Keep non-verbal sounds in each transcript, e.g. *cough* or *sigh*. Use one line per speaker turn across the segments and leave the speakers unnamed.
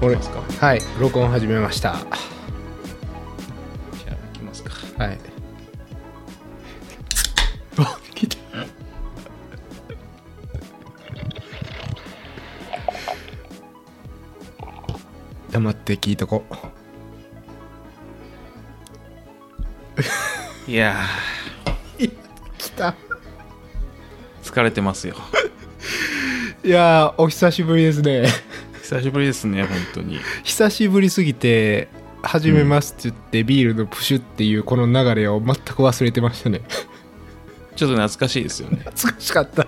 これですか
はい録音始めました
じゃあ行きますか
はい
あ来た
黙って聞いとこ
いや
来た
ー疲れてますよ
いやーお久しぶりですね
*laughs* 久しぶりですね本当に
久しぶりすぎて始めますって言って、ビールのプシュっていうこの流れを全く忘れてましたね
ちょっと懐かしいですよね
懐かしかった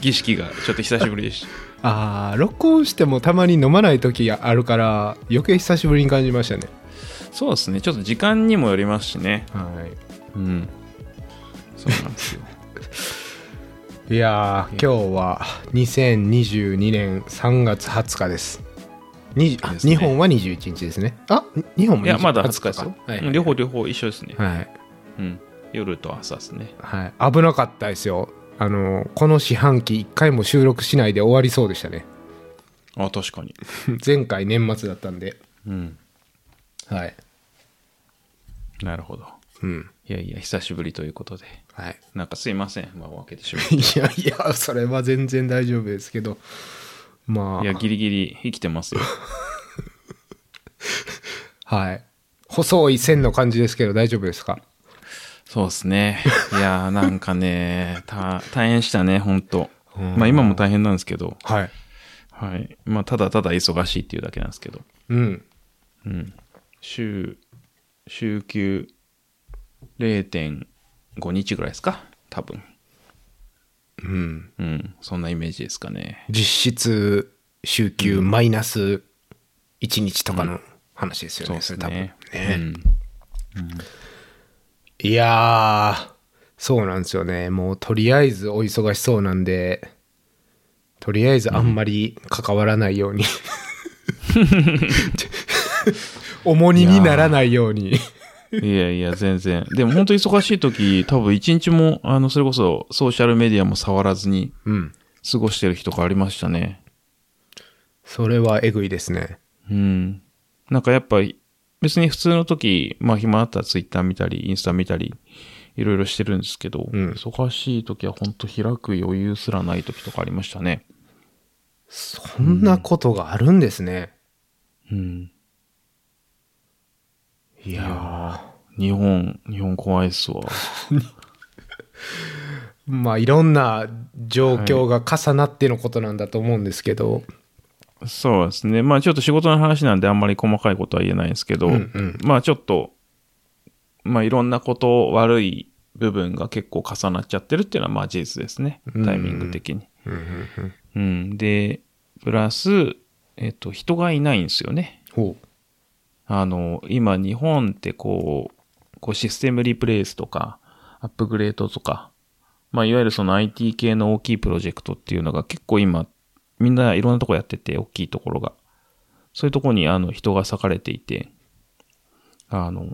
儀式がちょっと久しぶりでし
あー録音してもたまに飲まない時があるから余計久しぶりに感じましたね
た *laughs* そうですねちょっと時間にもよりますしね
はい
うんそうなんですよ
いやー今日は2022年3月20日です。にあ
ですね
日本は21日ですね。あ日本も
*laughs* いや
20
まだ20日です
か
よ、
はい
うん両方両方一緒ですね、
はい、
うん、夜と朝ですね
はい。危なかったですよ。あのこの四半期1回も収録しないで終わりそうでした
*laughs*
ね。
あ確かに
前回年末だったんで。
うん
はい。
なるほど
うん。
いやいや久しぶりということで
はい。
なんかすいません、まあ、開けてしま *laughs*
いやいや、それは全然大丈夫ですけど。ま
ういや
あ、
ギリギリ生きてますよ
はい。細い線の感じですけど大丈夫ですか
そうで
*laughs*
すね。いやー、なんかね、た大変したね、本当
うん
まあ今も大変なんですけど、
はい。
はい。まあただただ忙しいっていうだけなんですけど、
うん。
うん。週、週休0.5日ぐらいですか多分。
うん。
うん。そんなイメージですかね。
実質週休マイナス1日とかの話ですよね、
そうで
そ
す
れ多分
ね
ね。。
うん。
いやーそうなんですよねもうとりあえずお忙しそうなんでとりあえずあんまり関わらないよう *laughs* に、重荷にならないように
いやいや、全然。でも本当忙しい時、多分一日も、あの、それこそソーシャルメディアも触らずに
うん
過ごしてる日とかありましたね。
それはえぐいですね
うん。なんかやっぱ、別に普通の時、まあ暇あったらツイッター見たり、インスタ見たり、いろいろしてるんですけど、
うん
忙しい時は本当開く余裕すらない時とかありましたね。
そんなことがあるんですね、
うん。
いや
日本、日本怖いっすわ。
ーまあいろんな状況が重なってのことなんだと思うんですけど、
そうですね。まあちょっと仕事の話なんであんまり細かいことは言えないんですけど、
うんうん
まあちょっと、まあいろんなこと悪い部分が結構重なっちゃってるっていうのはまあ事実ですね。タイミング的に。
うんうんうん
うん。で、プラス、えっと、人がいないんですよね。
ほう
あの、今、日本ってこう、こうシステムリプレイスとか、アップグレードとか、まあ、いわゆるその IT 系の大きいプロジェクトっていうのが結構今、みんないろんなとこやってて、大きいところが。そういうとこに、あの、人が割かれていて、あの、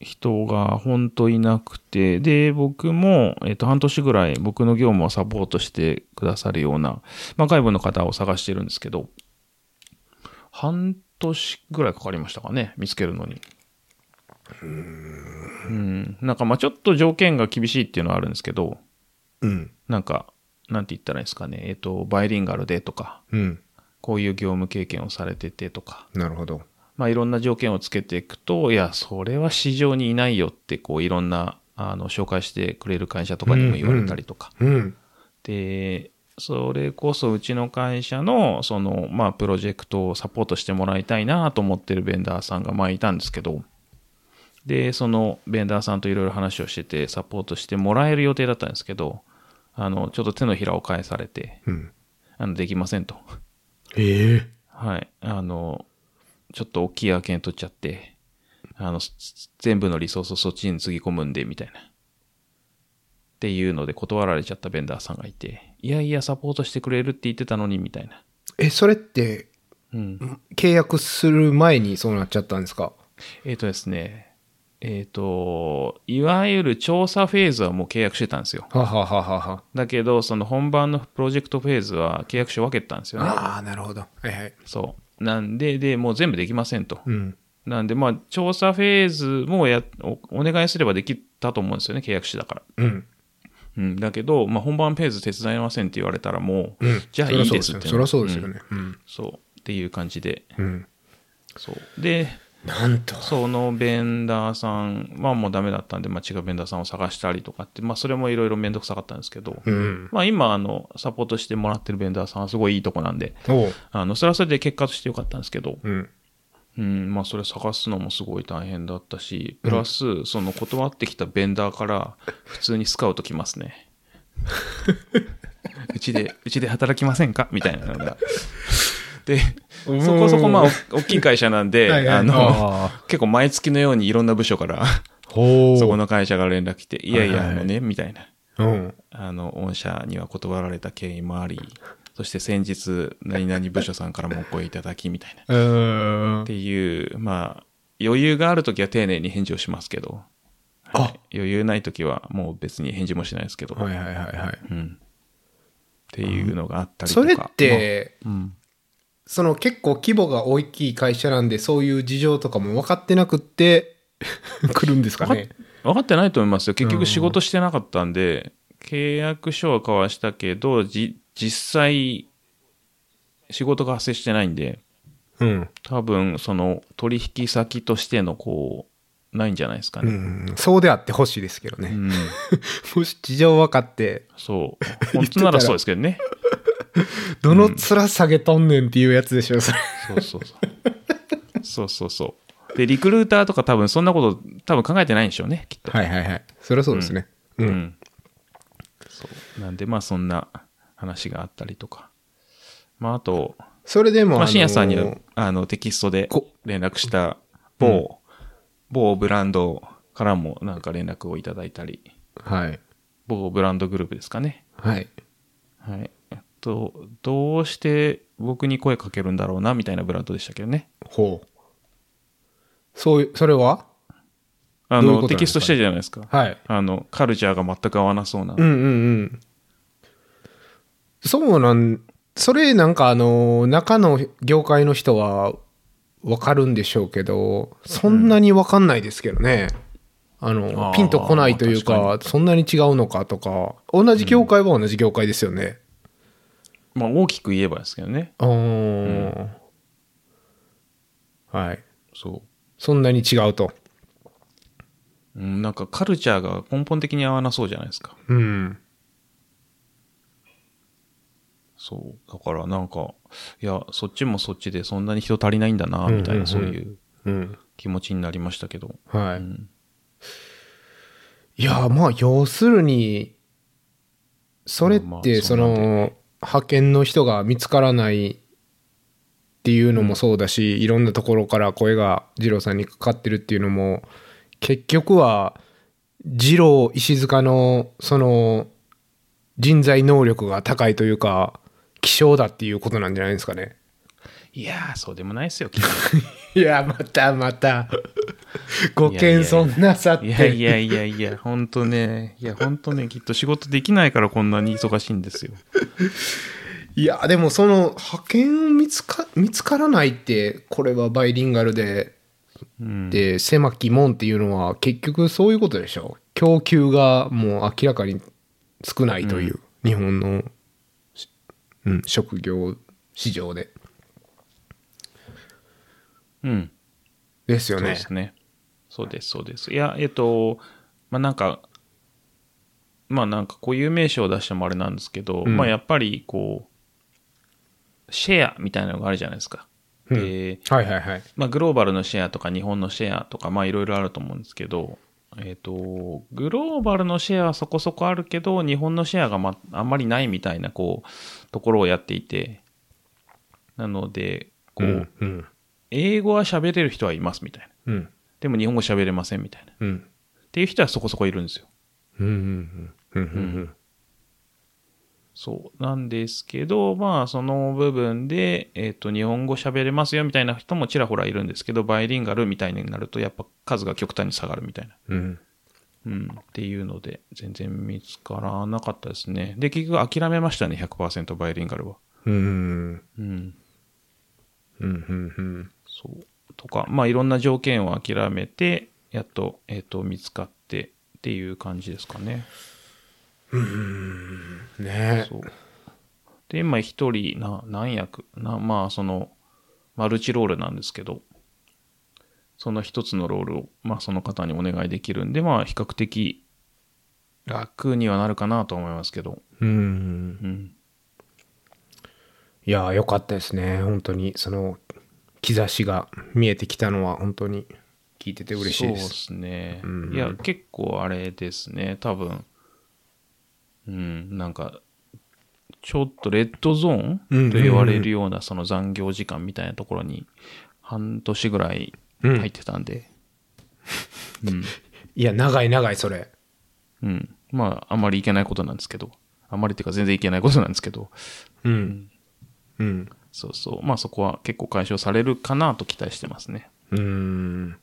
人が本当いなくて、で、僕も、えっと、半年ぐらい僕の業務をサポートしてくださるような、まあ、外部の方を探してるんですけど、半年ぐらいかかりましたかね、見つけるのに。うん。なんかまあちょっと条件が厳しいっていうのはあるんですけど、
うん
なんか、なんて言ったらいいんですかね、えっ、と、バイリンガルでとか、
うん
こういう業務経験をされててとか、
なるほど
まあいろんな条件をつけていくと、いや、それは市場にいないよって、こういろんな、あの、紹介してくれる会社とかにも言われたりとか、
うん
で、それこそうちの会社の、その、まあ、プロジェクトをサポートしてもらいたいなと思ってるベンダーさんが前いたんですけど、で、そのベンダーさんといろいろ話をしてて、サポートしてもらえる予定だったんですけど、あの、ちょっと手のひらを返されて、
うん
あの、できませんと。
ええ
はい。あの、ちょっと大きい案件取っちゃって、あの、す全部のリソースをそっちにつぎ込むんで、みたいな。っていうので断られちゃったベンダーさんがいて、いやいや、サポートしてくれるって言ってたのに、みたいな。
えそれって
うん。
契約する前にそうなっちゃったんですか
えっ、とですね、えっ、と、いわゆる調査フェーズはもう契約してたんですよ。
ははははは
だけど、その本番のプロジェクトフェーズは契約書分けてたんですよね。
ああなるほどはいはい
そう。なんで、で、もう全部できませんと。
うん。
なんで、まあ、調査フェーズもやお、お願いすればできたと思うんですよね、契約士だから。
うん。
うん、だけど、まあ、本番フェーズ手伝いませんって言われたらもう、
うん。
じゃあいいですって。
そりゃそうですよね。うん。
そう。っていう感じで。
うん。
そう。で、
なんと。
そのベンダーさんはもうダメだったんで、まあ、違うベンダーさんを探したりとかって、まあ、それもいろいろめんどくさかったんですけど、
うん。
まあ、今、あの、サポートしてもらってるベンダーさんはすごいいいとこなんで、
おう。
あの、それはそれで結果としてよかったんですけど、
うん。
うん、まあそれ探すのもすごい大変だったし、プラス、その断ってきたベンダーから、普通にスカウト来ます
*laughs*
ね。うちで、うちで働きませんかみたいな
*laughs*
のが。で、
うん
そこそこまあ、お大きい会社なんで、
はいはい
あの
あ、
結構毎月のようにいろんな部署から、
ほう。
そこの会社から連絡来て、いやいや、
はい
あ
はい
のね、みたいな。
うん。
あの、御社には断られた経緯もあり、そして先日、何々部署さんからもお声いただき、みたいな。
うん
っ。ていう、まあ、余裕があるときは丁寧に返事をしますけど、
あ
余裕ないときはもう別に返事もしないですけど、
はいはいはいはい。
うん。っていうのがあったりと
そ
か。
れって、
まあ、うん。
その結構規模が大きい会社なんで、そういう事情とかも分かってなくって、来るんですかね。
分かってないと思いますよ。結
うん
局仕事してなかったんで、契約書は交わしたけど、じ、実際、仕事が発生してないんで、
うん。
多分、その、取引先としての、こう、ないんじゃないですか
う
ね。
ん。そうであってほしいですけどね。
うん、
*laughs* もし事情分かって、 *laughs*
そう。本当ならそうですけどね。
どの面下げとんねんっていうやつでしょ、それ。
そうそうそう。そうそうそう。で、リクルーターとか多分そんなこと多分考えてないんでしょうね、きっと。
はいはいはい。そりゃそうですね。う。
うんん。そう。なんで、まあそんな話があったりとか。まああと、
それでも、
ま
あ
あ、
のー
深夜さんにはあのテキストで
こ
連絡した某、某ブランドからもなんか連絡をいただいたり、
はい。
某ブランドグループですかね。
はい。
はい。えっと、どうして僕に声かけるんだろうな、みたいなブランドでしたけどね。
ほう。そういう、それはど
あ
ういう
の、
ことなんですかね
テキストしてるじゃないですか。
はい。
あの、カルチャーが全く合わなそうな。
うんうんうん。そうなん、それなんかあの、中の業界の人はわかるんでしょうけど、そんなにわかんないですけどね。あの
あー
ピンとこないというかそんなに違うのかとか同じ業界は同じ業界ですよね、
まあ、大きく言えばですけどね。
あーはい
そ
そんなに違うと
う。うん、なんかカルチャーが根本的に合わなそうじゃないですか。
うん
そう。だからなんか、いや、そっちもそっちでそんなに人足りないんだな、みたい
うんうんう
な、
ん
そういう
うん
気持ちになりましたけど。
はい、
うん。
いやまあ要するにそれっ
まあまあ
てその
そうなん
派遣の人が見つからないっていうのもそうだし、いろんなところから声が二郎さんにかかってるっていうのも結局は二郎石塚のその人材能力が高いというか希少だっていうことなんじゃないですかね。
いやー、そうでもないですよ、きっ
いやまたまた *laughs* ご
いやいやいや
謙遜なさっ
と。
て。
いやいやいやいや、ほんとね。いや、ほんとね、きっと仕事できないからこんなに忙しいんですよ。
いやでもその派遣を見つか見つからないってこれはバイリンガルで
うん。
で狭き門っていうのは結局そういうことでしょ供給がもう明らかに少ないという、日本のし、うん、職業市場で
うん。
ですよ
そう
ね
ですね。そうです、そうです。いや、えっと、まあなんか、まあなんかこういう名称を出してもあれなんですけど、
うん
まあやっぱりこう、シェアみたいなのがあるじゃないですか。
うん
で、
はいはいはい
まあグローバルのシェアとか日本のシェアとか、まあいろいろあると思うんですけど、えっと、グローバルのシェアはそこそこあるけど、日本のシェアが、まあんまりないみたいな、こう、ところをやっていて、なので、こう、
うんうん
英語は喋れる人はいますみたいな。
うん
でも日本語喋れませんみたいな。っ
うん
ていう人はそこそこいるんですよ。
うんうんうんうん
そう。なんですけど、まあ、その部分で、えっ、と、日本語喋れますよみたいな人もちらほらいるんですけど、バイリンガルみたいになると、やっぱ数が極端に下がるみたいな。
うんうん
うん。っていうので、全然見つからなかったですね。で、結局諦めましたね、100%バイリンガルは。
うん
うん。
うんうんうん。
そう。とか、まあいろんな条件を諦めて、やっと、えっ、と、見つかってっていう感じですかね。
ね
そう。で、今一人、な、何役な、まあその、マルチロールなんですけど、その一つのロールを、まあその方にお願いできるんで、まあ比較的楽にはなるかなと思いますけど、
うん。
うん。
いやー、よかったですね。本当に、その、兆しが見えてきたのは、本当に、聞いてて嬉しいで
そ
す。
うですね。
うん
いや、結構あれですね、多分、うん、なんか、ちょっとレッドゾーン
うん
と言われるようなその残業時間みたいなところに半年ぐらい
うん
入ってたんで、うん、
いや、長い長い、それ。
うん。まあ、あまりいけないことなんですけど、あまりっていうか全然いけないことなんですけど、
うん。うん。
そうそう。まあそこは結構解消されるかなと期待してますね。
うーん。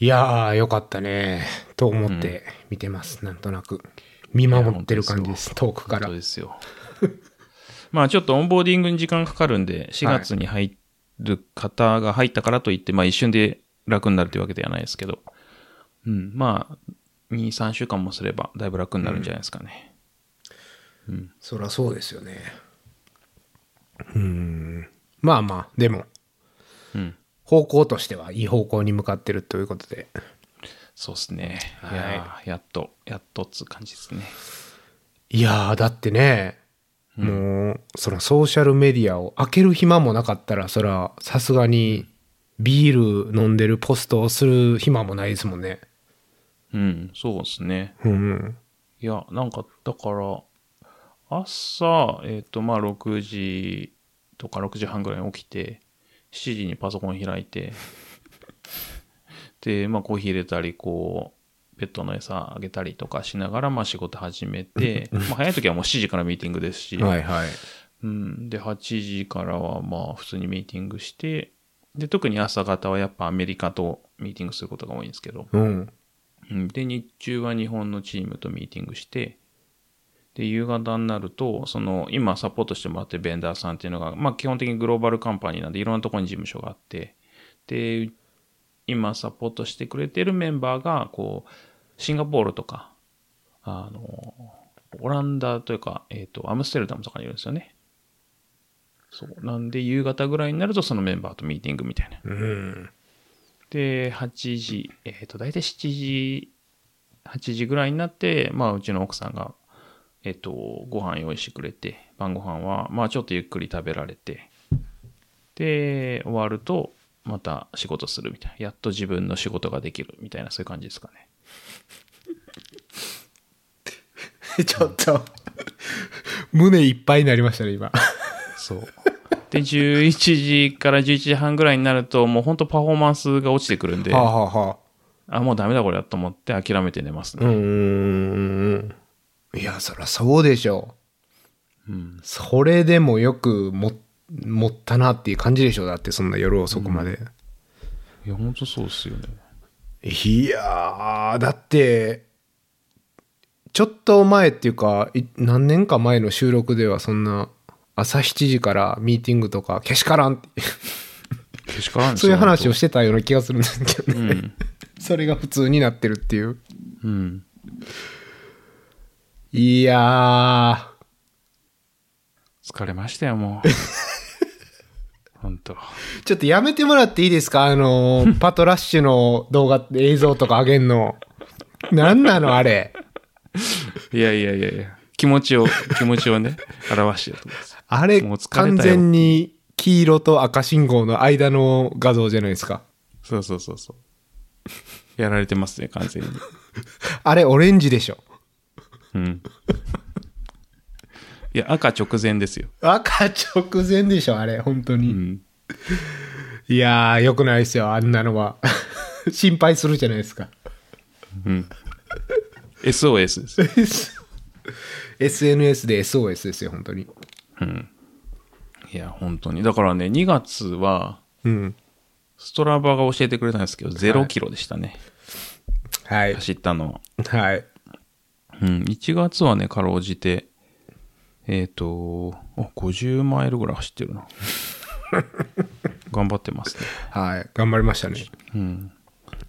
いやー、よかったね。と思って見てます、なんとなく。見守ってる感じです、遠くか
本
ら
当。ですよ。 *laughs* まあちょっとオンボーディングに時間かかるんで、4月に入る方が入ったからといって、まあ一瞬で楽になるというわけではないですけど、うん、まあ、2、3週間もすればだいぶ楽になるんじゃないですかね。
そりゃそうですよね。うーん。まあまあ、でも、
うん。
方向としてはいい方向に向かってるということで。
そうですね。
はい
いやーやっと、やっとっつう感じですね。
いやー、だってね、もう、そのソーシャルメディアを開ける暇もなかったら、そら、さすがに、ビール飲んでるポストをする暇もないですもんね。
うん、そうですね。
うんうん。
いや、なんか、だから、朝、えっ、と、まあ、6時とか6時半ぐらいに起きて、7時にパソコン開いて、で、まあ、コーヒー入れたり、こう、ペットの餌あげたりとかしながら、まあ、仕事始
*laughs*
めて、まあ、早い時はもう7時からミーティングですし、
はいはい。
うん、で、8時からは、まあ、普通にミーティングして、で、特に朝方はやっぱアメリカとミーティングすることが多いんですけど、
うん。
うんで、日中は日本のチームとミーティングして、で、夕方になると、その、今サポートしてもらってるベンダーさんっていうのが、まあ基本的にグローバルカンパニーなんで、いろんなところに事務所があって、で、今サポートしてくれてるメンバーが、こう、シンガポールとか、あの、オランダというか、えっ、と、アムステルダムとかにいるんですよね。そう。なんで、夕方ぐらいになると、そのメンバーとミーティングみたいな。
うん。 *laughs*
で、8時、えっ、と、だいたい7時、8時ぐらいになって、まあ、うちの奥さんが、えっ、と、ご飯用意してくれて、晩ご飯は、まあ、ちょっとゆっくり食べられて、で、終わると、また仕事するみたいな。やっと自分の仕事ができるみたいな、そういう感じですかね。
ちょっと、胸いっぱいになりましたね、今。
そう。で、11時から11時半ぐらいになると、もう本当パフォーマンスが落ちてくるんで、
はあ、
あ
はあは
もうダメだこれと思って諦めて寝ます
あ、う
ね。
ん。いや、そりゃそうでしょ
うん
う。。それでもよくも、持ったなっていう感じでしょう。だって、そんな夜遅くまで。
いや、本当そうっすよね。
いやー、だって、ちょっと前っていうか、い何年か前の収録ではそんな、朝7時からミーティングとか、けしからんって、
けしからんです
そう
よ
いう話をしてたような気がするんですけど
う
ね。
ん。
*laughs* それが普通になってるっていう。
うん。
いや
疲れましたよ、もう。本当。
ー、ちょっとやめてもらっていいですかあの
*laughs*
ー、パトラッシュの動画、映像とか上げんの。なんなのあれ。
いやいやいやいや。気持ちを、気持ちをね、 *laughs* 表してると思います。
あれ、
もう疲れたよ
完全に黄色と赤信号の間の画像じゃないですか。
そうそうそうそう。やられてますね、完全に。
あれ、オレンジでしょ。
うん。いや、赤直前ですよ。
赤直前でしょ、あれ、本当に。
うん。
いやー、良くないですよ、あんなのは。 *laughs* 心配するじゃないですか。
うん。SOS です。
SNS で SOS ですよ、本当に。
うん。いや、本当に。だからね、2月は、
うん。
ストラバが教えてくれたんですけど、0キロでしたね。
はい。
走ったのは。
はい。
うん、1月はね、かろうじて、えっ、と、あ50マイルぐらい走ってるな。 *laughs* 頑張ってますね。
はい。頑張りましたね。
うん。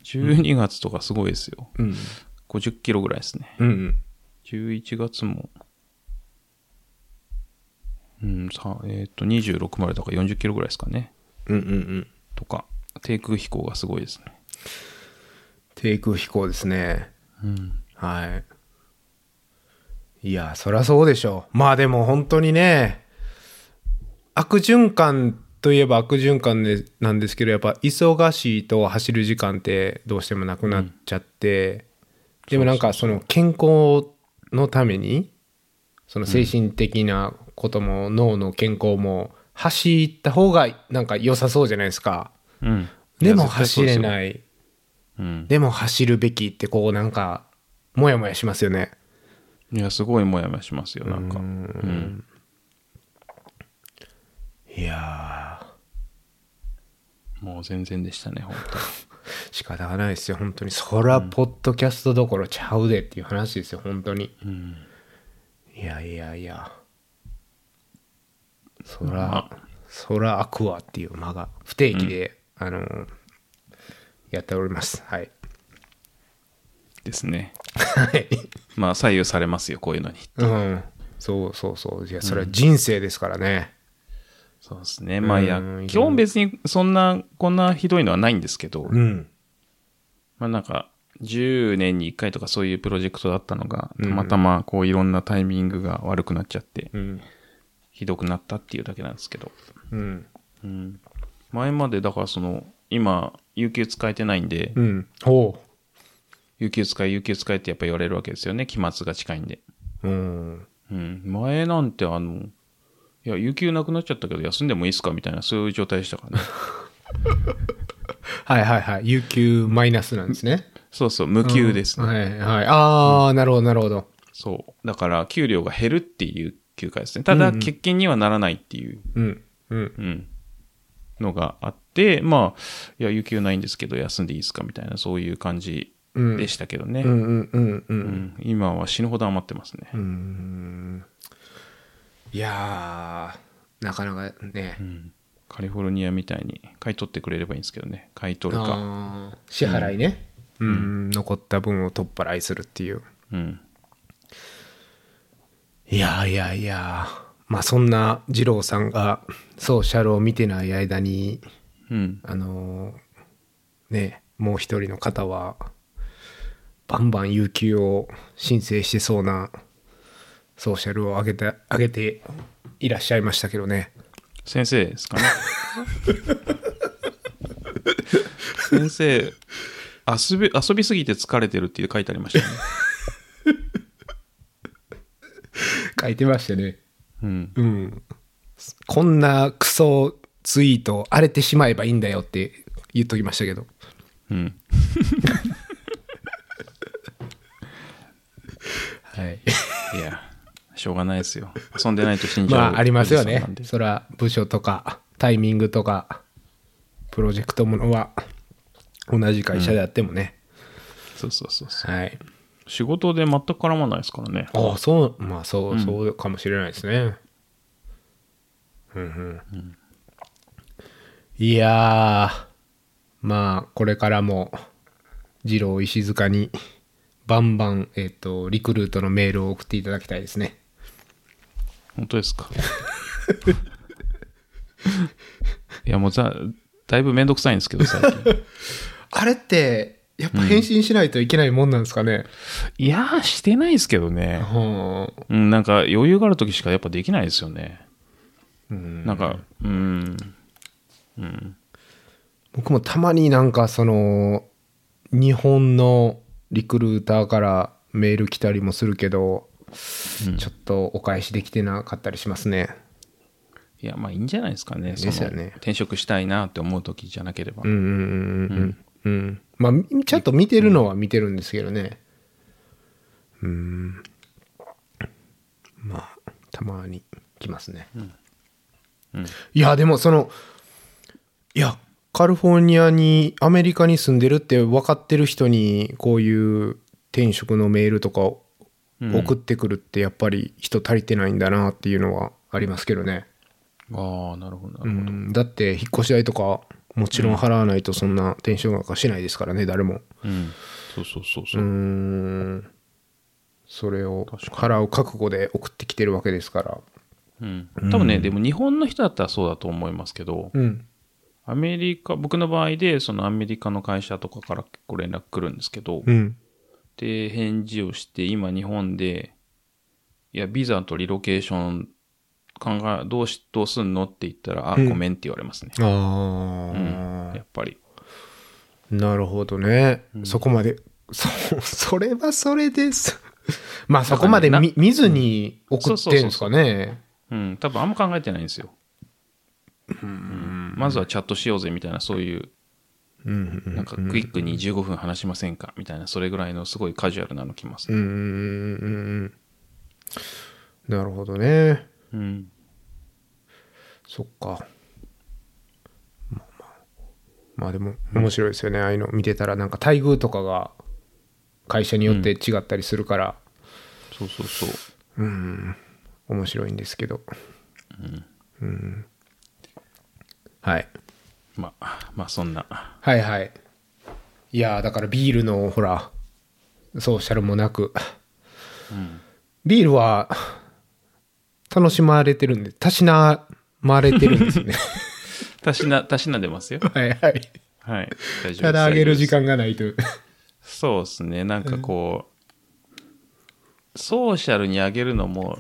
12月とかすごいですよ。
うん。
50キロぐらいですね。
うんうん。
11月も、うん、さえっ、と、26までだから40キロぐらいですかね。
うんうんうん。
とか、低空飛行がすごいですね。
低空飛行ですね。
うん。
はい。いや、そらそうでしょう。まあでも本当にね、悪循環といえば悪循環でなんですけど、やっぱ忙しいと走る時間ってどうしてもなくなっちゃって、でもなんかその健康のために、その精神的なことも脳の健康も走った方がなんか良さそうじゃないですか。
うん。
でも
いや絶対そ
走
うで
れ
すよ
ない。
うん。
でも走るべきってこうなんか、もやもやしますよね。
いや、すごいもやもやしますよ、なんか。うん。
いや
もう全然でしたね、本
ー、仕方がないですよ、本当に。そら、ポッドキャストどころちゃうでっていう話ですよ、本当に。
当。うん。
いやいやいや。そら、そらアクアっていう間が不定期で、あのーやっております。はい。
ですね。
はい。
まあ、左右されますよ、こういうのに。
*laughs* うん。そうそうそう。いや、それは人生ですからね。
そうですね。まあ、いや
うん、
基本別にそんな、こんなひどいのはないんですけど、
うん。
まあなんか、10年に1回とかそういうプロジェクトだったのが、たまたまこういろんなタイミングが悪くなっちゃって、
うん。
ひどくなったっていうだけなんですけど。
うん。
うん。前までだからその、今、有給使えてないんで、
うん。ほ
有給使え、有給使えってやっぱ言われるわけですよね。期末が近いんで。
う。うん。
うん。前なんてあの、いや、有給なくなっちゃったけど休んでもいいっすかみたいな、そういう状態でしたから *laughs* ね。
はいはいはい。有給マイナスなんですね。
そうそう、無給ですね。
はいはい。ああ、なるほどなるほど。
そう。だから、給料が減るっていう休暇ですね。ただ、欠勤にはならないっていう、
うん。うん。
うん、のがあって、まあ、いや、有給ないんですけど、休んでいいですかみたいな、そういう感じでしたけどね。
うんうんうんう。
うんん今は死ぬほど余ってますね。
うん。いやー、なかなかね
う。んカリフォルニアみたいに買い取ってくれればいいんですけどね。買い取るか。
あー支払いね。うん。残った分を取っ払いするっていう。
うん。
いやいやいやまあそんな二郎さんがソーシャルを見てない間に、
うん。
あのーね、もう一人の方は、バンバン有給を申請してそうなソーシャルを上げて、上げていらっしゃいましたけどね。
先生で
*laughs*
すかね。先生、遊び、遊びすぎて疲れてるって書いてありましたね。
書いてましたね。
うん。
うん。こんなクソツイート荒れてしまえばいいんだよって言っときましたけど。
うん。
*laughs* *laughs* はい。
いや、しょうがないですよ。遊んでないと死んじゃう。
まあありますよ
おじさ
ね
んなん。で
それは部署とかタイミングとかプロジェクトものは同じ会社であってもね。
そうそうそうそう。
はい。
仕事で全く絡まないですからね。
ああそうまあそう、そうかもしれないですねうんうん、いやーまあこれからも二郎石塚にバンバンえっ、とリクルートのメールを送っていただきたいですね
本当ですか。 *laughs* いや、もうざ、だいぶめんどくさいんですけど、最近。
あれってやっぱ返信しないといけないもんなんですかね、
*laughs* いやー、してないですけどね。
はあ
うん、なんか余裕がある時しかやっぱできないですよね。
うん
なんか、うん。うん。
僕もたまになんかその日本のリクルーターからメール来たりもするけど、
うん
ちょっとお返しできてなかったりしますね
いや、まあいいんじゃないですかね。
ですよね
その転職したいなって思う時じゃなければ。
うんうんうんうんうんまあみちゃんと見てるのは見てるんですけどねうんまあたまに来ますね、
うん
いやでもそのいやカリフォルニアにアメリカに住んでるって分かってる人にこういう転職のメールとかを
うん
送ってくるってやっぱり人足りてないんだなっていうのはありますけどね、
ああ、なるほど、な
う
るほど。
ん、だって引っ越し代とかもちろん払わないとそんな転職なんかしないですからね誰も
うん。そうそうそう
う
そう
ー
う。
んそれを払う覚悟で送ってきてるわけですから
うん。多分ね、でも日本の人だったらそうだと思いますけど、
うん
アメリカ、僕の場合で、そのアメリカの会社とかから結構連絡来るんですけど、
うん
で、返事をして、今日本で、いや、ビザとリロケーション考え、どうし、どうすんのって言ったら、あ、
うん
ごめんって言われますね。
あ
うん。
あ、
やっぱり。
なるほどね、そこまでそそれはそれです *laughs* まあそこまで
なんか
見見ずに送ってんですかね
うん。多分あんま考えてないんですよ。うん。まずはチャットしようぜみたいな、そういう、
うんうん
なんかクイックに15分話しませんかみたいな、それぐらいのすごいカジュアルなの来ます
う
ね。
んうんうんうんなるほどね
うん。
そっか。まあまあ。まあでも、面白いですよね。ああいうの見てたら、なんか待遇とかが会社によって違ったりするから、
そうそうそう。
うん、面白いんですけど。うんはい。
まあ、まあそんな。
はいはい。いやーだからビールの、ほら、ソーシャルもなく、
うん。
ビールは、楽しまれてるんで、たしなまれてるんです
*laughs*
ね。
たしな、たしなんでますよ。
はい
*laughs*
はい。
はい。大丈夫です。
ただあげる時
大丈夫
間がない
*laughs*
という。
です。そうですね。なんかこう、ソーシャルにあげるのも、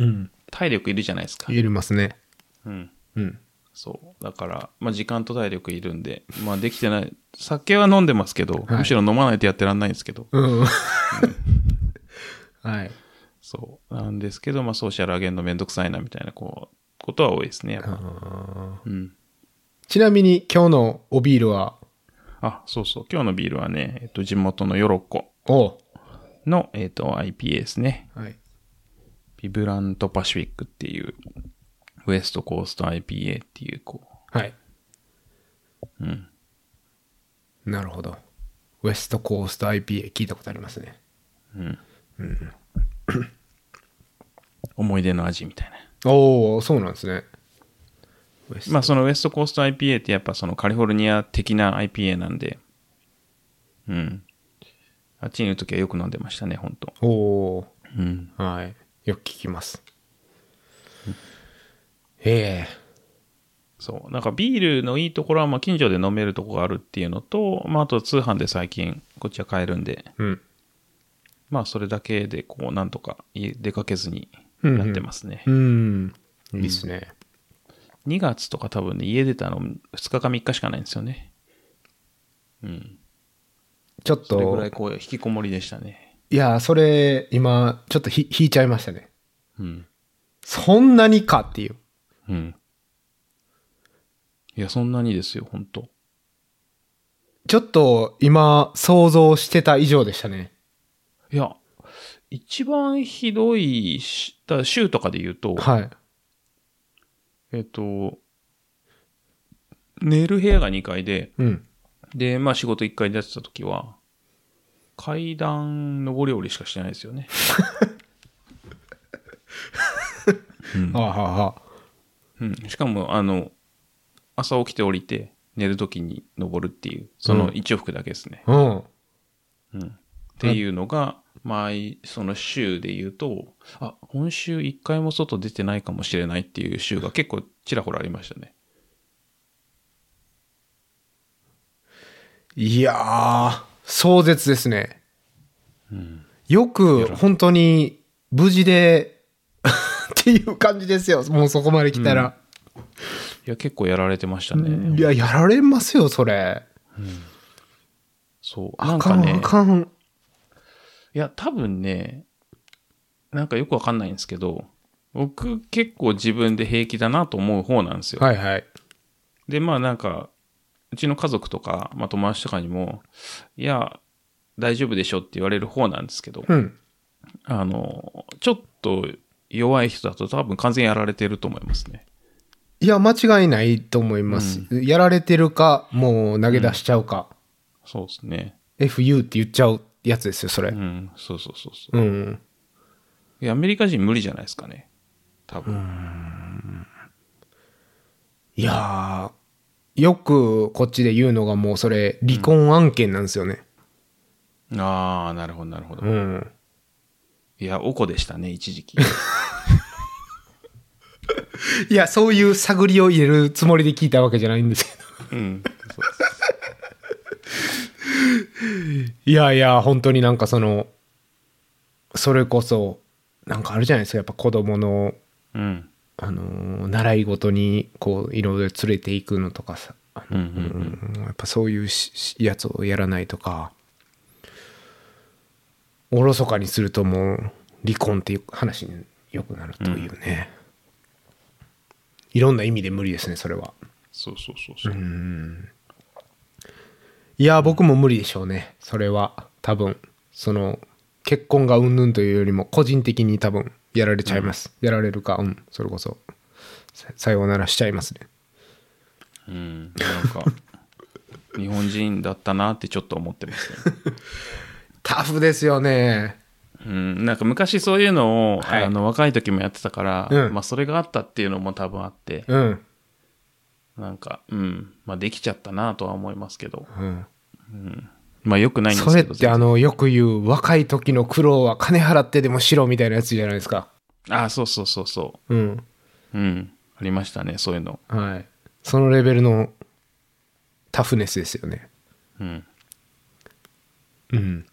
体力いるじゃないですか。
入れますね。
うん。
うん。
そう。だから、まあ時間と体力いるんで、まあできてない。酒は飲んでますけど、
はい
むしろ飲まないとやってらんないんですけど。
うん。はい。
そう。なんですけど、まあソーシャル上げるのめんどくさいな、みたいな、こう、ことは多いですね、やっぱ。うん。
ちなみに今日のおビールは、
あ、そうそう。今日のビールはね、えっと、地元のヨロッコ
お
の、えっと、IPA ですね。
はい。
ビブラントパシフィックっていう、ウエストコースト IPA っていう、こ
はい。
う、うん。
なるほど。ウエストコースト IPA 聞いたことありますね。
思い出の味みたいな。
おおそうなんですね。ウエスト。
まあそのウエストコースト IPA ってやっぱそのカリフォルニア的な IPA なんで、うん。あっちにいるときはよく飲んでましたね、ほんと。
おお
うん。
ーはい。よく聞きます。ええ
そう。なんかビールのいいところは、まあ近所で飲めるとこがあるっていうのと、まああと通販で最近こっちは買えるんで、
うん。
まあそれだけでこうなんとか家出かけずに
うんうん
なってますね。
うん。いいっすね。
2月とか多分ね、家出たの2日か3日しかないんですよね。うん。
ちょっ
それぐら
と
い、こう、引きこもりでしたね。
いやー、それ、今、ちょっとひ引いちゃいましたね。
うん。
そんなにかっていう。
うん。いや、そんなにですよ、本当
ちょっと今想像してた以上でしたね。
いや、一番ひどいし、だ週とかで言うと、
はい。
えっと、寝る部屋が2階で、
うん。
で、まあ仕事1階でやってた時は、階段上り下りしかしてないで
*laughs*
すよね。うん
はあ、はあはあ、
うん、しかも、あの、朝起きて降りて、寝るときに登るっていう、その一往復だけですね。
うん。
うん。っていうのが、毎、その週で言うと、あ、今週一回も外出てないかもしれないっていう週が結構ちらほらありましたね。
いやー、壮絶ですね。
うん。
よく本当に無事で *laughs* っていう感じですよ。もうそこまで来たら。
いや、結構やられてましたね。
いや、やられますよ、それ。
そう。な
あ
んか
かん、
ね
あ、かん。
いや、多分ね、なんかよくわかんないんですけど、僕結構自分で平気だなと思う方なんですよ。
はいはい。
で、まあなんか、うちの家族とか、まあ友達とかにも、いや、大丈夫でしょって言われる方なんですけど、
うん。
あの、ちょっと弱い人だと多分完全にやられてると思いますね。
いや、間違いないと思います。やられてるか、もう投げ出しちゃうか。
そうですね。
FU って言っちゃうやつですよ、それ
う。ん、そうそうそうそ
う
う
ん。
いや。アメリカ人無理じゃないですかね。多分。
いやー、よくこっちで言うのがもうそれ、離婚案件なんですよね。
ああ、なるほど、なるほど。
うん。
いや、おこでしたね、一時期。
いや、そういう探りを入れるつもりで聞いたわけじゃないんですけど。
うん。
いやいや、本当になんかその、それこそ、なんかあるじゃないですか、やっぱ子供の、
うん。
あのー習い事に、こう、いろいろ連れていくのとかさ、あ
うん。う
の
ん。
うんやっぱそういうししやつをやらないとか、おろそかにするともう、離婚っていう話によくなるというね。いろんな意味で無理ですね、それは。
そうそうそうそう。
いや、僕も無理でしょうね。それは、多分、その、結婚がうんぬんというよりも、個人的に多分、やられちゃいます。やられるか、うん、それこそ、ささようならしちゃいますね。
うん、なんか日本人だったなってちょっと思ってますね。
タフですよね。
うん、なんか昔そういうのを、
はい
あの若い時もやってたから、
うん
まあそれがあったっていうのも多分あって、
うん。
なんか、うん、まあできちゃったなとは思いますけど、
うん、
まあ良くないんです
それ
けど。
って、あの、よく言う、若い時の苦労は金払ってでもしろみたいなやつじゃないですか。
あそうそうそうそ
うん。
う。うん、ありましたね、そういうの。
はい。そのレベルの、タフネスですよね。
うん。
うん。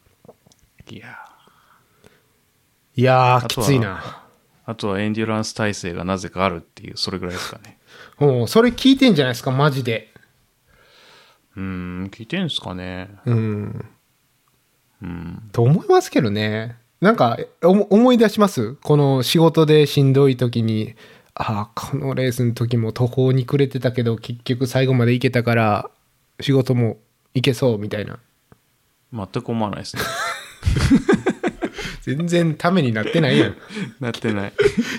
いやー
いやー、
あ
き
とは
ついな。
あとはエンデュランス体制がなぜかあるっていう、それぐらいですかね。 *laughs*
うん、それ聞いてんじゃないですか、マジで。
うん、聞いてんすかね。
うん。
うん。
と思いますけどね。なんか、おも思い出しますこの仕事でしんどい時に、ああ、このレースの時も途方に暮れてたけど、結局最後まで行けたから、仕事も行けそうみたいな。
全く思わないですね。
全然ためになってないやん。
なってない。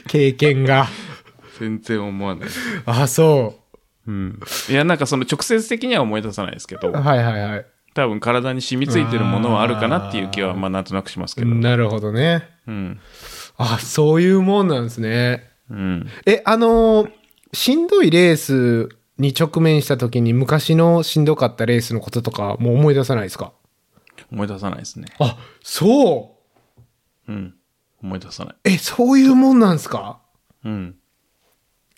経験が。
*laughs* 全然思わない。
*laughs* ああ、そ
うん、いやなんかその直接的には思い出さないですけ
う。
ど
はいはいはい。
多分体に染みついてるものはあるかなっていう気はまあなんとなくしますけど
なるほどね。
うん
ああ、そういうもんなんですね。
うん
え、あのーしんどいレースに直面した時に昔のしんどかったレースのこととかもう思い出さないですか
思い出さないですね
あ、そう
うん思い出さない
え、そういうもんなんすか
うん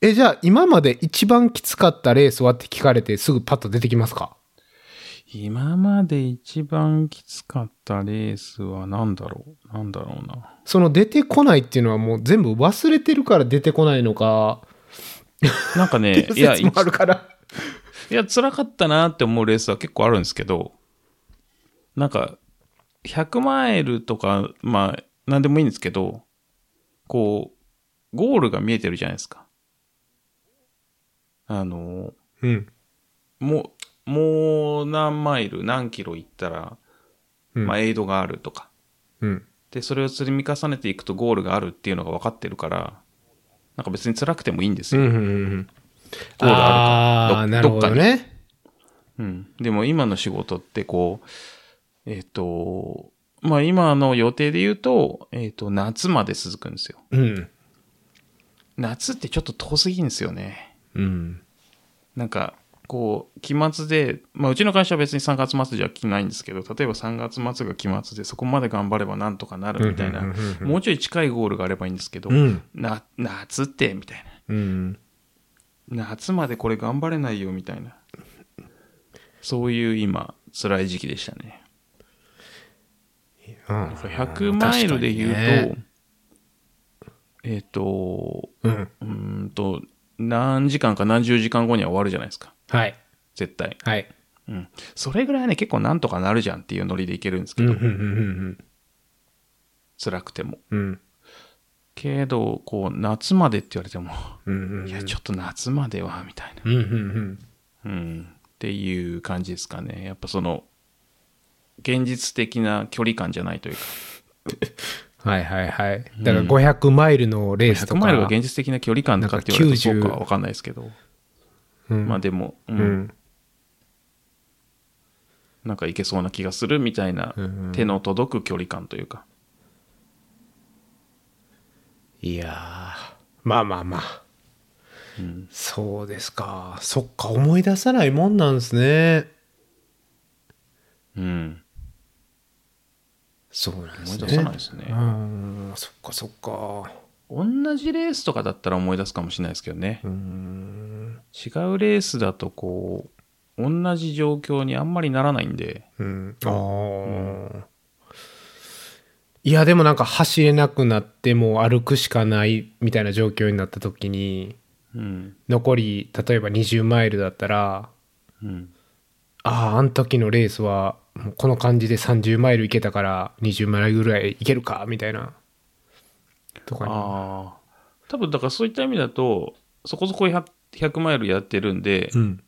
え、じゃあ今まで一番きつかったレースはって聞かれてすぐパッと出てきますか
今まで一番きつかったレースは何だろう何だろうな
その出てこないっていうのはもう全部忘れてるから出てこないのか、
なんか
って *laughs*
ね
いう
いや
説もあるから。
いや辛かったなって思うレースは結構あるんですけどなんか100マイルとかまあ何でもいいんですけどこうゴールが見えてるじゃないですかあの
うん。
もうもう何マイル何キロ行ったら、
うん
まあ、エイドがあるとか、
うん。
でそれを積み重ねていくとゴールがあるっていうのが分かってるからなんか別に辛くてもいいんです
うん。うん
よ、
うん。
ゴールあるか
あー
ど
なるほどね。
うん。でも今の仕事ってこう、えっ、と、まあ今の予定で言うと、えっ、と、夏まで続くんですよ。
うん。
夏ってちょっと遠すぎんですよね。
うん。
なんか、こう、期末で、まあうちの会社は別に3月末じゃ来ないんですけど、例えば3月末が期末でそこまで頑張ればなんとかなるみたいな
うんうんうんうん、うん
もうちょい近いゴールがあればいいんですけど、
うん
な、夏って、みたい
うん。
な。夏までこれ頑張れないよ、みたいな。そういう今、辛い時期でしたね。
うん
100マイルで言うと、
確かにね
えっ、と、
うん。
うーんと、何時間か何十時間後には終わるじゃないですか。
はい。
絶対。
はい。
うん。それぐらいね、結構なんとかなるじゃんっていうノリでいけるんですけ
うん。
ど、
うん。うん
辛くても。
うん。うん。
けど、こう、夏までって言われても、
うん。うん。
いや、ちょっと夏までは、みたい
うん。うん。うん。
な。うん。っていう感じですかね。やっぱその、現実的な距離感じゃないというか、
はいはいはい。だから500マイルのレースと
100
か。
マイルが現実的な距離感とかって言われると
なんか90
僕は分かんないですけど、
うん
まあでも、う
うんん。
なんかいけそうな気がするみたいな
うんうん
手の届く距離感というか、
いやーまあまあまあ。
うん
そうですか。そっか、思い出さないもんなんですね。
うん。
そうなんです
思い
ね。
出さないです
う
ね。
ん、そっかそっか。
同じレースとかだったら思い出すかもしれないですけどね
う。ん。
違うレースだとこう、同じ状況にあんまりならないんで。
うん。ああ、いや、でもなんか走れなくなってもう歩くしかないみたいな状況になった時に、
うん。
残り、例えば20マイルだったら、
うん。
ああ、あの時のレースは、もうこの感じで30マイル行けたから、20マイルぐらい行けるか、みたいな。とかに。
ああ。多分だからそういった意味だと、そこそこ 100, 100マイルやってるんで、
うん。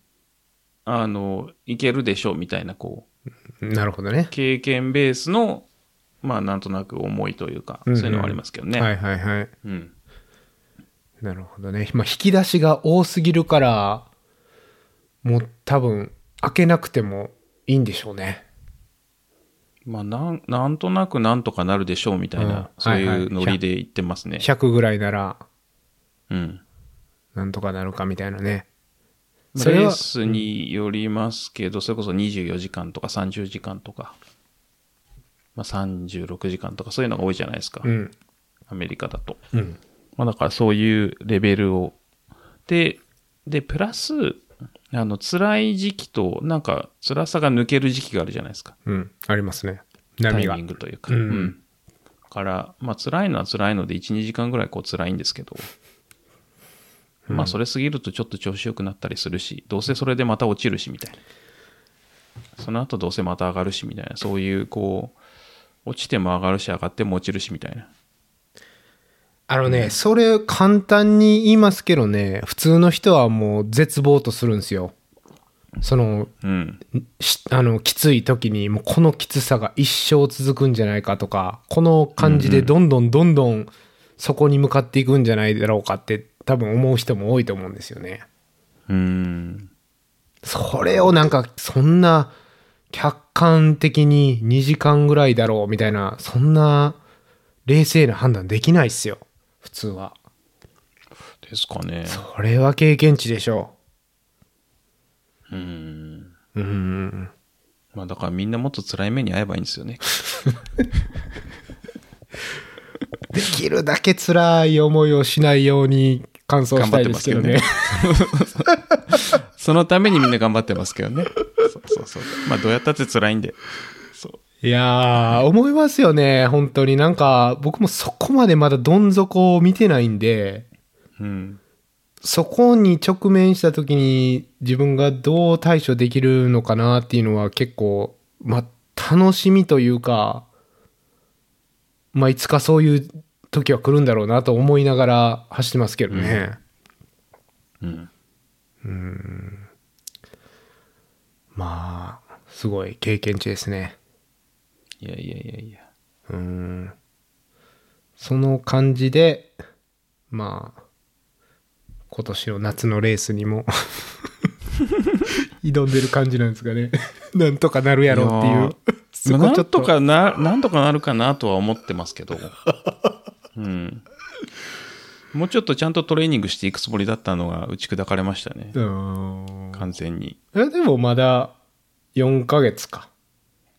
あの、いけるでしょうみたいな、こう、
なるほどね。
経験ベースの、まあなんとなく思いというか、
う
そ
ん
う
うん
いうのはありますけどね。
はいはいはい。
うん。
なるほどね。まあ、引き出しが多すぎるから、もう多分、開けなくてもいいんでしょうね。
まあなん、なんとなくなんとかなるでしょうみたいな、
うん
そう
はい
い
はいう
ノリで言ってますね。
100ぐらいなら、
うん。
なんとかなるかみたいなね。
まあ
それ
レー
は、
スによりますけど、それこそ24時間とか30時間とか、まあ36時間とかそういうのが多いじゃないですか。
うん。
アメリカだと。
うん。
まあだからそういうレベルを。で、で、プラス、あの、辛い時期と、なんか、辛さが抜ける時期があるじゃないですか。
うん。ありますね。
タ
波
イ
が
ミン。グというか。
うん
だから、まあ、辛いのは辛いので、1、2時間ぐらいこう辛いんですけど、まあ、それ過ぎるとちょっと調子良くなったりするし、どうせそれでまた落ちるし、みたいな。その後どうせまた上がるし、みたいな。そういう、こう、落ちても上がるし、上がっても落ちるし、みたいな。
あのね、それ簡単に言いますけどね、普通の人はもう絶望とするんですよ。その、
うん。
しあの、きつい時に、もうこのきつさが一生続くんじゃないかとか、この感じでどんどんどんどんそこに向かっていくんじゃないだろうかって多分思う人も多いと思うんですよね。
うん。
それをなんか、そんな客観的に2時間ぐらいだろうみたいな、そんな冷静な判断できないっすよ。普通は。
ですかね。
それは経験値でしょ
うん。
う。うん。
まあだからみんなもっと辛い目に遭えばいいんですよね。 *laughs*
できるだけ辛い思いをしないように乾燥したいですけどね。
そのためにみんな頑張ってますけどね。 *laughs* そうそうそう。まあどうやったって辛いんで。そう。
いやー、思いますよね。本当になんか、僕もそこまでまだどん底を見てないんで、
うん。
そこに直面した時に自分がどう対処できるのかなっていうのは結構、まあ、楽しみというか、まあ、いつかそういう時は来るんだろうなと思いながら走ってますけどね。
うん。
まあ、すごい経験値ですね。
いやいやいやいや。
うん。その感じで、まあ、今年の夏のレースにも *laughs* 挑んでる感じなんですかね。 *laughs* なんとかなるやろっていう。そ
ま
こちょ
あなん
っと
とかな、なんとかなるかなとは思ってますけど。うん。もうちょっとちゃんとトレーニングしていくつもりだったのが打ち砕かれましたね。
うん。
完全に。
え、でもまだ4ヶ月か。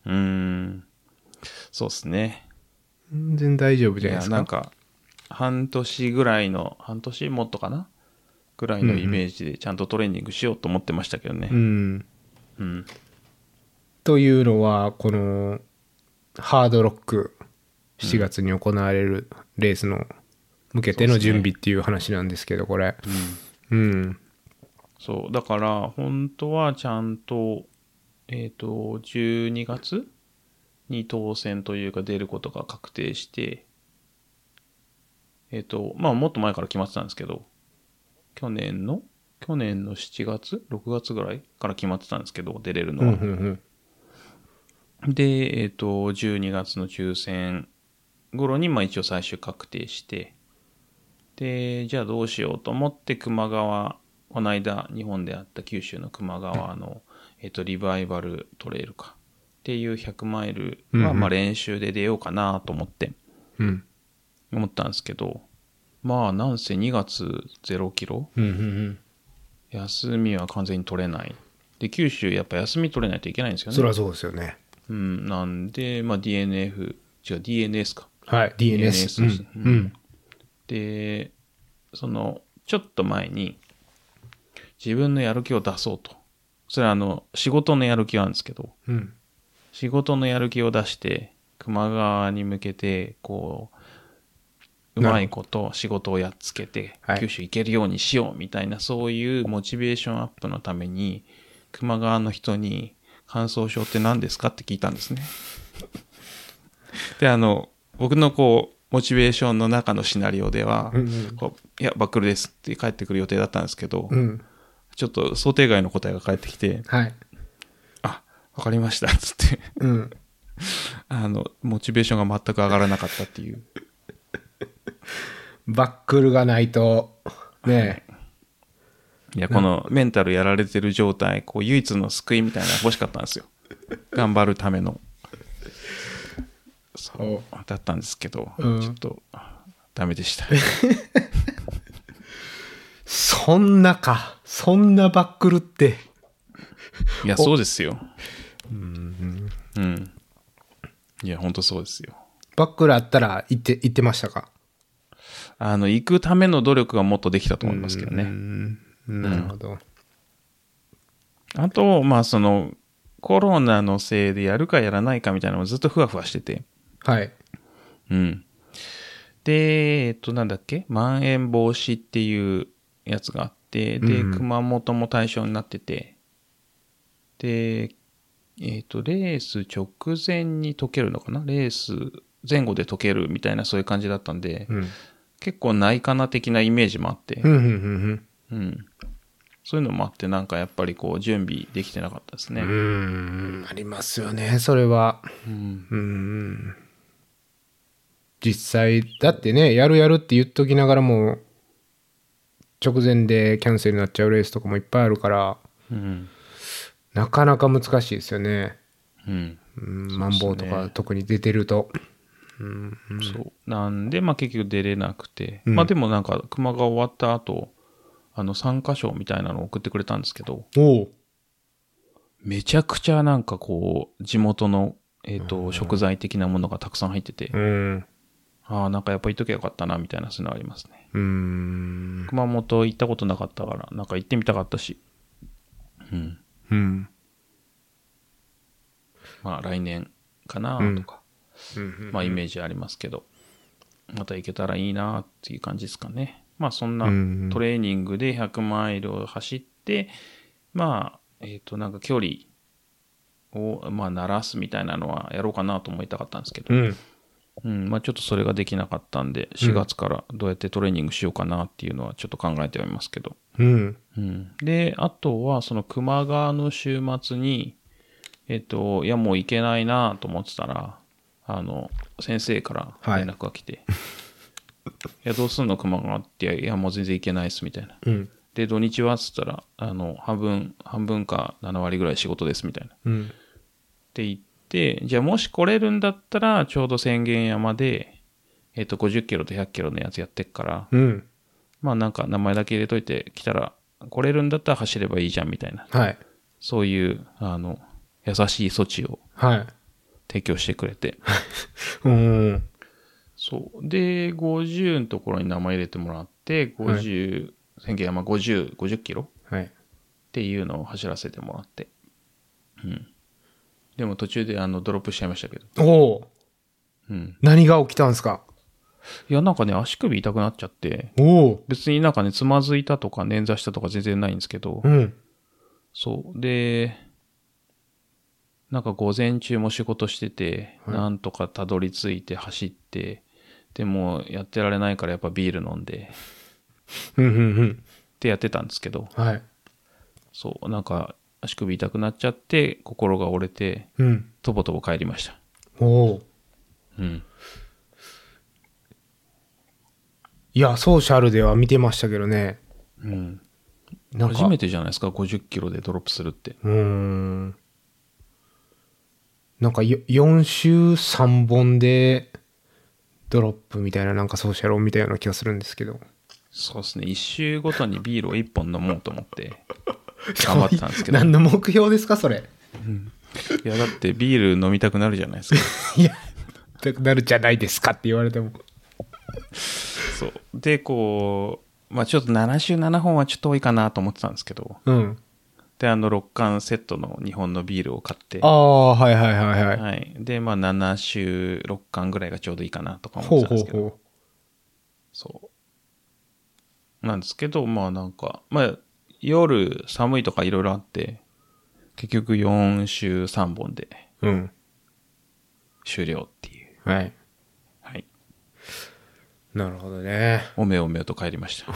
うーん。そうですね。
全然大丈夫じゃ
い
ないで
や、
す
なん
か。
か、半年ぐらいの、半年もっとかなぐらいのイメージでちゃんとトレーニングしようと思ってましたけどね。
うん。
うん。
というのは、この、ハードロック、7月に行われるレースの向けての準備っていう話なんですけど、これ。うん。
そう。だから、本当はちゃんと、えっ、と、12月に当選というか出ることが確定して、えっ、と、まあ、もっと前から決まってたんですけど、去年の去年の7月 ?6 月ぐらいから決まってたんですけど、出れるの
うん
は。
うんうん
で、えっ、と、12月の抽選頃に、まあ一応最終確定して、で、じゃあどうしようと思って、球磨川、この間日本であった九州の球磨川の、えっ、と、リバイバルトレイルか。っていう100マイル
うん
は、
うん
まあ練習で出ようかなと思って、
うん。
思ったんですけど、まあ、なんせ2月0キロ
うんうんうん。
休みは完全に取れない。で、九州やっぱ休み取れないといけないんですよね。
そりゃそうですよね。
うん、なんで、まあ DNF、違う DNS か。
はい、DNS。
DNS
うん。うん
で、その、ちょっと前に、自分のやる気を出そうと。それはあの、仕事のやる気なんですけど、
うん。
仕事のやる気を出して、熊川に向けて、こう、う
なるほど
まいこと仕事をやっつけて
は、い
九州行けるようにしようみたいな、そういうモチベーションアップのために、熊川の人に、乾燥症って何ですかって聞いたんで
*laughs*
すね。で、あの、僕のこう、モチベーションの中のシナリオでは、
うんうん
こういや、バックルですって帰ってくる予定だったんですけど、
うん。
ちょっと想定外の答えが返ってきて、
はい。
あ、わかりました、つって。
うん。
あの、モチベーションが全く上がらなかったっていう。
バックルがないと、ねえ
いや、このメンタルやられてる状態、こう、唯一の救いみたいなのが欲しかったんです *laughs* よ。頑張るための。そう。だったんですけど、
うん
ちょっと、ダメでした。
そんなか。そんなバックルって。
いや、そうですよ。うん。いや、ほんとそうですよ。
バックルあったら行って、行ってましたか
あの、行くための努力がもっとできたと思いますけどね。
うん。なるほど。
あと、まあ、その、コロナのせいでやるかやらないかみたいなのもずっとふわふわしてて。
はい。
うん。で、えっと、なんだっけまん延防止っていうやつがあって、で、
うんうん
熊本も対象になってて、で、えっと、レース直前に解けるのかなレース前後で解けるみたいなそういう感じだったんで、
うん。
結構ないかな的なイメージもあって
う、ん、うん、
うん。そういうのもあって、なんかやっぱりこう、準備できてなかったです
うん。う
ね。
ん。ありますよね、それは。
うん。
うん。実際、だってね、やるやるって言っときながらも、直前でキャンセルになっちゃうレースとかもいっぱいあるから、
うん。
なかなか難しいですよね。
うん。
うん、マンボウと
そうです
か
ね
特に出てると。うん、
そう。なんで、まあ結局出れなくて。
うん
まあでもなんか、熊が終わった後、あの、参加賞みたいなのを送ってくれたんですけど、
おう
めちゃくちゃなんかこう、地元の、えっ、と、食材的なものがたくさん入ってて、
うん。
ああ、なんかやっぱ行っときゃよかったな、みたいな、そういうのありますね。
うん。
熊本行ったことなかったから、なんか行ってみたかったし。うん。
うん。
まあ来年かな、とか、まあイメージありますけど、また行けたらいいな、っていう感じですかね。まあそんな、
うん
トレーニングで100マイルを走って、まあ、えっ、と、なんか距離を、まあ、鳴らすみたいなのはやろうかなと思いたかったんですけど、
うん。
うん、まあ、ちょっとそれができなかったん
う
で、
ん
4月からどうやってトレーニングしようかなっていうのはちょっと考えてはいますけど。
うん。
うん。で、あとは、その熊川の週末に、えっ、と、いや、もう行けないなと思ってたら、あの、先生から連絡が来て、い、 *laughs* や、どうすんの熊川って、いや、もう全然行けないっす、みたいな。
うん。
で、土日はっつったら、あの、半分、半分か7割ぐらい仕事ですみたいな。っ
うん。
て言って、じゃあもし来れるんだったら、ちょうど宣言山で、えっ、と、50キロと100キロのやつやってっから、
うん。
まあなんか名前だけ入れといて来たら、来れるんだったら走ればいいじゃんみたいな。
はい。
そういう、あの、優しい措置を
はい。
提供してくれて。
うん。
そう。で、50のところに名前入れてもらって、50、宣言山50、50キロ
はい。
っていうのを走らせてもらって。うん。でも途中であのドロップしちゃいましたけど。
おお
うん。
何が起きたんすか
いや、なんかね、足首痛くなっちゃって、
おお
別になんかね、つまずいたとか捻挫したとか全然ないんですけど
う、ん。
そう。で、なんか午前中も仕事してて、
はい
なんとかたどり着いて走って、でもやってられないからやっぱビール飲んで、
うんうん
ってやってたんですけど、
うん。はい。
そう、なんか足首痛くなっちゃって、心が折れて、
うん。
とぼとぼ帰りました。
おお
うん。
いや、ソーシャルでは見てましたけどね。
うん。
なんか。
初めてじゃないですか、50キロでドロップするって。
うーん。なんかよ4週3本でドロップみたいななんかソーシャルを見たような気がするんですけど
そうですね。一周ごとにビールを一本飲もうと思
*laughs*
って。頑張ってたんですけど
何の目標ですかそれ *laughs*
いや、だってビール飲みたくなるじゃないですか。
いやなくなるじゃないですかって言われても
そう。で、こう、まあちょっと77本はちょっと多いかなと思ってたんですけど、
うん
で、あの6缶セットの日本のビールを買って、
ああはいはいはいはい、
はい。で、まあ7週6缶ぐらいがちょうどいいかなとか
ほ
思っ
う
てた
ほう
んですけど、
ほ
そう。なんですけど、まあなんか、まあ夜寒いとかいろいろあって、結局4週3本で
ううん
終了っていう。
はい
はい。
なるほどね
おめおめと帰りました。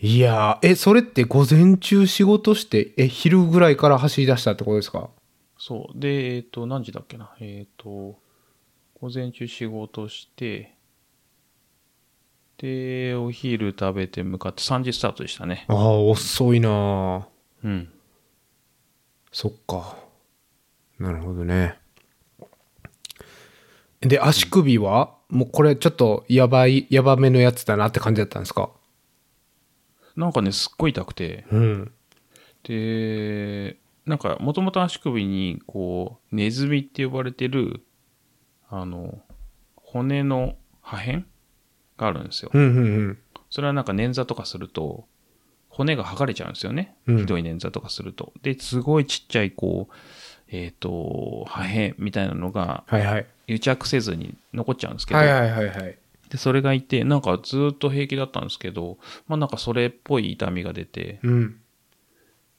いやーえそれって午前中仕事してえ昼ぐらいから走り出したってことですか
そう。で、えっ、と、何時だっけな。えっ、と、午前中仕事して、で、お昼食べて向かって3時スタートでしたね。
ああ遅いなー
うん。
そっかなるほどねで足首はもうこれちょっとやばいやばめのやつだなって感じだったんですか
なんかね、すっごい痛くて、
うん
で、なんか、もともと足首に、こう、ネズミって呼ばれてる、あの、骨の破片があるんですよ。
うんうん
それはなんか捻挫とかすると、骨が剥がれちゃうんですよね。
うん
ひどい捻挫とかすると。で、すごいちっちゃい、こう、えっ、と、破片みたいなのが
はいはい
癒着せずに残っちゃうんですけど、
はいはいはいはい
で、それがいて、なんかずっと平気だったんですけど、まあなんかそれっぽい痛みが出て、
うん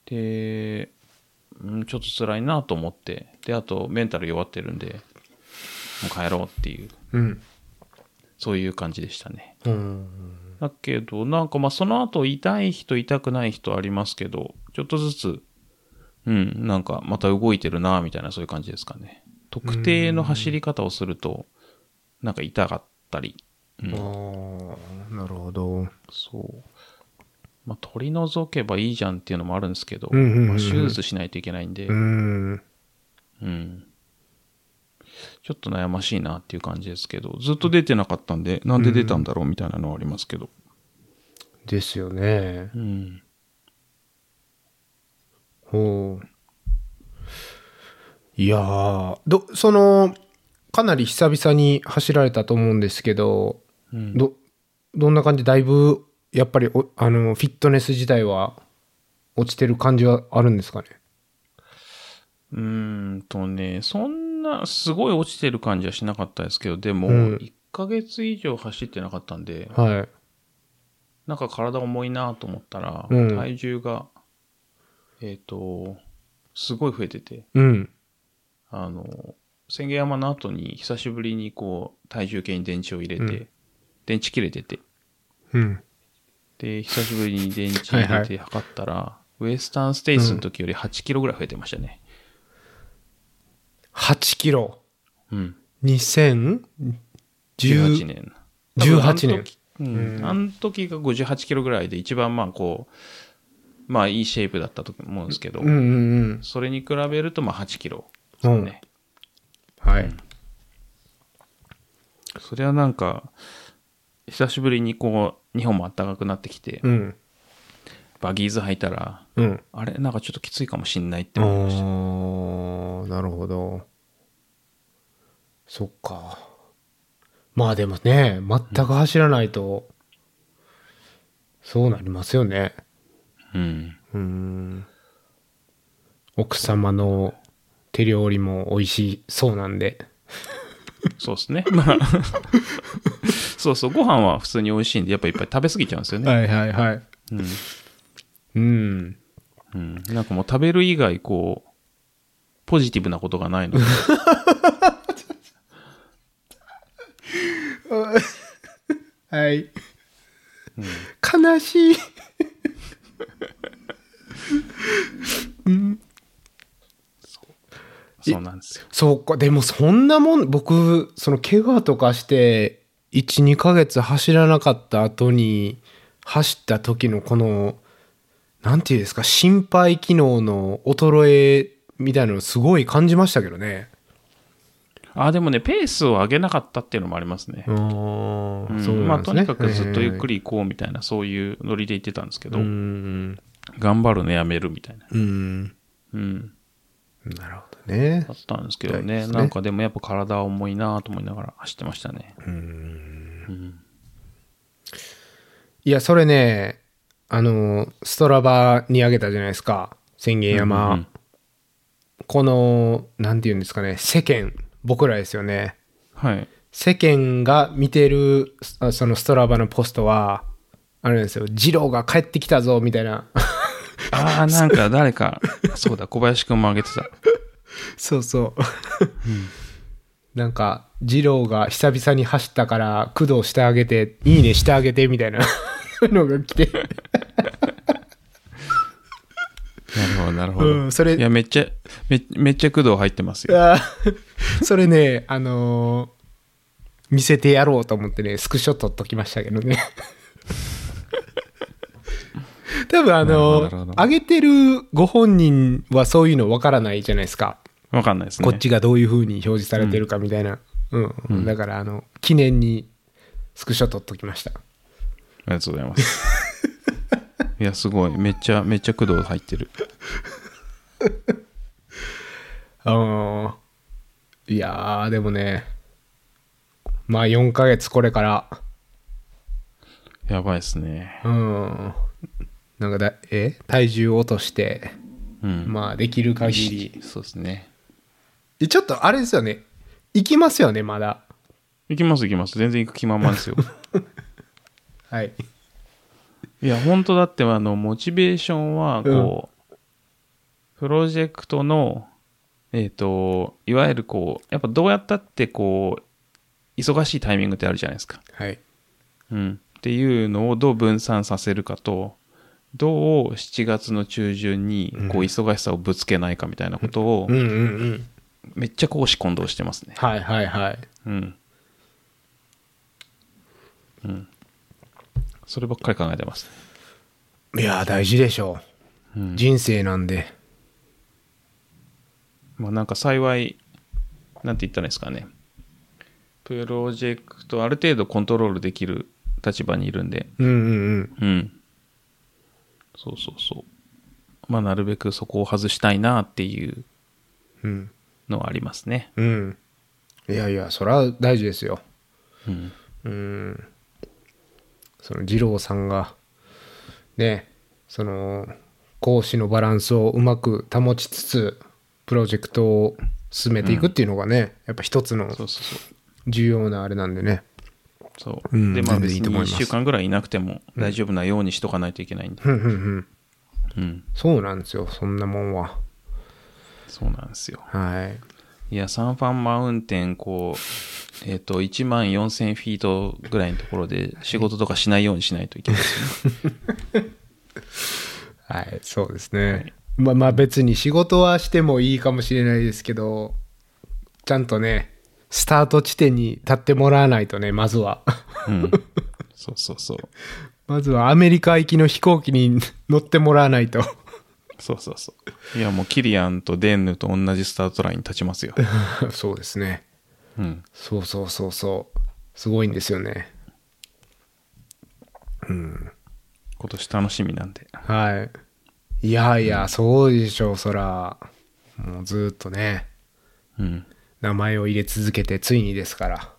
で、うん、ちょっと辛いなと思って、で、あとメンタル弱ってるんで、もう帰ろうっていう、
うん
そういう感じでしたね。
うん
だけど、なんかまあその後痛い人痛くない人ありますけど、ちょっとずつ、うん、なんかまた動いてるなみたいなそういう感じですかね。特定の走り方をすると、なんか痛かったり、うん
ああなるほど
そう。まあ取り除けばいいじゃんっていうのもあるんですけど、
うんうんうんうん
まあ手術しないといけないんで、
うん
うん。ちょっと悩ましいなっていう感じですけど、ずっと出てなかったんで、なんで出たんだろうみたいなのはありますけど。
ですよね
うん。
ほういやーどそのかなり久々に走られたと思うんですけど
うん、
どどんな感じだいぶやっぱりおあのフィットネス自体は落ちてる感じはあるんですかね
うーんとね、そんな、すごい落ちてる感じはしなかったですけど、でも、
うん
1ヶ月以上走ってなかったんで、
はい
なんか体重いなと思ったら、
うん
体重が、えっ、と、すごい増えてて、
うん
あの、千家山の後に久しぶりにこう、体重計に電池を入れて、
うん
電池切れてて、
うん
で、久しぶりに電池入れて測ったら、ウエスタンステイスの時より8キロぐらい増えてましたね。
8キロ
うん。
2018
18年。
18年
多分あの時
う
うんん。あの時が58キロぐらいで一番まあこう、まあいいシェイプだったと思うんですけど、
うんうんうん
それに比べるとまあ8キロ、
うん
ね。
はい、
それはなんか、久しぶりにこう、日本も暖かくなってきて、
うん
バギーズ履いたら、
うん
あれなんかちょっときついかもしんないって
ああ
思いました。
ーなるほどそっかまあでもね全く走らないと、そうなりますよね
うん。
うーん奥様の手料理も美味しそうなんで
そうですね。まあ、 *laughs* そうそう、ご飯は普通に美味しいんで、やっぱいっぱい食べ過ぎちゃうんですよね。
はいはいはい
うん。
うん
うん。なんかもう食べる以外、こう、ポジティブなことがないの
*laughs*
で。
はい、 *laughs* 悲しい
そうなんですよ。
そうか、でもそんなもん、僕、その怪我とかして、1、2ヶ月走らなかった後に、走った時のこの、なんていうんですか、心肺機能の衰えみたいなのすごい感じましたけどね。
あ、でもね、ペースを上げなかったっていうのもありますね。
あー
うん
そう
ま
な
あ、
んです
と
ね。
にかくずっとゆっく
り。
り行こうみたいな、そういうノリで行ってたんですけ
う
ど、
ん。
頑張るのやめるみたいな。
うん。
うん。
なるほどね
だ。ったんですけど
痛いで
ね。
すね
なんかでもやっぱ体は重いなと思いながら走ってましたね。うん。
いや、それね、あの、ストラバにあげたじゃないですか。千元山。
うんうん
この、なんて言うんですかね、世間、僕らですよね。
はい。
世間が見てる、あそのストラバのポストは、あれなんですよ、二郎が帰ってきたぞ、みたいな。
ああ、なんか誰か、そうだ、小林くんも上げてた。
*laughs* そうそう。なんか、二郎が久々に走ったから、工藤してあげて、いいねしてあげて、みたいな *laughs* のが来て。
なるほど、なるほど。
うんそれ
いや、めっちゃ、めめっちゃ工藤入ってますよ。
あー *laughs* それね、あのー見せてやろうと思ってね、スクショ撮っときましたけ
*laughs*
どね。多分あ
な
の
るほどなるほ
ー
ど
上げてるご本人はそういうのわからないじゃないですか。
わかんないですね。
こっちがどういう風に表示されてるかみたいな。うん。
うん
だから、あの、記念にスクショ撮っときました。
ありがとうございます。
*laughs*
いや、すごい。めっちゃ、めっちゃ工藤入ってる。
あのーいやー、でもね、まあ4ヶ月これから、
やばいですね。
うん。なんかだ、え体重を落として、
うん。
まあできる限り。
そうですね。
えちょっとあれですよね。行きますよね、まだ。
行きます行きます。全然行く気満々
*laughs*
ですよ。
はい。
いや、本当だって、あの、モチベーションは、こう、プロジェクトの、えっ、と、いわゆるこう、やっぱどうやったって、こう、忙しいタイミングってあるじゃないですか。
はい。
うん。っていうのをどう分散させるかと、どう7月の中旬に、こう、
うん
忙しさをぶつけないかみたいなことを
うん、うんうん。
めっちゃ講師混同してますね。
はいはいはい。
うん。うん。そればっかり考えてます。
いやー、大事でしょ
う
う。
ん。
人生なんで。
まあなんか幸い、なんて言ったらいいんですかね。プロジェクトある程度コントロールできる立場にいるんで。
うんうんうん。
うん。そうそうそう。まあなるべくそこを外したいなっていう
うん。
のはありますね。
うん。いやいや、それは大事ですよ。
うん。
うん。その、二郎さんが、ね、その、講師のバランスをうまく保ちつつ、プロジェクトを進めていくっていうのがね、やっぱ一つの
そうそうそう。
重要なあれなんでね。
そう。
うん
で、まあ
全然
別
いい
に
と思い
1
ます
週間ぐらいいなくても大丈夫なようにしとかないといけないんで。
ふんふんふん。
うん。
そうなんですよ、そんなもんは。
そうなんですよ。
はい。
いや、サンファンマウンテン、こう、えっ、と、1万4000フィートぐらいのところで仕事とかしないようにしないといけないですね。
はい、そうですね。まあまあ別に仕事はしてもいいかもしれないですけど、ちゃんとね、スタート地点に立ってもらわないとね、まずは。
うん。そうそうそう。
まずはアメリカ行きの飛行機に乗ってもらわないと。
そうそうそう。いや、もうキリアンとデンヌと同じスタートラインに立ちますよ。
*laughs* そうですね。
うん。
そうそうそうそう。すごいんですよね。
今年楽しみなんで。
はい。いやいや、そうでしょう、そら。もうずーっとね、
うん。
名前を入れ続けて、ついにですから。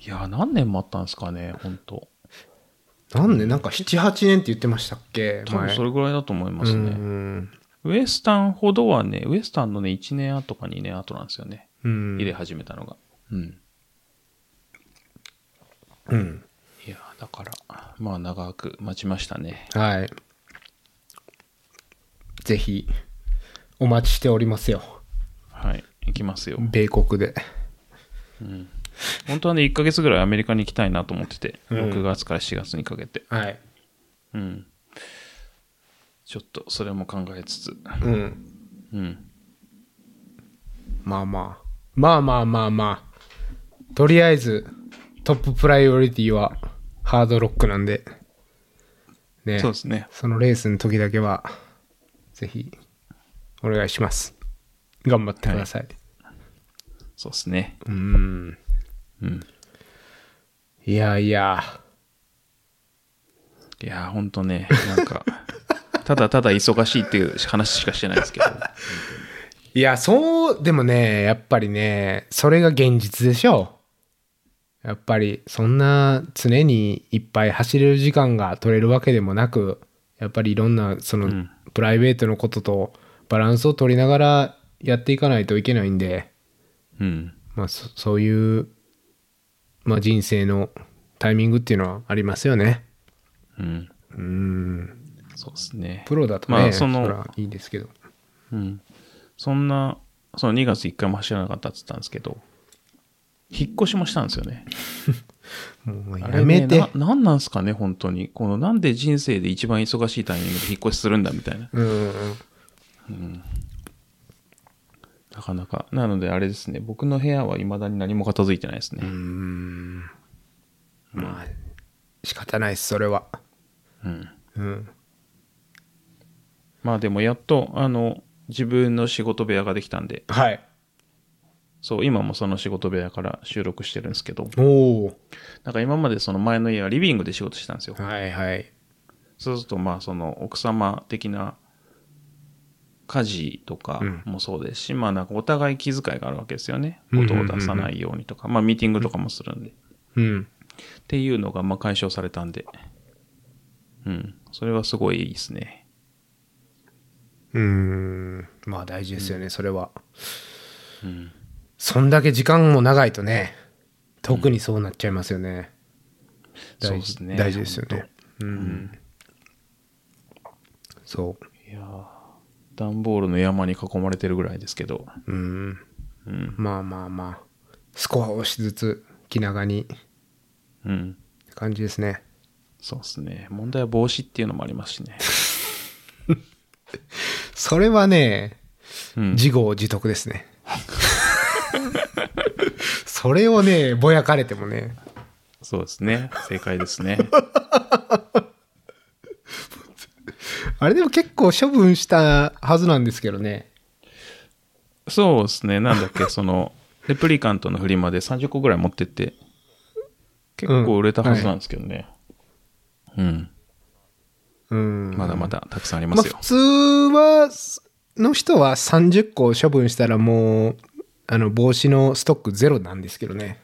いや、何年もあったんですかね、本当
なんで、なんか7、8年って言ってましたっけ
多分それぐらいだと思います
う
ね。
ん。
ウエスタンほどはね、ウエスタンのね、1年後か2年後なんですよね。
うん
入れ始めたのが。うん。
うん。
いや、だから、まあ長く待ちましたね。
はい。ぜひ、お待ちしておりますよ。
はい、行きますよ。
米国で。
本当はね、1ヶ月ぐらいアメリカに行きたいなと思ってて、
うん
6月から7月にかけて。
はい。
うん。ちょっと、それも考えつつ。
うん。
うん。
まあまあ。まあまあまあまあ。とりあえず、トッププライオリティは、ハードロックなんで。ね。
そうですね。
そのレースの時だけは、ぜひ、お願いします。頑張ってください。
そうですね。
うん。
うん。
いやいや。
いやー、ほんとね、なんか、ただただ忙しいっていう話しかしてないですけど。
いや、そう、でもね、やっぱりね、それが現実でしょう。やっぱり、そんな常にいっぱい走れる時間が取れるわけでもなく、やっぱりいろんな、その、
ん
プライベートのこととバランスを取りながらやっていかないといけないんで、
うん。
まあ、そそういう、まあ、人生のタイミングっていうのはありますよね。
うん。
うん。
そうですね。
プロだとね、
まあその
そらいいですけど。
うん。そんな、その2月1回も走らなかったって言ったんですけど、引っ越しもしたんですよね。
もうや
あれ
めて。
ね、ななんなんすかね、本当に。この、なんで人生で一番忙しいタイミングで引っ越しするんだみたいな。
うんうん。
なかなか。なので、あれですね、僕の部屋は未だに何も片付いてないですね。
うーんまあ仕方ないですそれは
うん。
うん
まあでも、やっと、あの、自分の仕事部屋ができたんで、
はい
そう、今もその仕事部屋から収録してるんですけど、
おお
なんか今までその前の家はリビングで仕事してたんですよ。
はいはい
そうすると、まあ、その奥様的な家事とかもそうですし、まあ、なんかお互い気遣いがあるわけですよね。
うんうんうん
音
うん
を出さないようにとか、まあ、ミーティングとかもするんで。
うん
っていうのが、まあ、解消されたんで。うん。それはすごいいいですね。
うーんまあ大事ですよね、それは
うん。
そんだけ時間も長いとね特にそうなっちゃいますよね、
そ
大
うで
事
すね。
大事ですよ
ほん
ねうん、そ
と。いやー段ボールの山に囲まれてるぐらいですけど。
ううん
うん。
まあまあまあ少しずつ気長にって
うん。
感じですね
そうですね。問題は防止っていうのもありますしね。
それはね
うん。
自業自得です *laughs* ね。それをね、ぼやかれてもね、
そうですね。正解ですね。
あれでも結構処分したはずなんですけどね。
そうですね。なんだ
*laughs*
っけ、その、レプリカントのフリマで30個ぐらい持ってって、結構売れたはずなんですけどね。うん。
うん。
まだまだたくさんありま
まあ
すよ
普。通は、の人は30個処分したらもう、あの、帽子のストックゼロなんですけどね。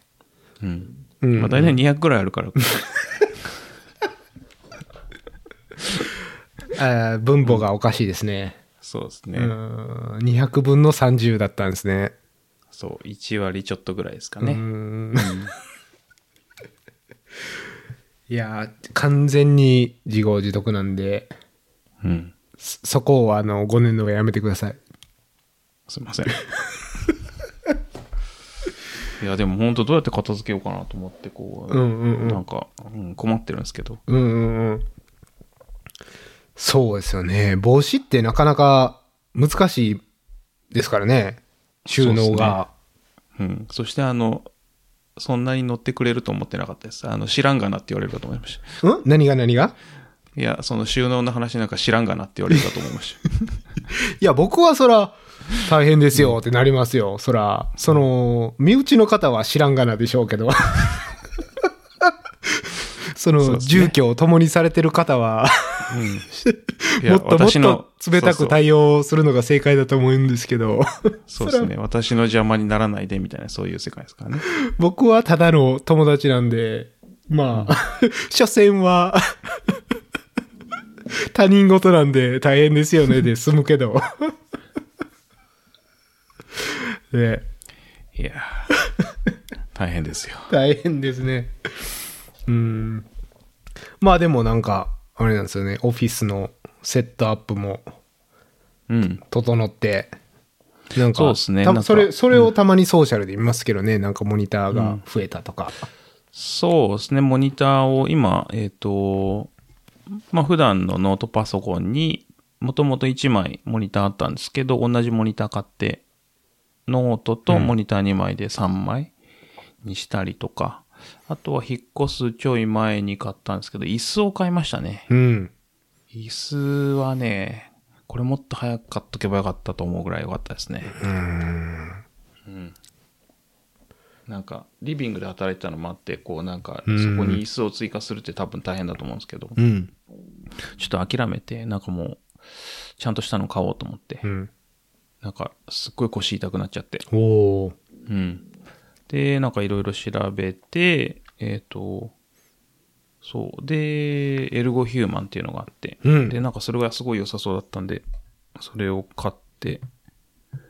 うん。
うん
まあ大体200ぐらいある
*laughs*
から。
あー分母がおかしいですね。
そうです
う
ね。
ん。200分の30だったんですね。
そう。1割ちょっとぐらいですか
う
ね。
ん。 *laughs* いやー、完全に自業自得なんで。
うん。
そそこをあの5年のがやめてください。
すいません。いや、でも本当どうやって片付けようかなと思って、こう、
うんうんうん
なんか、うん困ってるんですけど。
うんうんうん。そうですよね。帽子ってなかなか難しいですからね。収納が。
うん。そして、あの、そんなに乗ってくれると思ってなかったです。あの、知らんがなって言われるかと思いました。
うん何が何が
いや、その収納の話なんか知らんがなって言われるかと思いまし
いや、僕はそら、大変ですよってなりますよ。そら、その、身内の方は知らんがなでしょうけ
*laughs*
ど。そ
そう
の、
ですね
住居を共にされてる方は、
た。うん。い
もっともっ
私の
と冷たく対応するのが正解だと思うんですけど。
そうそうそうですね。私の邪魔にならないでみたいな、そういう世界ですからね。
僕はただの友達なんで、まあ、所詮は、他人事なんで大変ですよねで済むけど。ね、*laughs*
いやー大変ですよ。
大変ですね。うん。まあでもなんか、あれなんですよね、オフィスのセットアップも
うん。
整って、なんか、
そうっすね
た
なんか
それ、それをたまにソーシャルで見ますけどね、なんかモニターが増えたとか。
そうですね。モニターを今、えっ、と、まあ、普段のノートパソコンに、もともと1枚モニターあったんですけど、同じモニター買って、ノートとモニター2枚で3枚にしたりとか、あとは引っ越すちょい前に買ったんですけど、椅子を買いましたね。
うん。
椅子はね、これもっと早く買っとけばよかったと思うぐらい良かったですね。
うん。
なんか、リビングで働いてたのもあって、こうなんか、そ
うん
こに椅子を追加するって多分大変だと思うんですけど、
うん。
ちょっと諦めて、なんかもう、ちゃんとしたの買おうと思って
う、ん。
なんか、すっごい腰痛くなっちゃって。
おおー。
うん。で、なんかいろいろ調べて、えっ、と、そう。で、エルゴヒューマンっていうのがあって、
うん
で、なんかそれがすごい良さそうだったんで、それを買って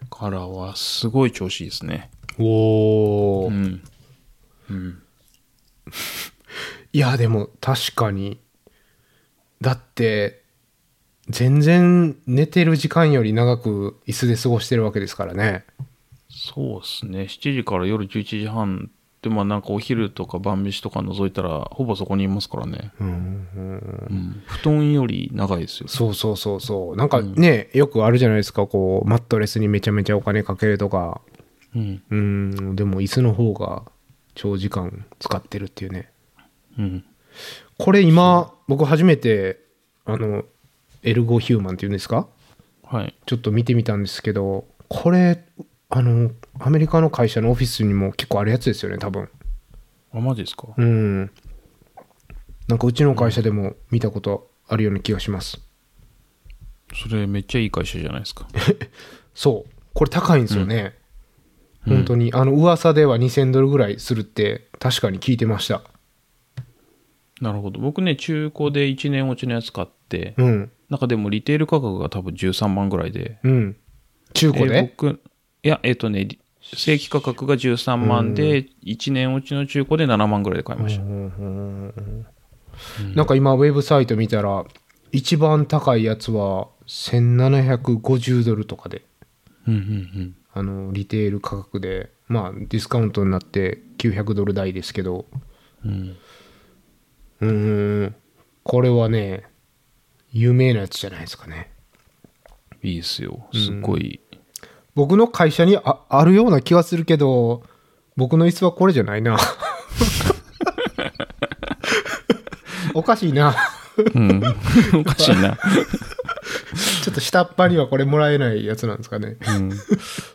からはすごい調子いいですね。
おお、
うん。うん。
いや、でも確かに。だって、全然寝てる時間より長く椅子で過ごしてるわけですからね。
そうですね。7時から夜11時半で、まあなんかお昼とか晩飯とか覗いたら、ほぼそこにいますからね。
うん
うん。布団より長いですよ。
そうそうそうそう。なんかね、よくあるじゃないですか。こう、マットレスにめちゃめちゃお金かけるとか。
うん。
うん、でも椅子の方が長時間使ってるっていうね。
うん。
これ今、僕初めて、あの、エルゴヒューマンっていうんですか
はい。
ちょっと見てみたんですけど、これ、あの、アメリカの会社のオフィスにも結構あるやつですよね、多分。
あ、マジですか
うん。なんかうちの会社でも見たことあるような気がします。
それめっちゃいい会社じゃない
*laughs*
ですか。
そう。これ高いんですよね。
うん
本当に。あの、噂では2000ドルぐらいするって、確かに聞いてました。
なるほど。僕ね、中古で1年落ちのやつ買って、
うん。
なんかでもリテール価格が多分13万ぐらいで。
うん。中古
えー
で、
僕、いや、えっ、とね、り正規価格が13万で、1年落ちの中古で7万ぐらいで買いました。
なんか今、ウェブサイト見たら、一番高いやつは1750ドルとかで。
うんうん
あのリテール価格でまあディスカウントになって900ドル台ですけど
うん。うん、
うーんこれはね有名なやつじゃないですかね
いいですよ。すっごい。
僕の会社にああるような気はするけど僕の椅子はこれじゃないなおかしいな
うん。 *laughs* おかしいな。
ちょっと下っ端にはこれもらえないやつなんですかね
うん。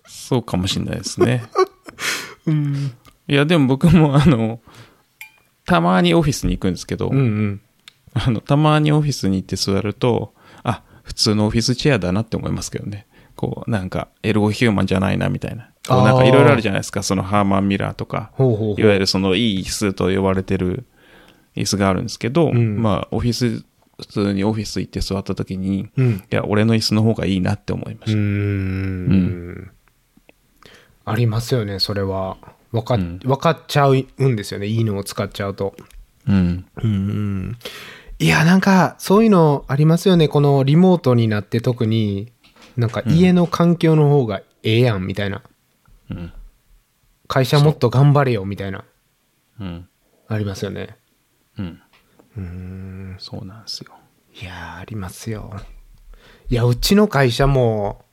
そうかもしれないです
*laughs*
ね。いや、でも僕も、あの、たまにオフィスに行くんですけど、
うんうん
あの、たまにオフィスに行って座ると、あ、普通のオフィスチェアだなって思いますけどね。こう、なんか、エルゴヒューマンじゃないな、みたいな。こ
あ
う
ー
なんかいろいろあるじゃないですか。そのハーマンミラーとか、
ほうほう
いわゆるそのいい椅子と呼ばれてる椅子があるんですけど、
ん
まあ、オフィス、普通にオフィス行って座った時に、い
うん
や、俺の椅子の方がいいなって思いま
う
し
ー
た。
んありますよねそれは分か,、
うん
分かっちゃうんですよねいいのを使っちゃうと
うん。
うんいやなんかそういうのありますよねこのリモートになって特になんか家の環境の方がええやんみたいな、
うん。
会社もっと頑張れよみたいな
うん。
ありますよね
うん。
うん
そうなんですよ。
いやーありますよいやうちの会社も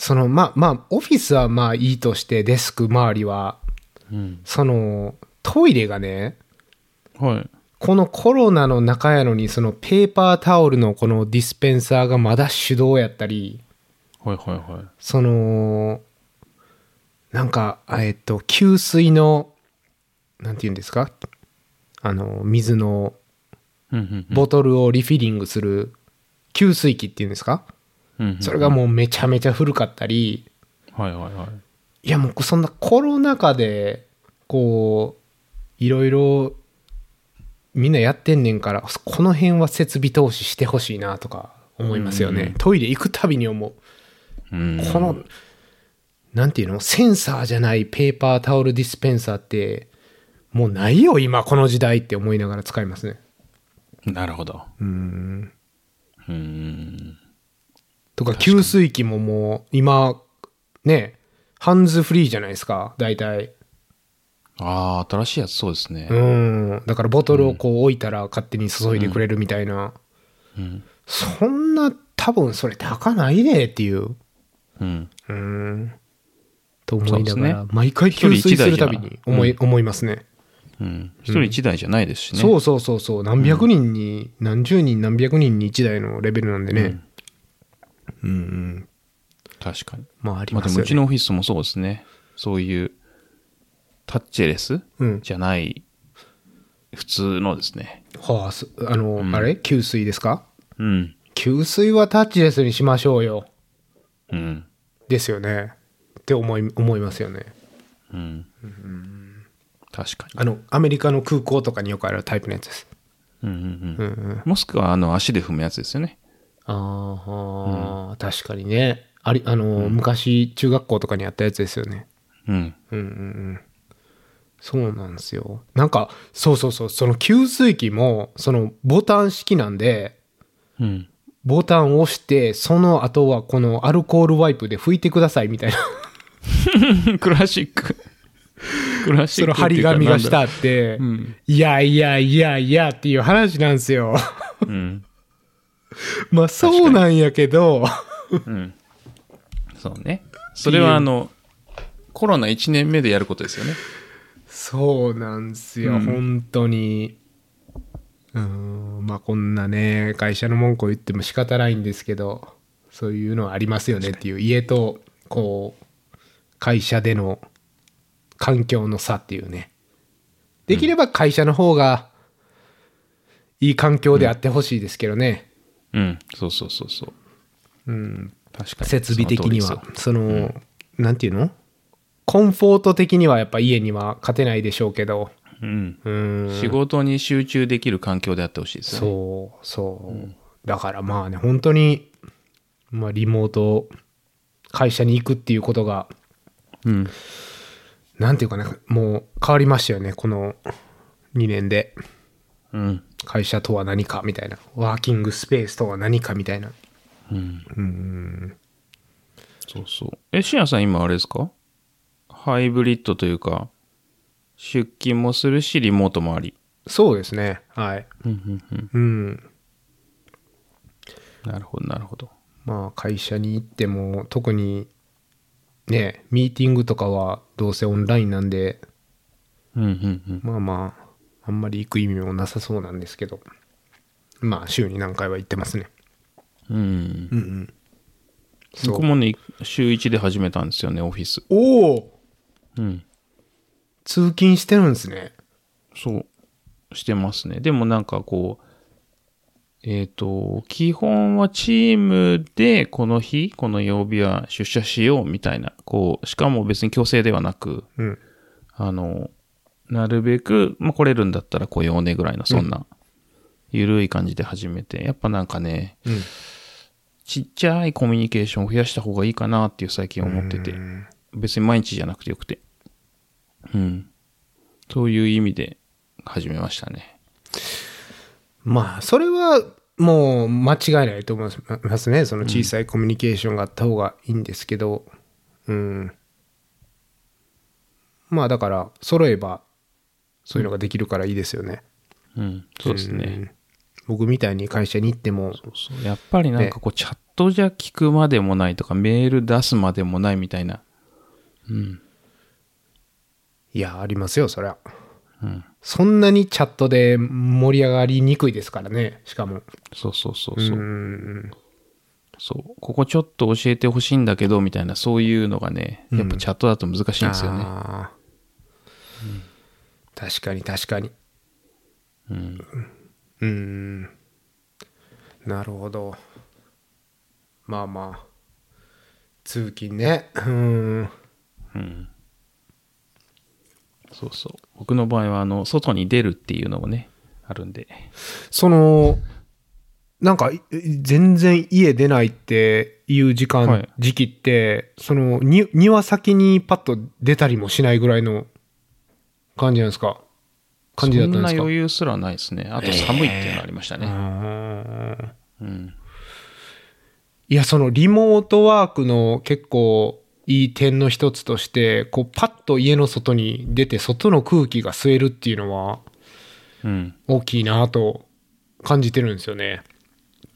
そのまあまあオフィスはまあいいとしてデスク周りは
うん。
そのトイレがね
はい。
このコロナの中やのにそのペーパータオルのこのディスペンサーがまだ手動やったり
はいはいはい。
そのなんかえっと給水のなんて言うんですかあの水の
うんうんうん
ボトルをリフィリングする給水器っていうんですか
うんうん。
それがもうめちゃめちゃ古かったり
はいはいはい。
いやもうそんなコロナ禍でこういろいろみんなやってんねんからこの辺は設備投資してほしいなとか思いますよね、
うん
トイレ行くたびに思う、
うん
このなんていうのセンサーじゃないペーパータオルディスペンサーってもうないよ今この時代って思いながら使いますね
なるほど。
うん
うーん。
とか給水器ももう今ねハンズフリーじゃないですか大体
ああ、新しいやつそうですね。
うん、だからボトルをこう置いたら勝手に注いでくれるみたいな、
うん。
そんな多分それ高ないでっていう
うん。
うんと思いなが
そう
ら、
で
毎回給水するたび
一人一台
に
じゃ
思い,、思いますね
うん。一人一台じゃないですしね。
そうそうそうそう何百人に、何十人何百人に1台のレベルなんでねうん、うん、
確かに。
まああり
まあ
ま
ですも
よ
うち
ね、
のオフィスもそうですね。そういう、タッチレス
うん。
じゃない、普通のですね。
はあ、すあの、あれ給水ですか
うん。
給水はタッチレスにしましょうよ。
うん。
ですよね。って思い、思いますよね。
うん。確かに。
あの、アメリカの空港とかによくあるタイプのやつです。
うんうん
う
うん。
うんん。
もしくは、あの、足で踏むやつですよね。
ああ、確かにね。あり、あの、昔、中学校とかにあったやつですよね。
うん。
うんうんうん。そうなんですよ。なんか、そうそうそう、その給水器も、そのボタン式なんで、
うん。
ボタンを押して、その後はこのアルコールワイプで拭いてくださいみたいな、
*laughs* クラシック。クラシ
そ
ック
の
って
張
い
り
うか。
紙がし
な
た
んだ
って
う、ん。
いやいやいやいやっていう話なんです
*laughs*
よ。
うん。
まあそうなんやけど、
うん。そうね。それは、あの、コロナ1年目でやることですよね。
そうなんですよ、
うん
本当に。うーん、まあこんなね、会社の文句を言っても仕方ないんですけど、そういうのはありますよねっていう、家と、こう、会社での環境の差っていうね。できれば会社の方が、いい環境であってほしいですけどね。
うん。そうそうそうそう。
うん、
確かに。
設備的に
その
は
通り。です
そ
よ
の、なんていうのコンフォート的にはやっぱ家には勝てないでしょうけど、
うん。
うーん。
仕事に集中できる環境であってほしいですよね。
そうそう、だからまあね本当にまあリモート会社に行くっていうことが
そう。うん。
なんていうかねもう変わりましたよねこの2年で
うん。
会社とは何かみたいなワーキングスペースとは何かみたいな
うん。
うん
そうそう。え、しやさん今あれですかハイブリッドというか、出勤もするし、リモートもあり。
そうですねはい
うんうんうん。
うん
なるほど、なるほど。
まあ会社に行っても特にねミーティングとかはどうせオンラインなんで
うんうんうん。
まあまあ、あんまり行く意味もなさそうなんですけど、まあ、週に何回は行ってますね。
うん。
うんうん。そう
僕もね、週1で始めたんですよね、オフィス。
おお
うん。
通勤してるんですね。
そう。してますね。でもなんかこう、えっ、と、基本はチームでこの日、この曜日は出社しようみたいな、こう、しかも別に強制ではなく、
うん。
あの、なるべく、まあ、来れるんだったら来ようねぐらいの、そんな、ゆるい感じで始めて、やっぱなんかね、
うん
ちっちゃいコミュニケーションを増やした方がいいかなっていう最近思ってて、別に毎日じゃなくてよくて。うん。そういう意味で始めましたね。
まあ、それはもう間違いないと思いますね。その小さいコミュニケーションがあった方がいいんですけど、うん。まあ、だから、揃えば、そういうのができるからいいですよね。
うん。そうですね。
ん。僕みたいに会社に行っても、
そうやっぱりなんかこう、チャットじゃ聞くまでもないとか、メール出すまでもないみたいな。うん。
いや、ありますよ、そりゃ。
うん。
そんなにチャットで盛り上がりにくいですからね、しかも。
そうそうそう
う
そう。
ん。
そう。ここちょっと教えてほしいんだけど、みたいな、そういうのがね、やっぱチャットだと難しいんですよね。
あー確かに確かに。
うん。
うん。なるほど。まあまあ。通勤ね。うん。
うん。そうそう。僕の場合は、あの、外に出るっていうのもね、あるんで。
その、なんか、い全然家出ないっていう時間、
はい
時期って、その、に庭先にパッと出たりもしないぐらいの感じなんですか感じだったんです
そ
か
んな余裕すらないですね。あと寒いっていうのがありましたね。
うーん
うん。
いや、そのリモートワークの結構いい点の一つとして、こう、パッと家の外に出て、外の空気が吸えるっていうのは
うん。
大きいなと感じてるんですよね。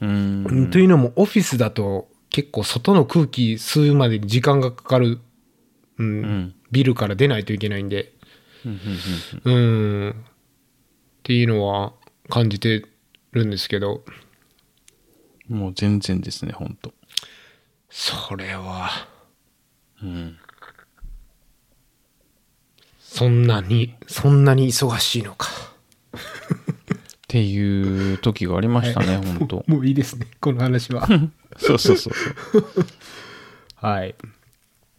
うん。
というのもオフィスだと結構外の空気吸うまでに時間がかかる、う
うんん。
ビルから出ないといけないんで
うんうん
うんっていうのは感じてるんですけど
うんもう全然ですね、ほんと。
それは
うん。
そんなに、そんなに忙しいのか。
ていう時がありましたね、本当 *laughs*
もういいですね、 *laughs* この話は。
そうそうそうそう。
はい。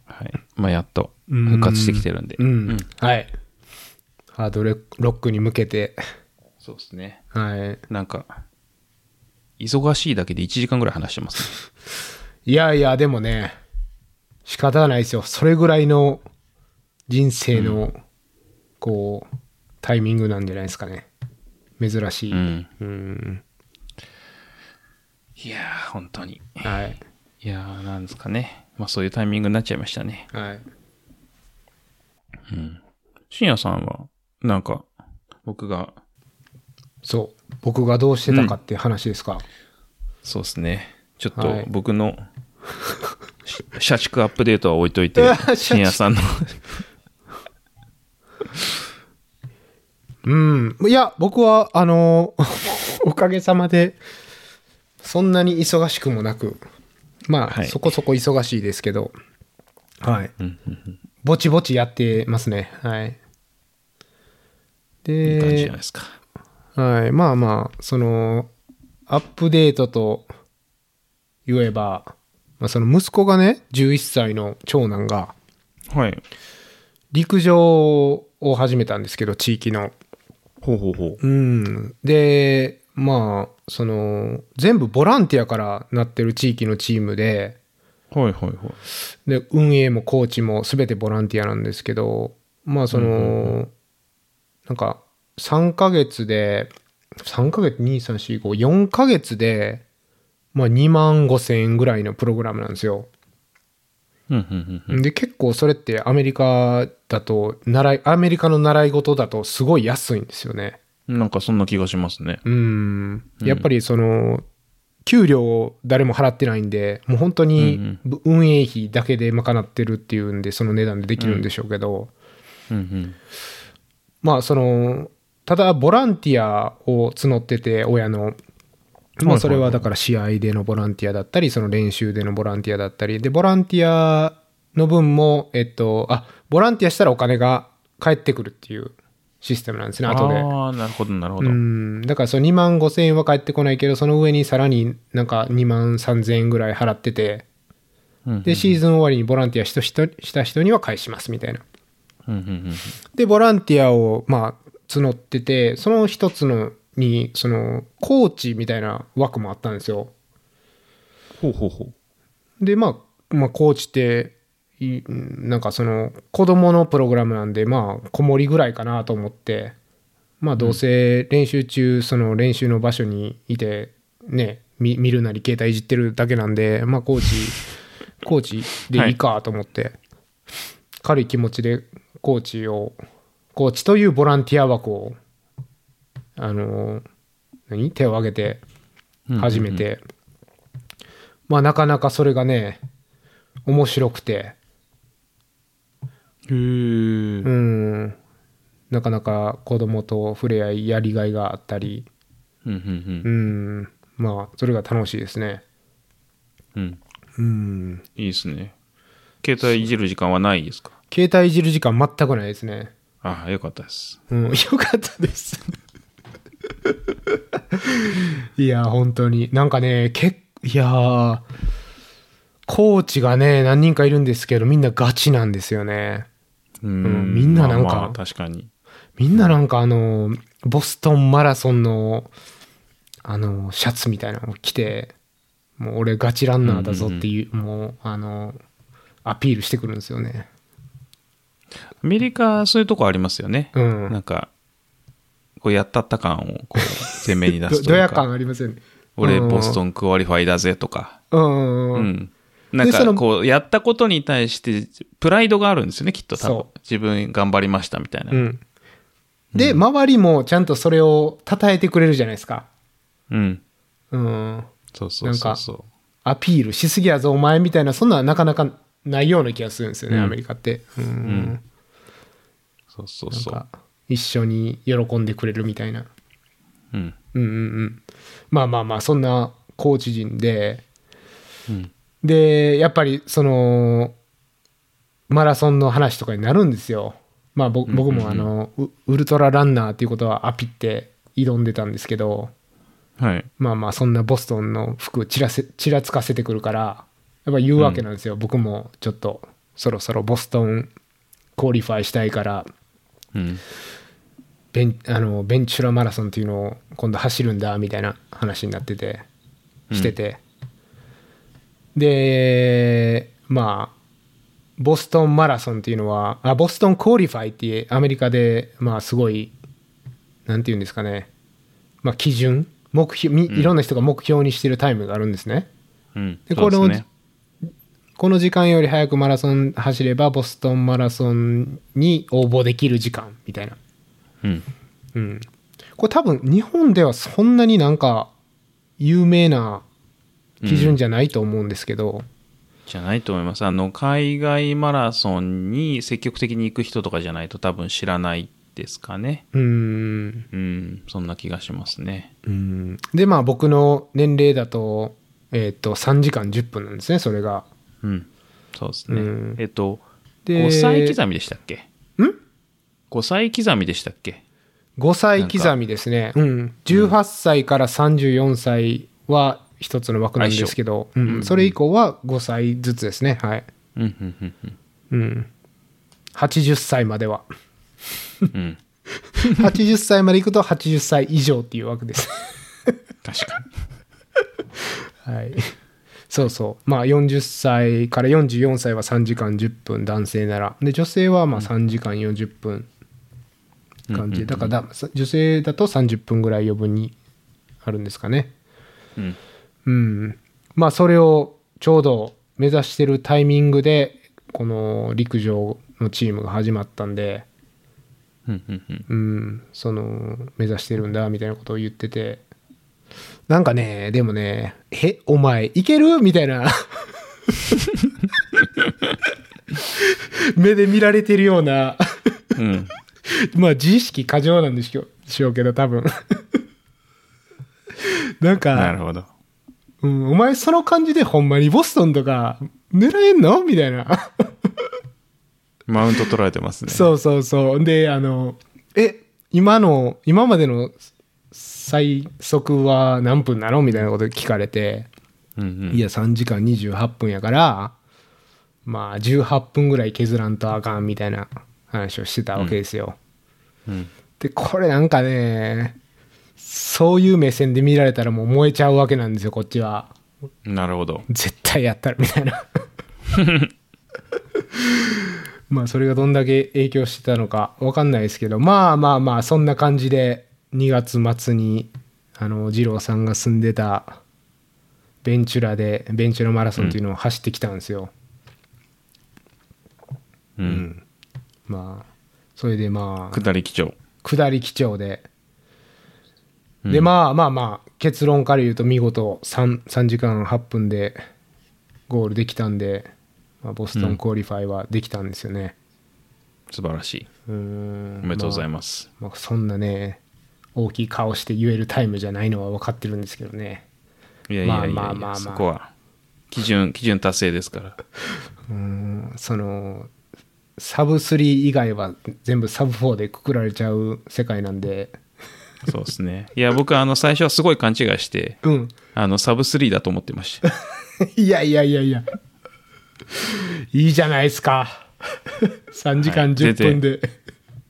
はい。まあ、やっと復活してきてるんで。
うん。はい。ハードロックに向けて、
そうですね。
はい。
なんか、忙しいだけで1時間ぐらい話してます。
いやいや、でもね、仕方がないですよ。それぐらいの人生の、こう、タイミングなんじゃないですかね。珍しい。
うん。
うん
いやー、本当に。
はい。
いやー、なんですかね。まあ、そういうタイミングになっちゃいましたね。
はい。
うん。深夜さんは、なんか、僕が、
そう。僕がどうしてたかって話ですか。
そうですね。ちょっ
は
と
い *laughs*
僕の、し社畜アップデートは置いといて
うわ *laughs* 社、畜
深夜さんの、
うん。いや、僕は、あの、 *laughs* おかげさまで、そんなに忙しくもなく、まあ、
はい
そこそこ忙しいですけど、はい。
うんうんうん
ぼちぼちやってますね。はい。
いい感じじゃ
で
ない、ですか。
はい。まあまあ、その、アップデートと言えば、まあ、その息子がね、11歳の長男が、
はい。
陸上を始めたんですけど、地域の。
ほうほうほう。
うん。で、まあ、その、全部ボランティアからなってる地域のチームで、
はいはいはい。
で、運営もコーチも全てボランティアなんですけど、まあ、その、なんか、3ヶ月で、3ヶ月、2、3、4、5、4ヶ月で、まあ、2万5千円ぐらいのプログラムなんですよ。
うんうんうんうん。
で、結構それってアメリカだと、習い、アメリカの習い事だとすごい安いんですよね。
なんかそんな気がしますね。
うん、やっぱりその、給料を誰も払ってないんで、もう本当にぶ運営費だけで賄ってるっていうんで、その値段でできるんでしょうけど、
うんうん。
まあ、その、ただ、ボランティアを募ってて、親の。まあ、それはだから試合でのボランティアだったり、その練習でのボランティアだったり、で、ボランティアの分も、えっと、あ、ボランティアしたらお金が返ってくるっていうシステムなんですね、後で。
ああ、なるほどなるほど。
うん、だからその2万5千円は返ってこないけど、その上にさらになんか2万3千円ぐらい払ってて、
うん
で、シーズン終わりにボランティアした人した人には返しますみたいな。
うんうんうん
で、ボランティアをまあ募ってて、その一つのに、その、コーチみたいな枠もあったんですよ。
ほうほうほう。
で、まあ、まあ、コーチって、いなんかその、子供のプログラムなんで、まあ、子守ぐらいかなと思って、まあ、どうせ練習中、その練習の場所にいて、ね、見見るなり携帯いじってるだけなんで、まあ、コーチ、コーチでいいかと思って、軽い気持ちでコーチを、コーチというボランティア枠を、あの、何手を挙げて始めて、まあなかなかそれがね、面白くて、
へえ。
うん、なかなか子供と触れ合いやりがいがあったり、
うんうん
うん、まあそれが楽しいですね。
うん。うん。
うん、
いいですね。携帯いじる時間はないですか
携帯いじる時間全くないですね。
ああ、よかったです。
うん、 *laughs* よかったです。 *laughs* いや、本当に。なんかね、けいやーコーチがね、何人かいるんですけど、みんなガチなんですよね。
う
うんみんななんか
まあまあ確かに。
みんななんかあの、ボストンマラソンの、あの、シャツみたいなのを着て、もう俺ガチランナーだぞっていう、もう、あの、アピールしてくるんですよね。
アメリカ、そういうとこありますよね。
うん
なんか、こう、やったった感を、こう、前面に
*laughs*
出
ど
すと
ド
いう
ヤ
か。
感ありませんね。
俺、ボス
ン。
トンクオリファイだぜとか。
うんうん
う
うん。
ん。なん
そ
か、
の
こう、やったことに対して、プライドがあるんですよね、きっと多分
そ。
自分頑張りましたみたいな。
う。ん。で、周りもちゃんとそれを称えてくれるじゃないですか。
うん。
うん。
そうそうそうそう。
アピールしすぎやぞ、お前みたいな、そんななかなかないような気がするんですよね、
うん
アメリカって。うん。
そうそう
なん
そう
か。、一緒に喜んでくれるみたいな。
うん。
うんうんうん。まあまあまあ、そんなコーチ陣で、
うん。
で、やっぱり、その、マラソンの話とかになるんですよ。まあぼ僕もあの、ウウルトラランナーっていうことはアピって挑んでたんですけど、
はい。
まあまあそんなボストンの服ちらせちらつかせてくるからやっぱ言うわけなんですよ、僕もちょっとそろそろボストンクオリファイしたいから
うん。
ベンあのベンチュラマラソンっていうのを今度走るんだみたいな話になっててしてて、でまあボストンマラソンっていうのはあボストンクオリファイっていうアメリカでまあすごいなんていうんですかねまあ基準目標みいろんな人が目標にしてるタイムがあるんですね、
うん。
で
そうですね。
この時間より早くマラソン走ればボストンマラソンに応募できる時間みたいな
うん。
うん、これ多分日本ではそんなになんか有名な基準じゃないと思うんですけど、
じゃないと思います。あの、海外マラソンに積極的に行く人とかじゃないと多分知らないですかね。
うーん
うん。そんな気がしますね。
うんでまあ僕の年齢だと,、えー、と3時間10分なんですねそれが
うん。そうですね。
うん
えっと、
で
5歳刻みでしたっけ
ん
?5 歳刻みでしたっけ
5歳刻みですねうん18歳から34歳は一つの枠なんですけど、うんそれ以降は5歳ずつですねはい、
うん、うん、うんうん。
うん、80歳まで *laughs* は
うん。
80歳までいくと80歳以上っていう枠です
確かに。
はい、そうそうまあ40歳から44歳は3時間10分男性ならで女性はまあ3時間40分感じ、だからだ女性だと30分ぐらい余分にあるんですかね
うん。
うんまあそれをちょうど目指してるタイミングでこの陸上のチームが始まったんで
うん、うん、うん。
うん、その目指してるんだみたいなことを言っててなんかねでもね「えお前いける?」みたいな *laughs* 目で見られてるような
うん。
まあ自意識過剰なんでしょしょうけど多分なん
な
か
るほど。
うん、お前その感じでほんまにボストンとか狙えんのみたいな。
マウント取られてますね。
そうそうそう。で、あの、え、今の、今までの最速は何分なのみたいなこと聞かれて、
うんうん。
いや、3時間28分やから、まあ、18分ぐらい削らんとあかんみたいな話をしてたわけですよ。
うん。
で、これなんかね、そういう目線で見られたらもう燃えちゃうわけなんですよ、こっちは。
なるほど。
絶対やったらみたいなまあそれがどんだけ影響してたのかわかんないですけどまあまあまあそんな感じで2月末にあの二郎さんが住んでたベンチュラでベンチュラマラソンっていうのを走ってきたんですよ、
うん。
まあそれでまあ
下り基調。
下り基調で、でまあまあまあ結論から言うと見事 3, 3時間8分でゴールできたんで、まあ、ボストンクオリファイはできたんですよね、
素晴らしい。
うーん
おめでとうござい
ま
ます。
あ、まあそんなね大きい顔して言えるタイムじゃないのは分かってるんですけどね
いやいやいやいや、
まあまあまあまあ
そこは、基準、基準達成ですから。
うーんそのサブ3以外は全部サブ4でくくられちゃう世界なんで
そうですね。いや、僕、あの、最初はすごい勘違いして、
うん
あの、サブ3だと思ってました。
*laughs* いやいやいやいや。いいじゃないですか。3時間10分で。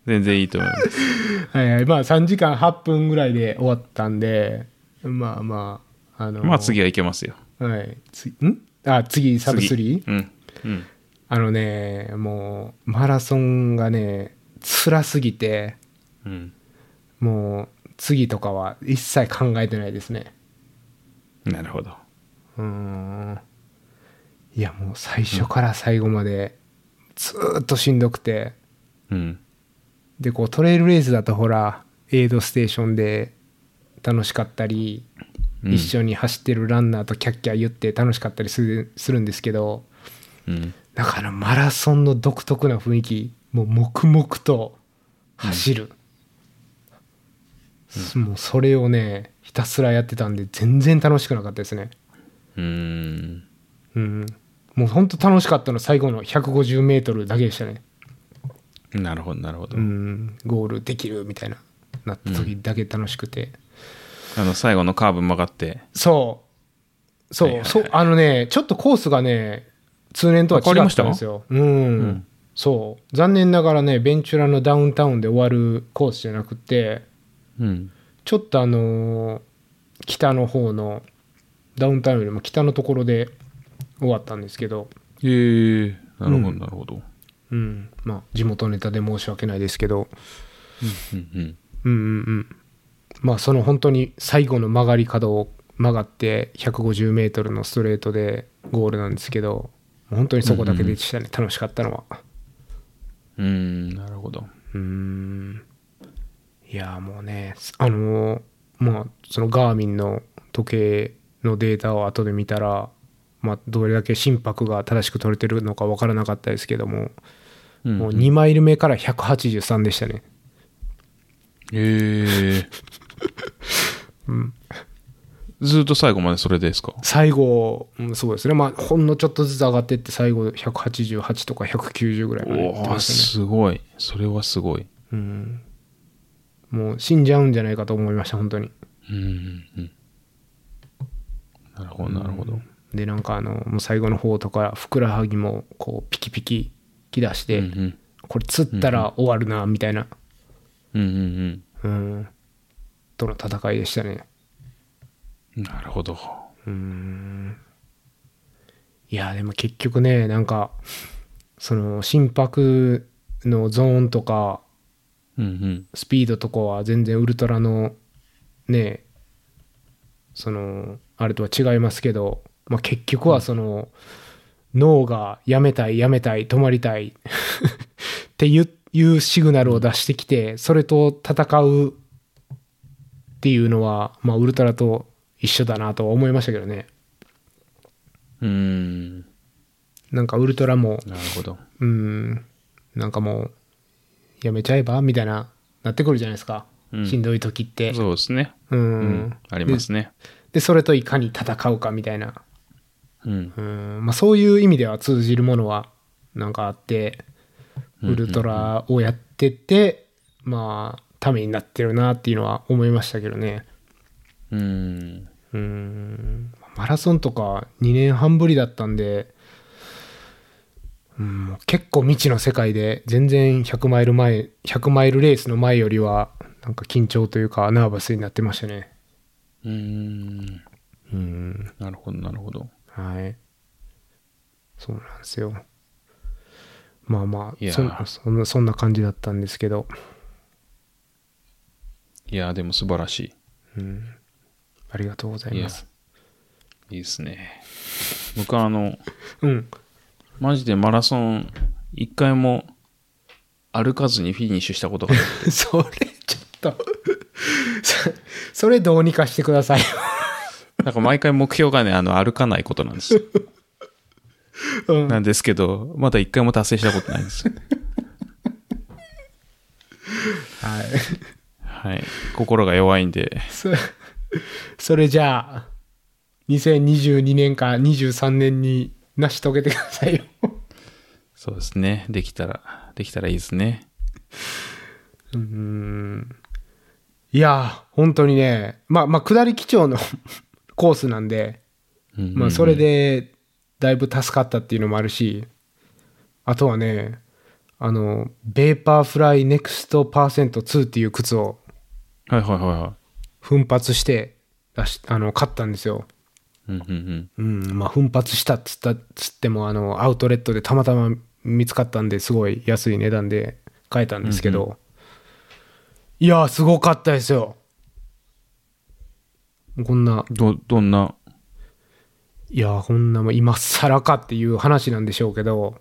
全然いいと思います。
はいはい。まあ3時間8分ぐらいで終わったんで、まあまあ、あの、
まあ、次はいけますよ。
はい。つんあ、次、サブ 3?
次うん。うん。
あのね、もう、マラソンがね、辛すぎて、
うん。
もう、次とかは一切考えてないですね。
なるほど。
うーんいや、もう最初から最後まで、ずーっとしんどくて、
うん。
でこうトレイルレースだとほらエイドステーションで楽しかったり、
うん
一緒に走ってるランナーとキャッキャ言って楽しかったりするするんですけど
うん。
だからマラソンの独特な雰囲気もう黙々と走る、すもうそれをねひたすらやってたんで全然楽しくなかったですね
うーん。
うんもうほんと楽しかったのは最後の1 5 0ルだけでしたね
なるほど、なるほど。
うん、ゴールできるみたいな、なった時だけ楽しくて。
あの、最後のカーブ曲がって。
そう。そう、
はいはいはい
そう、あのね、ちょっとコースがね、通年とは違ったんですよ。うん、
ん
そう。残念ながらね、ベンチュラのダウンタウンで終わるコースじゃなくて、
うん。
ちょっとあのー北の方の、ダウンタウンよりも北のところで終わったんですけど、
へえ、なるほ
う
ど、
ん
なるほど。
うん、まあ、地元ネタで申し訳ないですけど、
うん、うん。
うんうんうん。まあその本当に最後の曲がり角を曲がって150メートルのストレートでゴールなんですけど、本当にそこだけでしたね、楽しかったのは。
うん、なるほど。
うーん。いやーもうね、あのーまあそのガーミンの時計のデータを後で見たら、まあどれだけ心拍が正しく取れてるのか分からなかったですけども、
うん
もう2マイル目から183でしたね。
へえ。ずっと最後までそれですか
最後、うん、そうですね、まあ、ほんのちょっとずつ上がってって、最後、188とか190ぐらいまで行って
おお
ましたね。
すごい。それはすごい。
うん、もう死んじゃうんじゃないかと思いました、本当に。
うん、うんうん。なるほど、なるほど。
で、なんかあの、もう最後の方とか、ふくらはぎもこうピキピキき出して、
うんうん
これ、釣ったら終わるな、みたいな、
うん
う
うん
ん、との戦いでしたね。
うん。なるほど。
いやでも結局ねなんかその心拍のゾーンとか
うんうん。
スピードとかは全然ウルトラのねそのあれとは違いますけど、まあ、結局はその、脳がやめたいやめたい止まりたい *laughs* っていういうシグナルを出してきてそれと戦うっていうのは、まあ、ウルトラと一緒だなとは思いましたけどね
うーん。な
なんかウルトラも
るほど。
うんなんかもうやめちゃえばみたいななってくるじゃないですか、
うん
しんどい時って。
そうですね。
う
うんん。ありますね。
でそれといかに戦うかみたいな、
うん。
うんまあ、そういう意味では通じるものはなんかあってウルトラをやってて、まあためになってるなっていうのは思いましたけどね
うん。
うんマラソンとか2年半ぶりだったんで、うん、もう結構未知の世界で全然100マイル前100マイルレースの前よりはなんか緊張というかナーバスになってましたね
うん。
うん
なるほど、なるほど。
はい。そうなんですよ。まあま
い
あ、
や
そん
ー
そんなそんな感じだったんですけど、
いやー、でも素晴らし
うん、ありがとうござい
い。いや
ます。、
いいですね。僕はあの、
うん。 *laughs*
マジでマラソン、一回も歩かずにフィニッシュしたことがない。
それ、ちょっと *laughs* そ、それどうにかしてくださいよ。 *laughs*
なんか毎回目標がね、あの、歩かないことなんですよ。
うん
なんですけど、まだ一回も達成したことないんですよ。
はい。
はい。心が弱いんで、
そそれじゃあ、2022年か23年に成し遂げてくださいよ。
そうですね。できたら、できたらいいですね。
うーんいやー、本当にね、まあまあ、下り基調の *laughs* コースなんで、
うんうん
まあ、それで、だいぶ助かったっていうのもあるし、あとはね、あの、ベーパーフライネクストパーセント2っていう靴を
はいはいはいは
奮発して出し、あの、買ったんですよ。
い。うんうん
うん、まあ、奮発したっつった、つっても、あの、アウトレットでたまたま見つかったんで、すごい安い値段で買えたんですけど、いやー、すごかったですよ。こんな
う、ん。ど、どんな、
いやー、こんなもう今更かっていう話なんでしょうけど、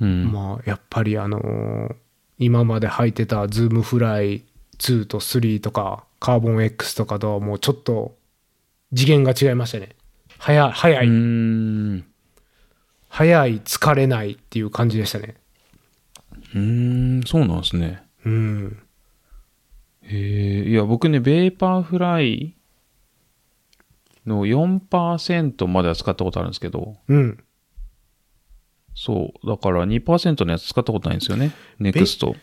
うん。
まあ、やっぱりあのー今まで履いてたズームフライ2と3とか、カーボン X とかとはもうちょっと次元が違いましたね。早い、早い。
うーん。う
早い疲れないっていう感じでしたね
ーん、そうなんですね。
うん
へえ、いや、僕ね、ベーパーフライの4%までは使ったことあるんですけど、
うん
そう。だから2%のやつ使ったことないんですよね。ネクスト。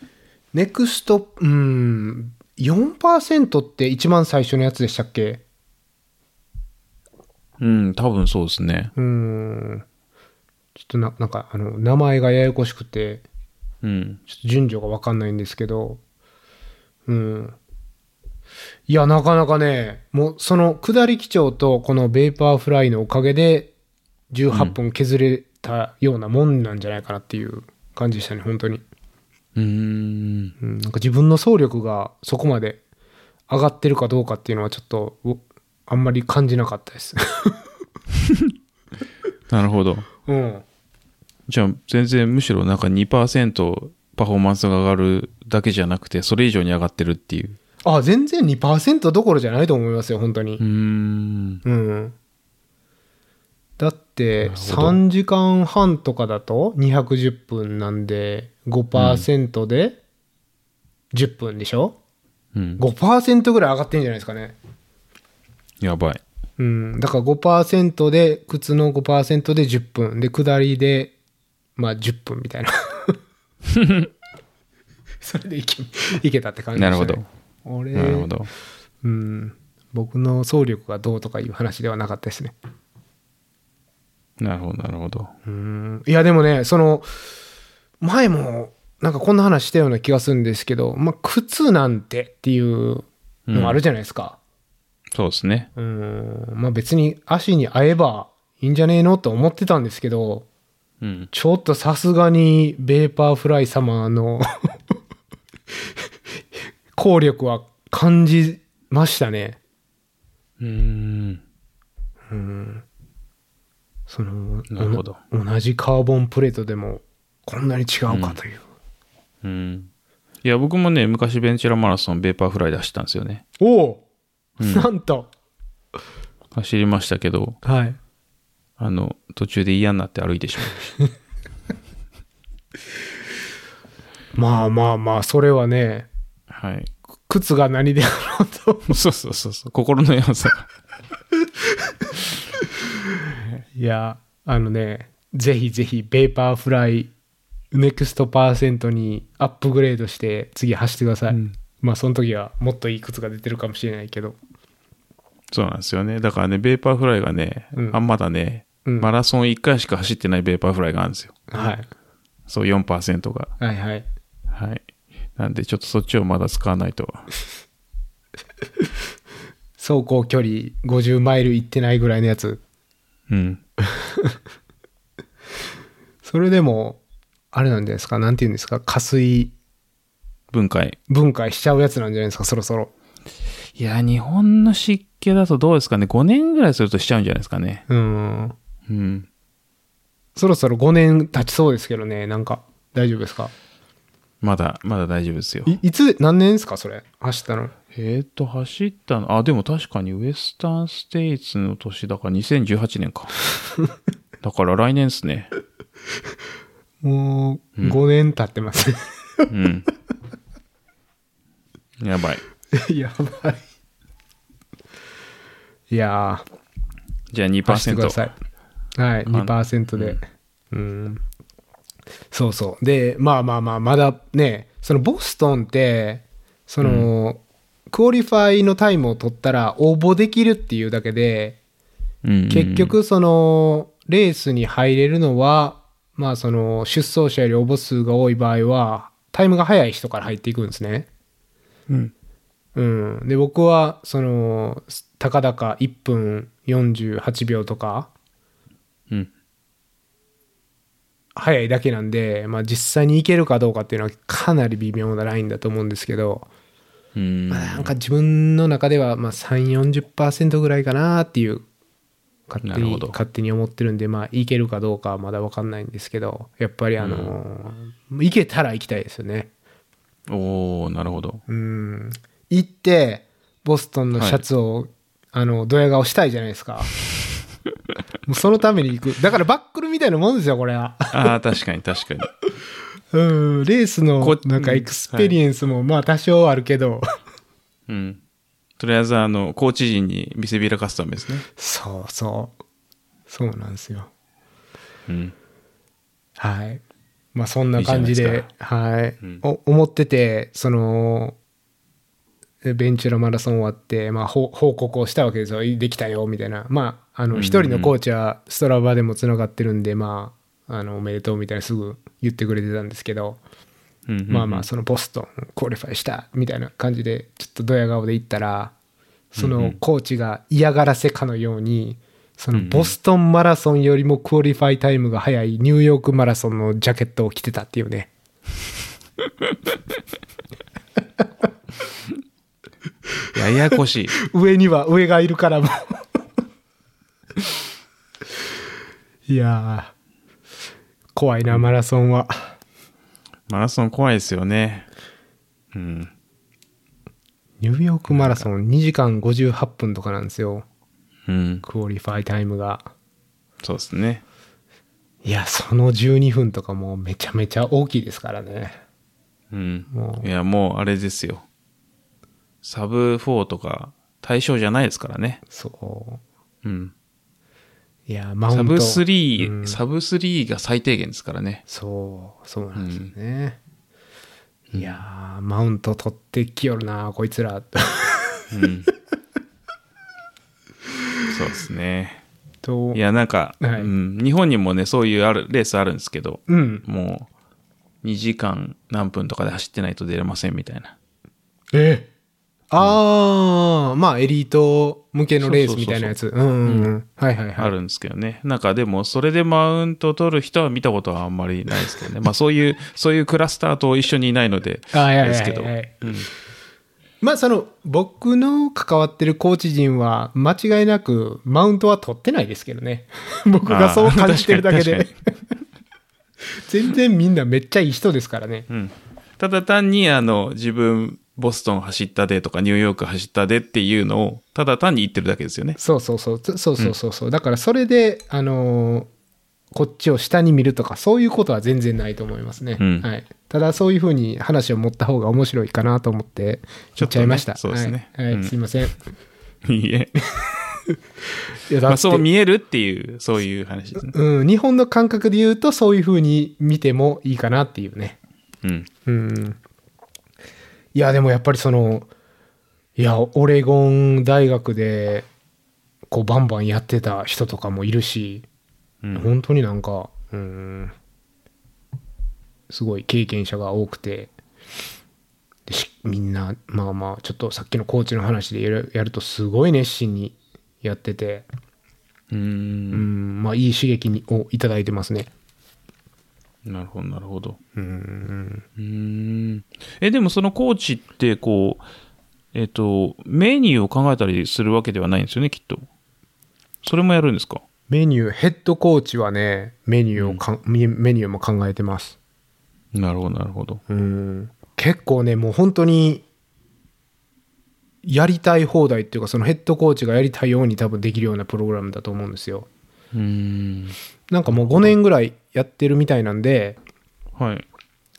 ネクスト、うーん、4%って一番最初のやつでしたっけ
うん、多分そうですね。
うーん。ちょっとな、なんか、あの、名前がややこしくて、
うん。
ちょっと順序がわかんないんですけど、うん。いや、なかなかね、もうその下り基調とこのベーパーフライのおかげで、18分削れたようなもんなんじゃないかなっていう感じでしたね、本当に。
うーん。
うん、なんか自分の総力がそこまで上がってるかどうかっていうのはちょっとおあんまり感じなかったです。
なるほど。
うん。
じゃあ、全然むしろなんか2%パフォーマンスが上がるだけじゃなくて、それ以上に上がってるっていう。
あ、全然2%どころじゃないと思いますよ、本当に
うー。ん。
うん。だって
なるほど
3時間半とかだと210分なんで5%で10分でしょ、
うん。
?5% ぐらい上がってんじゃないですかね。
やばい。
うん。だから5%で、靴の5%で10分。で、下りで、まあ10分み
*laughs*
たいな。それでいけ、いけたって感じ
な
で
る
し
ほ
たね。
ど。
俺、
なるほど。
うん。僕の総力がどうとかいう話ではなかったですね。
なるほど、なるほど。
うんいやでもねその前もなんかこんな話したような気がするんですけど、まあ、靴なんてっていうのあるじゃないですか、
そうですね。
うんまあ、別に足に合えばいいんじゃねえのと思ってたんですけど
うん。
ちょっとさすがにベーパーフライ様の効力は感じましたね
うーん。
その
なるほど
おな同じカーボンプレートでもこんなに違うかという、
うん。いや、僕もね、昔ベンチュラマラソン、ベーパーフライ出したんですよね。
おお、なんと
走りましたけど、
はい
あの、途中で嫌になって歩いてしまいまし
まあまあまあ、それはね、
た。はい。 *laughs*
靴が何であろうと。
そうそうそうそう。心の弱さが。 *laughs*
いや、あのね、ぜひぜひ、ベーパーフライ、ネクストパーセントにアップグレードして、次走ってください。
うん
まあ、その時は、もっといい靴が出てるかもしれないけど。
そうなんですよね。だからね、ベーパーフライがね、
うん
あんまだね、
うん
マラソン1回しか走ってないベーパーフライがあるんですよ。
はい。
そう、4%が。
はいはい。
はい。なんで、ちょっとそっちをまだ使わないと。
走行距離50マイル行ってないぐらいのやつ。
うん。
それでも、あれなんじゃないですか、なんて言うんですか、加水
分解。
分解しちゃうやつなんじゃないですか、そろそろ。
いや、日本の湿気だとどうですかね。5年ぐらいするとしちゃうんじゃないですかね。
うん。
うん。
そろそろ5年経ちそうですけどね、なんか、大丈夫ですか
まだ、まだ大丈夫ですよ。
いいつ何年ですかそれ走ったの
えーっと、走ったの、あ、でも確かにウエスタンステイツの年だから2018
*laughs*
年か。だから来年ですね。
もう5年経ってます、
うん。やばい。
*laughs* やばいいやー
じゃあ2%。
走ってくださいはい
ん
2%でうん、そうそうでまあまあまあまだねそのボストンってその、クオリファイのタイムを取ったら応募できるっていうだけで
うん
結、局そのレースに入れるのはまあその出走者より応募数が多い場合はタイムが速い人から入っていくんですね。
うん。
うん、で僕はそのたかだか1分48秒とか
うん。
速いだけなんで、まあ、実際に行けるかどうかっていうのはかなり微妙なラインだと思うんですけど、
うん。
まあなんか自分の中ではまあ340%ぐらいかなっていう勝手
なる
に
ほど
勝手に思ってるんでまあいけるかどうかはまだ分かんないんですけどやっぱりあのーいけたら行きたいですよね
おー、なるほど。
うん行ってボストンのシャツを、あのドヤ顔したいじゃないですかもうそのために行くだからバックルみたいなもんですよこれは
ああ、確かに確かに。
うんレースの
こ
なんか
うん
エクスペリエンスもまあ多少あるけど、
うん。とりあえず、あの、コーチ陣に見せびらかすためですね。
そうそうそうなんですよ
うん。
はい。まあそんな感じ
いいじゃな
で
いで、
はい、
うん
お思ってて、その、ベンチュラマラソン終わって、まあ、ほ報告をしたわけですよ。できたよ、みたいな。まあ、あ
うんう
の、
ん
一人のコーチはストラバでもつながってるんで、まあ、あの、おめでとうみたいなすぐ言ってくれてたんですけど、
うんうんうん
まあまあ、そのボストン、クオリファイした、みたいな感じで、ちょっとドヤ顔で行ったら、そ
うんう
の
ん
コーチが嫌がらせかのように、その
うんうん
ボストンマラソンよりもクオリファイタイムが早いニューヨークマラソンのジャケットを着てたっていうね。
ややこしい。
上には上がいるからもう。いやー、怖いな、マラソンは。
マラソン怖いですよね。うん。
ニューヨークマラソン2時間58分とかなんですよ。
うん。
クオリファイタイムが。
そうですね。
いや、その12分とかもうめちゃめちゃ大きいですからね。
うん
も。う
いや、もうあれですよ。サブ4とか対象じゃないですからね。
そ
うん。
う。いや、マウント。
サブ3、
うん
サブ3が最低限ですからね。
そう、そうなんですよね。いやー、マウント取ってきよるな、こいつら。
うん。そうですね。
*laughs* と
い、や、なんか、
はい
うん、日本にもね、そういうあるレースあるんですけど、
うん。
もう、2時間何分とかで走ってないと出れませんみたいな。
えああ、まあ、エリート向けのレースみたいなやつ。うんうんうん。はいはい
あ
はい。
るんですけどね。なんかでも、それでマウント取る人は見たことはあんまりないですけどね。まあそういう、そういうクラスターと一緒にいないので、
ああ、い
あ
や
れ
い
で
や
す
いや
けど。
いうや
ん。
まあ、その、僕の関わってるコーチ陣は、間違いなく、マウントは取ってないですけど
*laughs*
ね。僕がそう感じてるだけ
あー
で
確。
*laughs* 全然みんなめっちゃいい人ですからね。
うん。ただ単に、あの、自分、ボストン走ったでとか、ニューヨーク走ったでっていうのを、ただ単に言ってるだけですよ *laughs* ね。
そうそうそう、つそうそうそうそう。だから、それで、あのーこっちを下に見るとか、そういうことは全然ないと思いますね。
うん
はい。ただ、そういうふうに話を持った方が面白いかなと思って、
ちょ
言っ
っとね
ちゃいました。
そうですね
はい、はい
うん
すいません。い
いいえ。
や、だ
ま
っ
あ
て
そう見えるっていう、そういう話ですね。
うん、日本の感覚で言うと、そういうふうに見てもいいかなっていうね。
うん。
うん。いや、でもやっぱりその、いや、オレゴン大学で、こう、バンバンやってた人とかもいるし、
うん。
本当になんか、うん、すごい経験者が多くて、でしみんな、まあまあ、ちょっとさっきのコーチの話でやるやると、すごい熱心にやってて、う
う。
んん、まあ、いい刺激にをいただいてますね。
なるほど、なるほど。
うん、
うーん。え、でもそのコーチって、こう、えっ、と、メニューを考えたりするわけではないんですよね、きっと。それもやるんですか
メニュー、ヘッドコーチはね、メニューをかん、メメニューも考えてます。
なるほど、なるほど。
うん、結構ね、もう本当に、やりたい放題っていうか、そのヘッドコーチがやりたいように多分できるようなプログラムだと思うんですよ。
うーん。
なんかもう5年ぐらいやってるみたいなんで、
はい。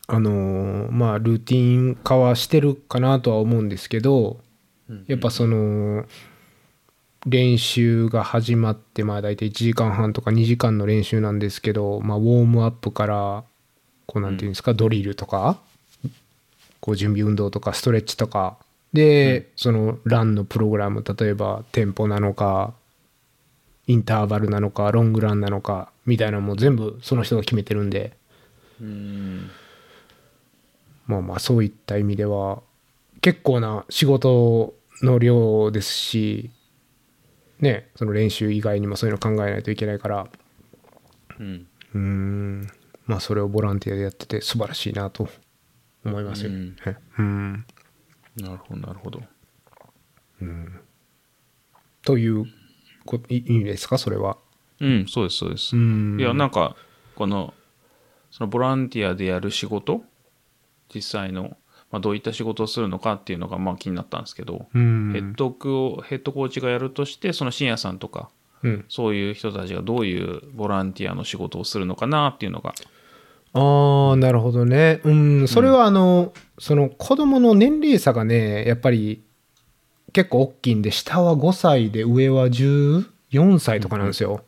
あのーまあ、ルーティン化はしてるかなとは思うんですけど、やっぱその、練習が始まって、まあ大体1時間半とか2時間の練習なんですけど、まあウォームアップから、こうなんていうんですか、ドリルとか、こう準備運動とかストレッチとか、で、そのランのプログラム、例えばテンポなのか、インターバルなのか、ロングランなのか、みたいなのも全部その人が決めてるんで、
うーん。
まあまあそういった意味では結構な仕事の量ですしねその練習以外にもそういうの考えないといけないから
うん。
うーんまあそれをボランティアでやってて素晴らしいなと思いますよ。
う
うんん、
なるほど、なるほど。
というこい意味ですかそれは。
うん、そうです、そうです。
うん
いや、なんか、この、そのボランティアでやる仕事、実際の、まあ、どういった仕事をするのかっていうのが、まあ、気になったんですけど、
うん
ヘッドクをヘッドコーチがやるとして、その深夜さんとか、
うん、
そういう人たちがどういうボランティアの仕事をするのかなっていうのが。
ああなるほどねうんそれはあの、その子供の年齢差がねやっぱり結構大きいんで下は5歳で上は14歳とかなんですよ、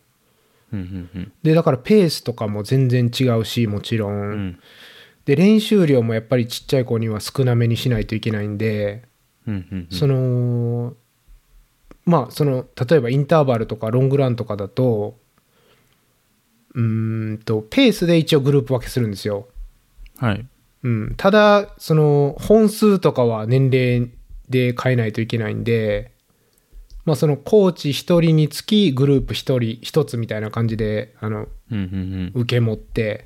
うんうん
でだからペースとかも全然違うしもちろん、
うんうん
で練習量もやっぱりちっちゃい子には少なめにしないといけないんで、
うんうん
そのまあその例えばインターバルとかロングランとかだとうーんとペースで一応グループ分けするんですよ。
はい
うん、ただその本数とかは年齢で変えないといけないんで、まあ、そのコーチ1人につきグループ1人1つみたいな感じであの
うんうん
受け持って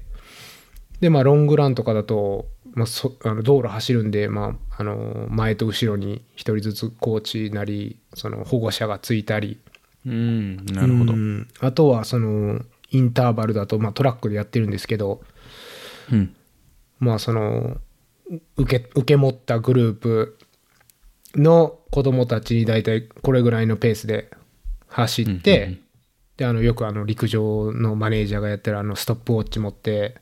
でまあロングランとかだと、まあ、そあの道路走るんで、まあ、あの前と後ろに1人ずつコーチなりその保護者がついたり
うんうんなるほど
う
うん
んあとはそのインターバルだと、まあ、トラックでやってるんですけどまあそのう受け受け持ったグループの子供たちに大体これぐらいのペースで走って、
うんうんうん
であのよくあの陸上のマネージャーがやってるあのストップウォッチ持って、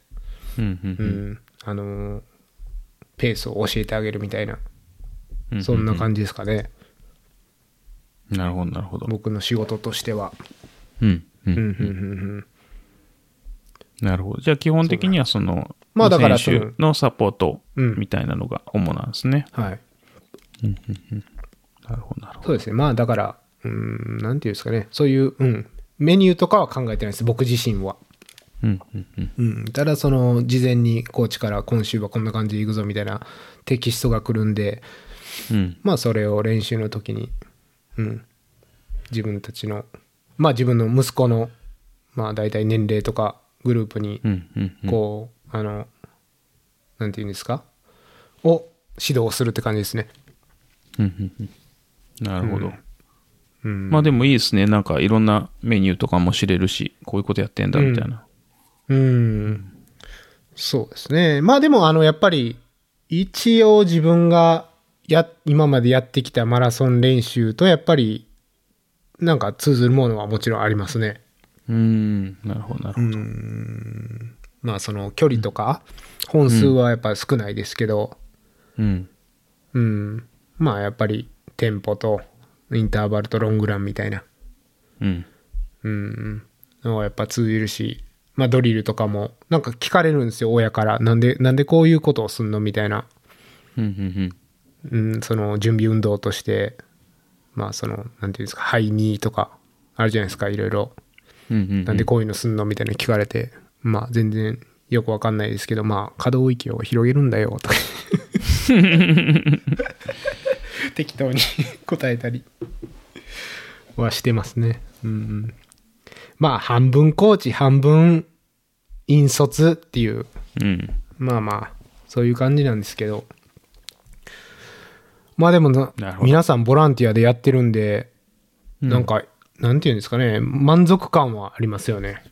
うんう
うんんあのペースを教えてあげるみたいな、
うん
そんな感じですかね
なるほどなるほど
僕の仕事としては。
うん
う
う
んんうんうんうん
なるほどじゃあ基本的にはその
まあだからその
選手のサポート
うん
みたいなのが主なんですね
はい
なるほどなるほど
そうですねまあだからうんなんていうんですかねそういう、うん、メニューとかは考えてないです僕自身は。
うんうんうん
うん、ただその事前にコーチから今週はこんな感じで行くぞみたいなテキストが来るんで
うん
まあそれを練習の時に、うん、自分たちのまあ自分の息子のまあ大体年齢とかグループに
うんうんうん
こう、あのなんていうんですかを指導するって感じですね。
うんうんうんなるほど
うん
まあでもいいですねなんかいろんなメニューとかも知れるしこういうことやってんだみたいな
うん、そうですね。まあでも、あの、やっぱり、一応自分がや、今までやってきたマラソン練習と、やっぱり、なんか通ずるものはもちろんありますね。
うんなるほどなるほど
まあ、その距離とか、本数はやっぱり少ないですけど、
うん
うん、まあ、やっぱり、テンポと、インターバルとロングランみたいな、
うん
うん、のはやっぱ通じるし、まあ、ドリルとかも、なんか聞かれるんですよ、親から。なんで、なんでこういうことをすんのみたいな。
うんうん
うん、その準備運動として、まあその、なんていうんですか、ハイニーとか、あるじゃないですか、いろいろ。
うんうんうん
なんでこういうのすんのみたいなの聞かれて、まあ全然よくわかんないですけど、まあ可動域を広げるんだよ、とか。適当に *laughs* 答えたりはしてますね。うんうん。まあ半分コーチ、半分引率っていう
うん
まあまあ、そういう感じなんですけど。まあでもな
なるほど
皆さんボランティアでやってるんで、なんか、なんていうんですかね、満足感はありますよね。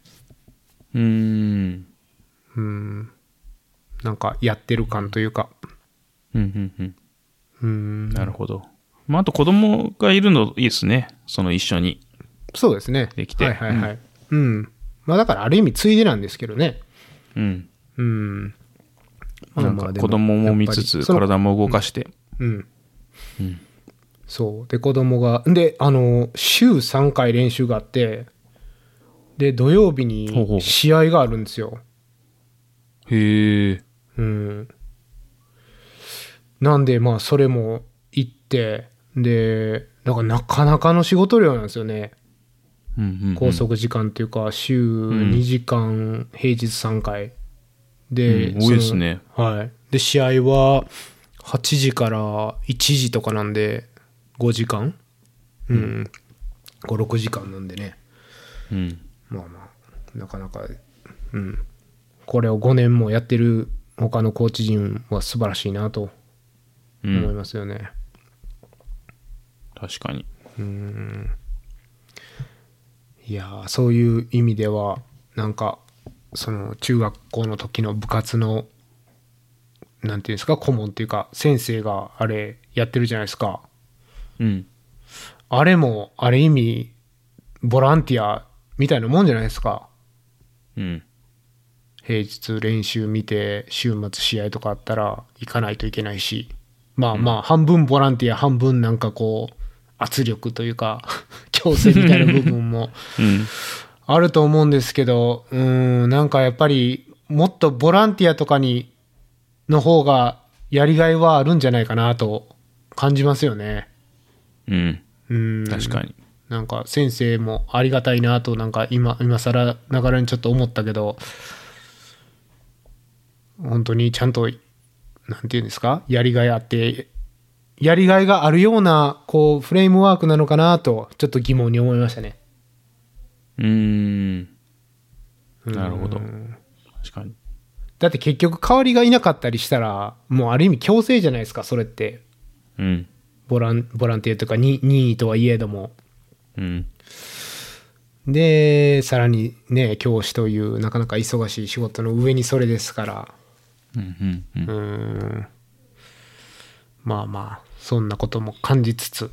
うん
うん。なんか、やってる感というか。
うんうんうん
うん。
なるほどまああと子供がいるのいいですねその一緒に
そうですね。
できて
はいはいはい。うん。まあだから、ある意味、ついでなんですけどね。
うん
うん。まあ
なん
ま
か
あで
子供も見つ
や
つ
っぱりその
体も動かして。
うん。そう。で、子供が、で、あの、週3回練習があって、で、土曜日
ほうほ
に
う
試合があるんですよ。
へえ。
うん。なんで、まあ、それも行って、で、だからなかなかの仕事量なんですよね。
うんうんうん
拘束時間っていうか、週2時間、平日3回。で、
うん多いですね
その。はい。で、試合は8時から1時とかなんで、5時間うん。5、6時間なんでね。
うん。
まあまあ、なかなか、うん。これを5年もやってる他のコーチ陣は素晴らしいなと
う
思い
ん。
ますよね。
確かに。
いやーそういう意味ではなんかその中学校の時の部活のなんていうんですか顧問っていうか先生があれやってるじゃないですか
うん。
あれもある意味ボランティアみたいなもんじゃないですか
うん。
平日練習見て週末試合とかあったら行かないといけないしまあまあ半分ボランティア半分 *laughs* なんかこう圧力というか強制みたいな部分も
うん。
あると思うんですけど、うーん、なんかやっぱり、もっとボランティアとかに、の方が、やりがいはあるんじゃないかなと感じますよね。
うん。
うん。
確かに。
なんか先生もありがたいなとなんか今今更ながらにちょっと思ったけど本当にちゃんとなんて言うんですかやりがいあってやりがいがあるようなこうフレームワークなのかなとちょっと疑問に思いましたね。
うーん。
うん
なるほど。確かに。
だって結局代わりがいなかったりしたらもうある意味強制じゃないですかそれって
うん。
ボランボランティアとかに任意とはいえども。
うん。
でさらにね教師というなかなか忙しい仕事の上にそれですから
うん。うん。
うーんまあまあそんなことも感じつつっ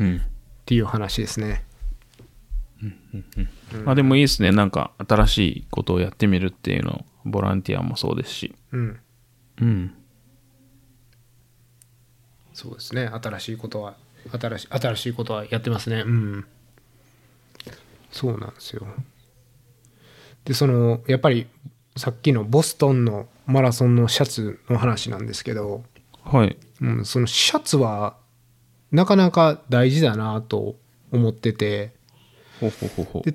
うん。
ていう話ですね
まあでもいいですね。なんか新しいことをやってみるっていうの、ボランティアもそうですし。
うん
うん。
そうですね新しいことは新し新しいことはやってますねうんそうなんですよでそのやっぱりさっきのボストンのマラソンのシャツの話なんですけど、
はい。
うん、そのシャツはなかなか大事だなと思ってて
ほほほほ。
で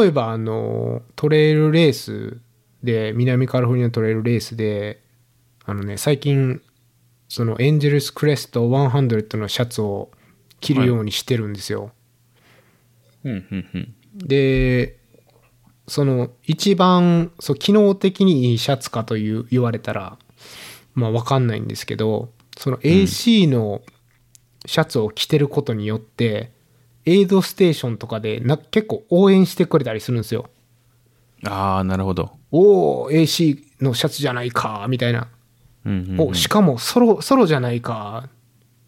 例えばあのトレイルレースで南カリフォルニアのトレイルレースであのね最近そのエンジェルスクレスト100のシャツを着るようにしてるんですよ、
うん。うん。うん。
でその一番そう機能的にいいシャツかという言われたらまあ分かんないんですけどその AC のシャツを着てることによって、エイドステーションとかでな結構応援してくれたりするんですよ。
ああ、なるほど。
おお AC のシャツじゃないかみたいな、
うん、うん。
おしかもソロソロじゃないか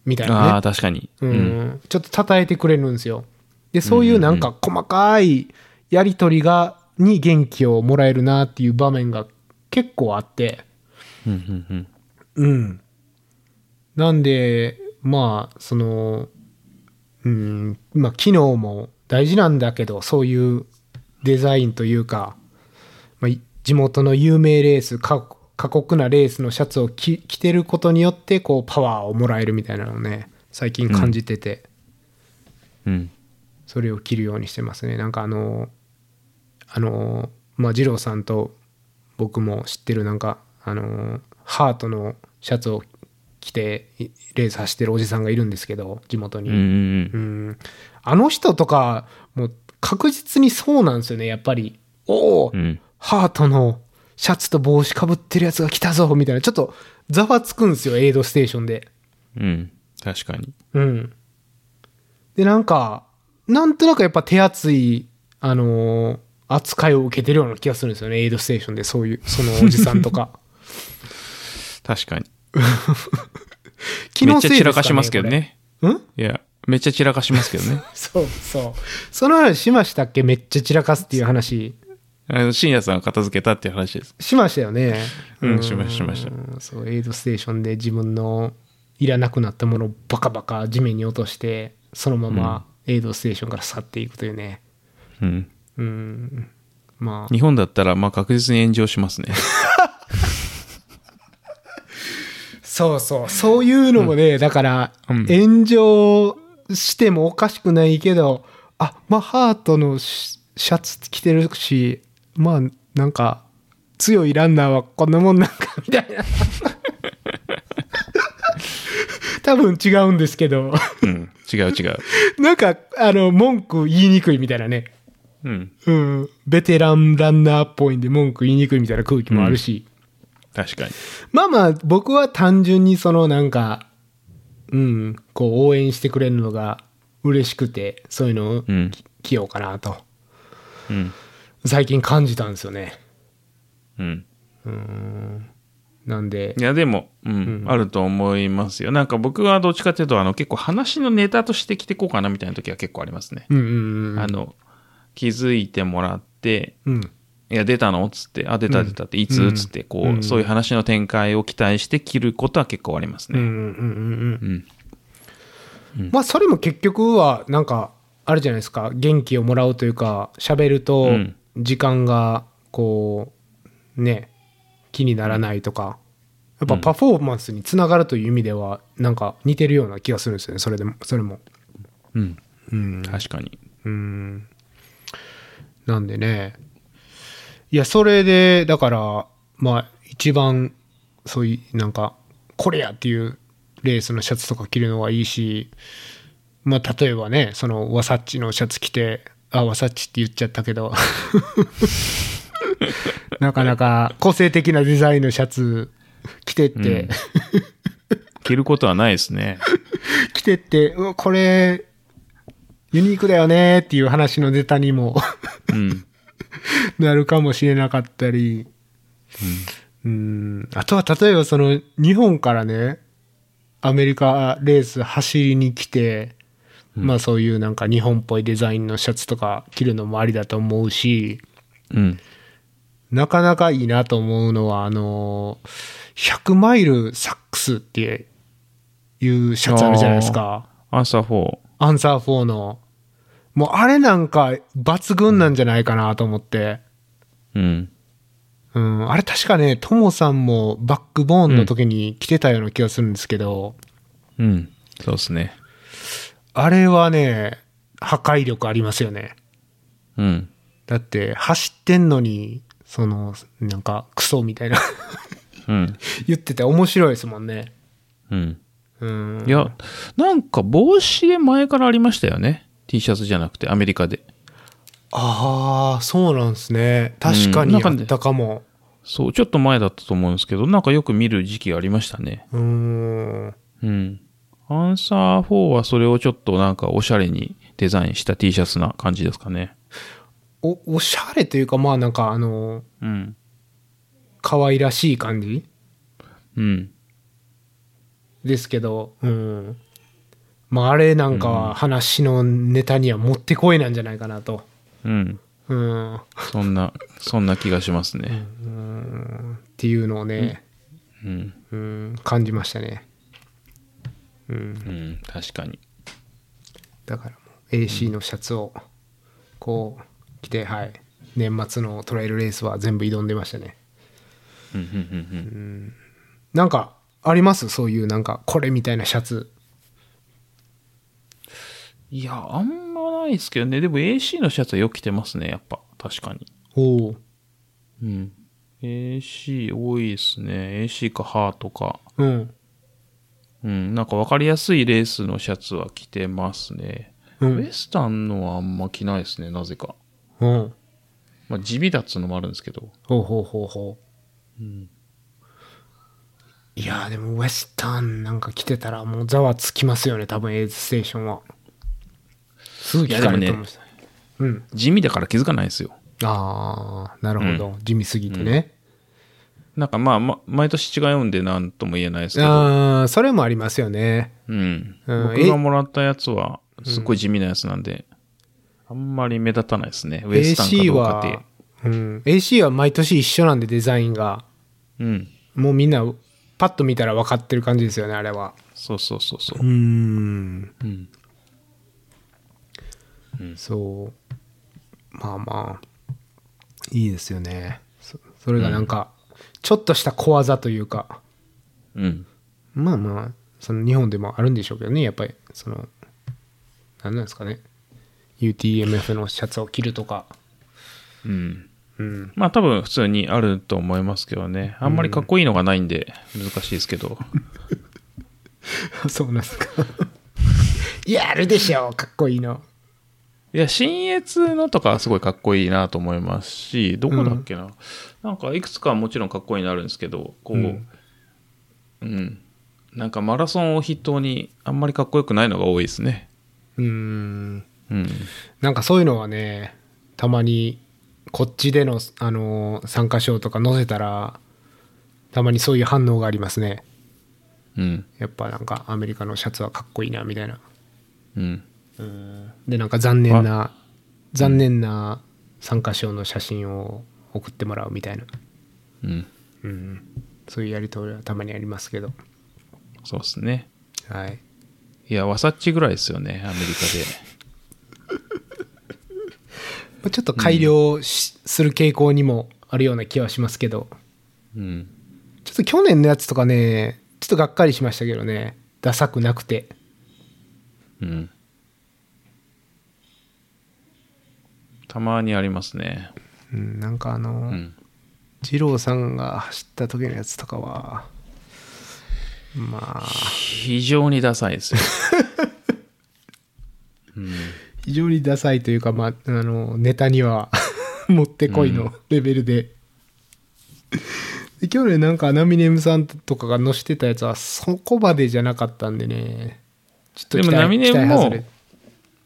みたいなね
ああ、確かに。
うん
うん。
ちょっと叩いてくれるんですよ。でそういうなんか細かいやり取りがに元気をもらえるなっていう場面が結構あって、
うん。うん。うん。
うん、なんでまあその、うんまあ、機能も大事なんだけどそういうデザインというか、まあ、い地元の有名レース過酷過酷なレースのシャツを着着てることによってこうパワーをもらえるみたいなのをね最近感じてて。
うん。
それを着るようにしてますねなんかあのあのまあ二郎さんと僕も知ってるなんかあのハートのシャツを着ていレース走ってるおじさんがいるんですけど地元に、
うん。うん
う。んあの人とかもう確実にそうなんですよねやっぱりおお、
うん。
ハートのシャツと帽子かぶってるやつが来たぞみたいなちょっとざわつくんですよエイドステーションで
うん。確かに。
うん。で、なんか、なんとなくやっぱ手厚い、あのー扱いを受けてるような気がするんですよね。エイドステーションで、そういう、そのおじさんとか。
確かに。
気
*laughs* めっ
の
ち
せ
ゃ
いですかね
散らかしますけど。ね。
これん
いや、めっちゃ散らかしますけど *laughs* ね。
*laughs* そうそう。その話しましたっけめっちゃ散らかすっていう話。
あの、深夜さんが片付けたっていう話です。
しましたよね。。
うんしましたしました
そう、エイドステーションで自分のいらなくなったものをバカバカ地面に落として、そのままエイドステーションから去っていくというね。
うん。
うん。まあ。
日本だったら、まあ確実に炎上しますね。
そうそう。そういうのもね、だから、
うん
炎上してもおかしくないけど、あ、まあ、ハートのシシャツ着てるし、まあ、なんか、強いランナーはこんなもんなんか、みた
*laughs*
いな。多分違うんですけど、
うん。違う違う。
なんか、あの、文句言いにくいみたいなね。
うん。
うん。ベテランランナーっぽいんで文句言いにくいみたいな空気もあるし。
確かに。
まあまあ、僕は単純にそのなんか、うん、こう応援してくれるのが嬉しくて、そういうのを
うん。
着ようかなと、
うん。
最近感じたんですよね。
うん。
なんで
い、や、でも、うん、あると思いますよ。なんか僕はどっちかっていうと、あの、結構話のネタとして来てこうかなみたいな時は結構ありますね。
うんうんうん
あの、気づいてもらって、
うん。
いや、出たのつって、あ、出た出たって、いつつって、こう、そういう話の展開を期待して切ることは結構あります
うんう
ね。
んうんうん
うん。
まあそれも結局はなんかあるじゃないですか元気をもらうというか喋ると
うん
時間がこうね気にならないとかやっぱパフォーマンスにつながるという意味ではなんか似てるような気がするんですよねそれでもそれも
うん。
うん
確かに。
うんなんでねいやそれでだからまあ一番そういうなんかこれやっていうレースのシャツとか着るのはいいしまあ例えばねそのワサッチのシャツ着てあワサッチって言っちゃったけど *laughs* なかなか個性的なデザインのシャツ着てって、
うん着ることはないですね。
*laughs* 着てってうわこれユニークだよねっていう話のネタにも
うん。
*laughs* なるかもしれなかったり、うん、あとは例えばその日本からね、アメリカレース走りに来て、まあそういうなんか日本っぽいデザインのシャツとか着るのもありだと思うし、
うん。
なかなかいいなと思うのは、あのー、100マイルサックスっていうシャツあるじゃないですか。
アンサー4。
アンサー4の。もうあれなんか抜群なんじゃないかなと思って。
うん。
うん、あれ確かね、トモさんもバックボーンの時に着てたような気がするんですけど、
うん。そうですね。
あれはね、破壊力ありますよね。
うん。
だって、走ってんのに、その、なんか、クソみたいな *laughs*
うん。
言ってて面白いですもんね。
うん。
うん
い。や、なんか帽子で前からありましたよね。T シャツじゃなくて、アメリカで。
ああ、そうなんですね。確かに
う
や
んなんか
っ
ね
たかも。
そう、ちょっと前だったと思うんですけど、なんかよく見る時期ありましたね。
うーん。
うん。アンサー4はそれをちょっとなんかおしゃれにデザインした T シャツな感じですかね。
お、おしゃれというか、まあなんか、あの、
うん。
可愛らしい感じ
うん。
ですけど、うん。まあ、あれなんかは話のネタにはもってこいなんじゃないかなと。
うん。
うん。うん
そんな、 *laughs* そんな気がしますね。
っていうのをね、
うん。
うん、感じましたね。うん。
うん。確かに。
だからもう AC のシャツを、こう、着て、はい。年末のトライルレースは全部挑んでましたね。
うん、うん、
なんか、ありますそういうなんか、これみたいなシャツ。
うん。いや、あんまないですけどね。でも AC のシャツはよく着てますね、やっぱ。確かに。
おお。
うん。AC 多いですね。AC かハートか。
うん。
うん。なんか分かりやすいレースのシャツは着てますね。
う
ウ
ん。
エスタンのはあんま着ないですね、なぜか。
うん。
まあ、地味だっつうのもあるんですけど。
ほうほうほうほう。
うん。
いやーでもウエスタンなんか来てたらもうざわつきますよね多分エイズステーションはすぐ聞かれると思うし、うん
地味だから気づかないんですよ。
ああなるほど、地味すぎてね、
なんかまあ、ま、毎年違うんで何とも言えないですけど。
ああそれもありますよね
うん。
うん
僕がもらったやつは、すっごい地味なやつなんで、あんまり目立たないですね。ウエスタンか
AC
どうかって
は。、うん、AC は毎年一緒なんでデザインが
うん。
もうみんなパッと見たら分かってる感じですよねあれは
そうそうそうそう
う。ーん
うん。
そうまあまあいいですよねそそれがなんか、ちょっとした小技というか
うん。
まあまあその日本でもあるんでしょうけどねやっぱりその何なんですかね UTMF のシャツを着るとか
うん。
うん
まあ多分普通にあると思いますけどね。あんまりかっこいいのがないんで難しいですけど。
*laughs* そうなんですかい *laughs* やあるでしょかっこいいの
いや、新越のとかはすごいかっこいいなと思いますし、どこだっけな。なんかいくつかはもちろんかっこいいのあるんですけど、こう、うん
ん、
なんかマラソンを筆頭にあんまりかっこよくないのが多いですね。
うーん
うん。
なんかそういうのはねたまにこっちでの、あのー参加賞とか載せたらたまにそういう反応がありますね
うん。
やっぱなんかアメリカのシャツはかっこいいなみたいな
うん。
でなんか残念な残念な参加賞の写真を送ってもらうみたいな、
うん。
うん、そういうやり取りはたまにありますけど
そうですね。
はい
いや、ワサッチぐらいですよね、アメリカで。
まあちょっと改良しする傾向にもあるような気はしますけど、
うん。
ちょっと去年のやつとかね、ちょっとがっかりしましたけどね、ダサくなくて。
うん。たまにありますね。
うん、なんかあの、
うん。
二郎さんが走った時のやつとかは、まあ、
非常にダサいですよ。
非常にダサいというか、まあ、あの、ネタには、 *laughs* もってこいのレベルで。で去年なんかアナミネムさんとかが載せてたやつはそこまでじゃなかったんでね。ちょっと
で
期
も
待
ナミネ
期待外
も
れ、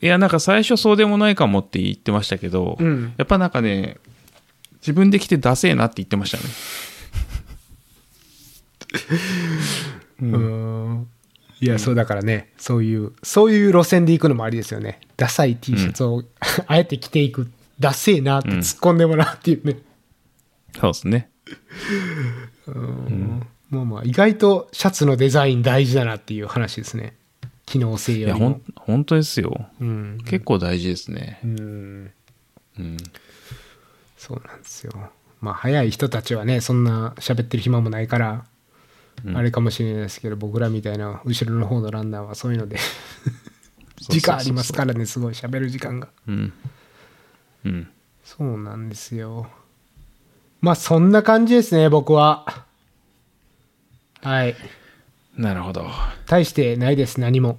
いや、なんか最初そうでもないかもって言ってましたけど、
うん
やっぱなんかね、自分で来てダセえなって言ってましたね。
うんいや、そうだからね、そういう、そういう路線で行くのもありですよね。ダサい T シャツを、 *laughs* あえて着ていく、ダセえなって突っ込んでもらうっていうね。
そうですね。
うんまあまあ、意外とシャツのデザイン大事だなっていう話ですね。機能性
い
よ
や、
り
ほ
も
ん。、本当ですよ。
うん。
結構大事ですね
う。ん。
うん。
そうなんですよ。まあ、早い人たちはね、そんな喋ってる暇もないから、あれかもしれないですけど、僕らみたいな後ろの方のランナー *laughs* はそういうので、時間ありますからね、すごい喋る時間が。
うん。うん。
そうなんですよ。まあそんな感じですね、僕は。はい。
なるほど。
大してないです、何も。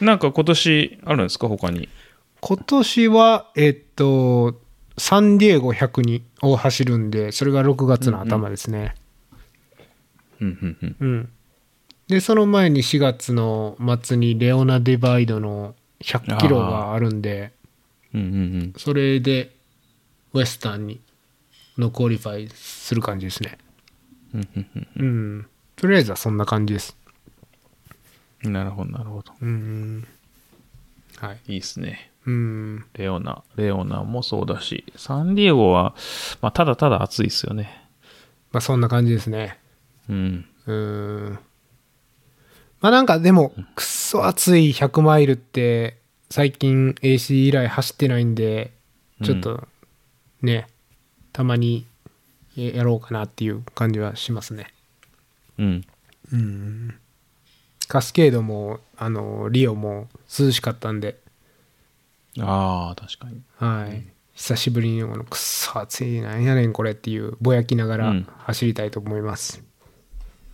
なんか今年あるんですか他に。
*laughs* 今年は、えっと、サンディエゴ100にを走るんで、それが6月の頭ですね。
うんうんうん。
うんで、その前に4月の末にレオナ・デバイドの100キロがあるんで、
うんうん
それでウェスタンにのクオリファイする感じですね。
うんうんうん
うん。とりあえずはそんな感じです。
うん。なるほど、なるほど。
うん。はい。
いいですね。
うん。
レオナ、レオナもそうだし、サンディエゴは、まあ、ただただ暑いですよね。
まあそんな感じですね。
うん。
うん。まあなんかでも、くっそ暑い100マイルって、最近 AC 以来走ってないんで、ちょっとね、たまにややろうかなっていう感じはしますね。
うん。
うん。カスケードも、あの、リオも涼しかったんで、
ああ、確かに。
はい。久しぶりにあのくっそ暑いなんやねんこれっていうぼやきなが
う
ら
ん
走りたいと思います。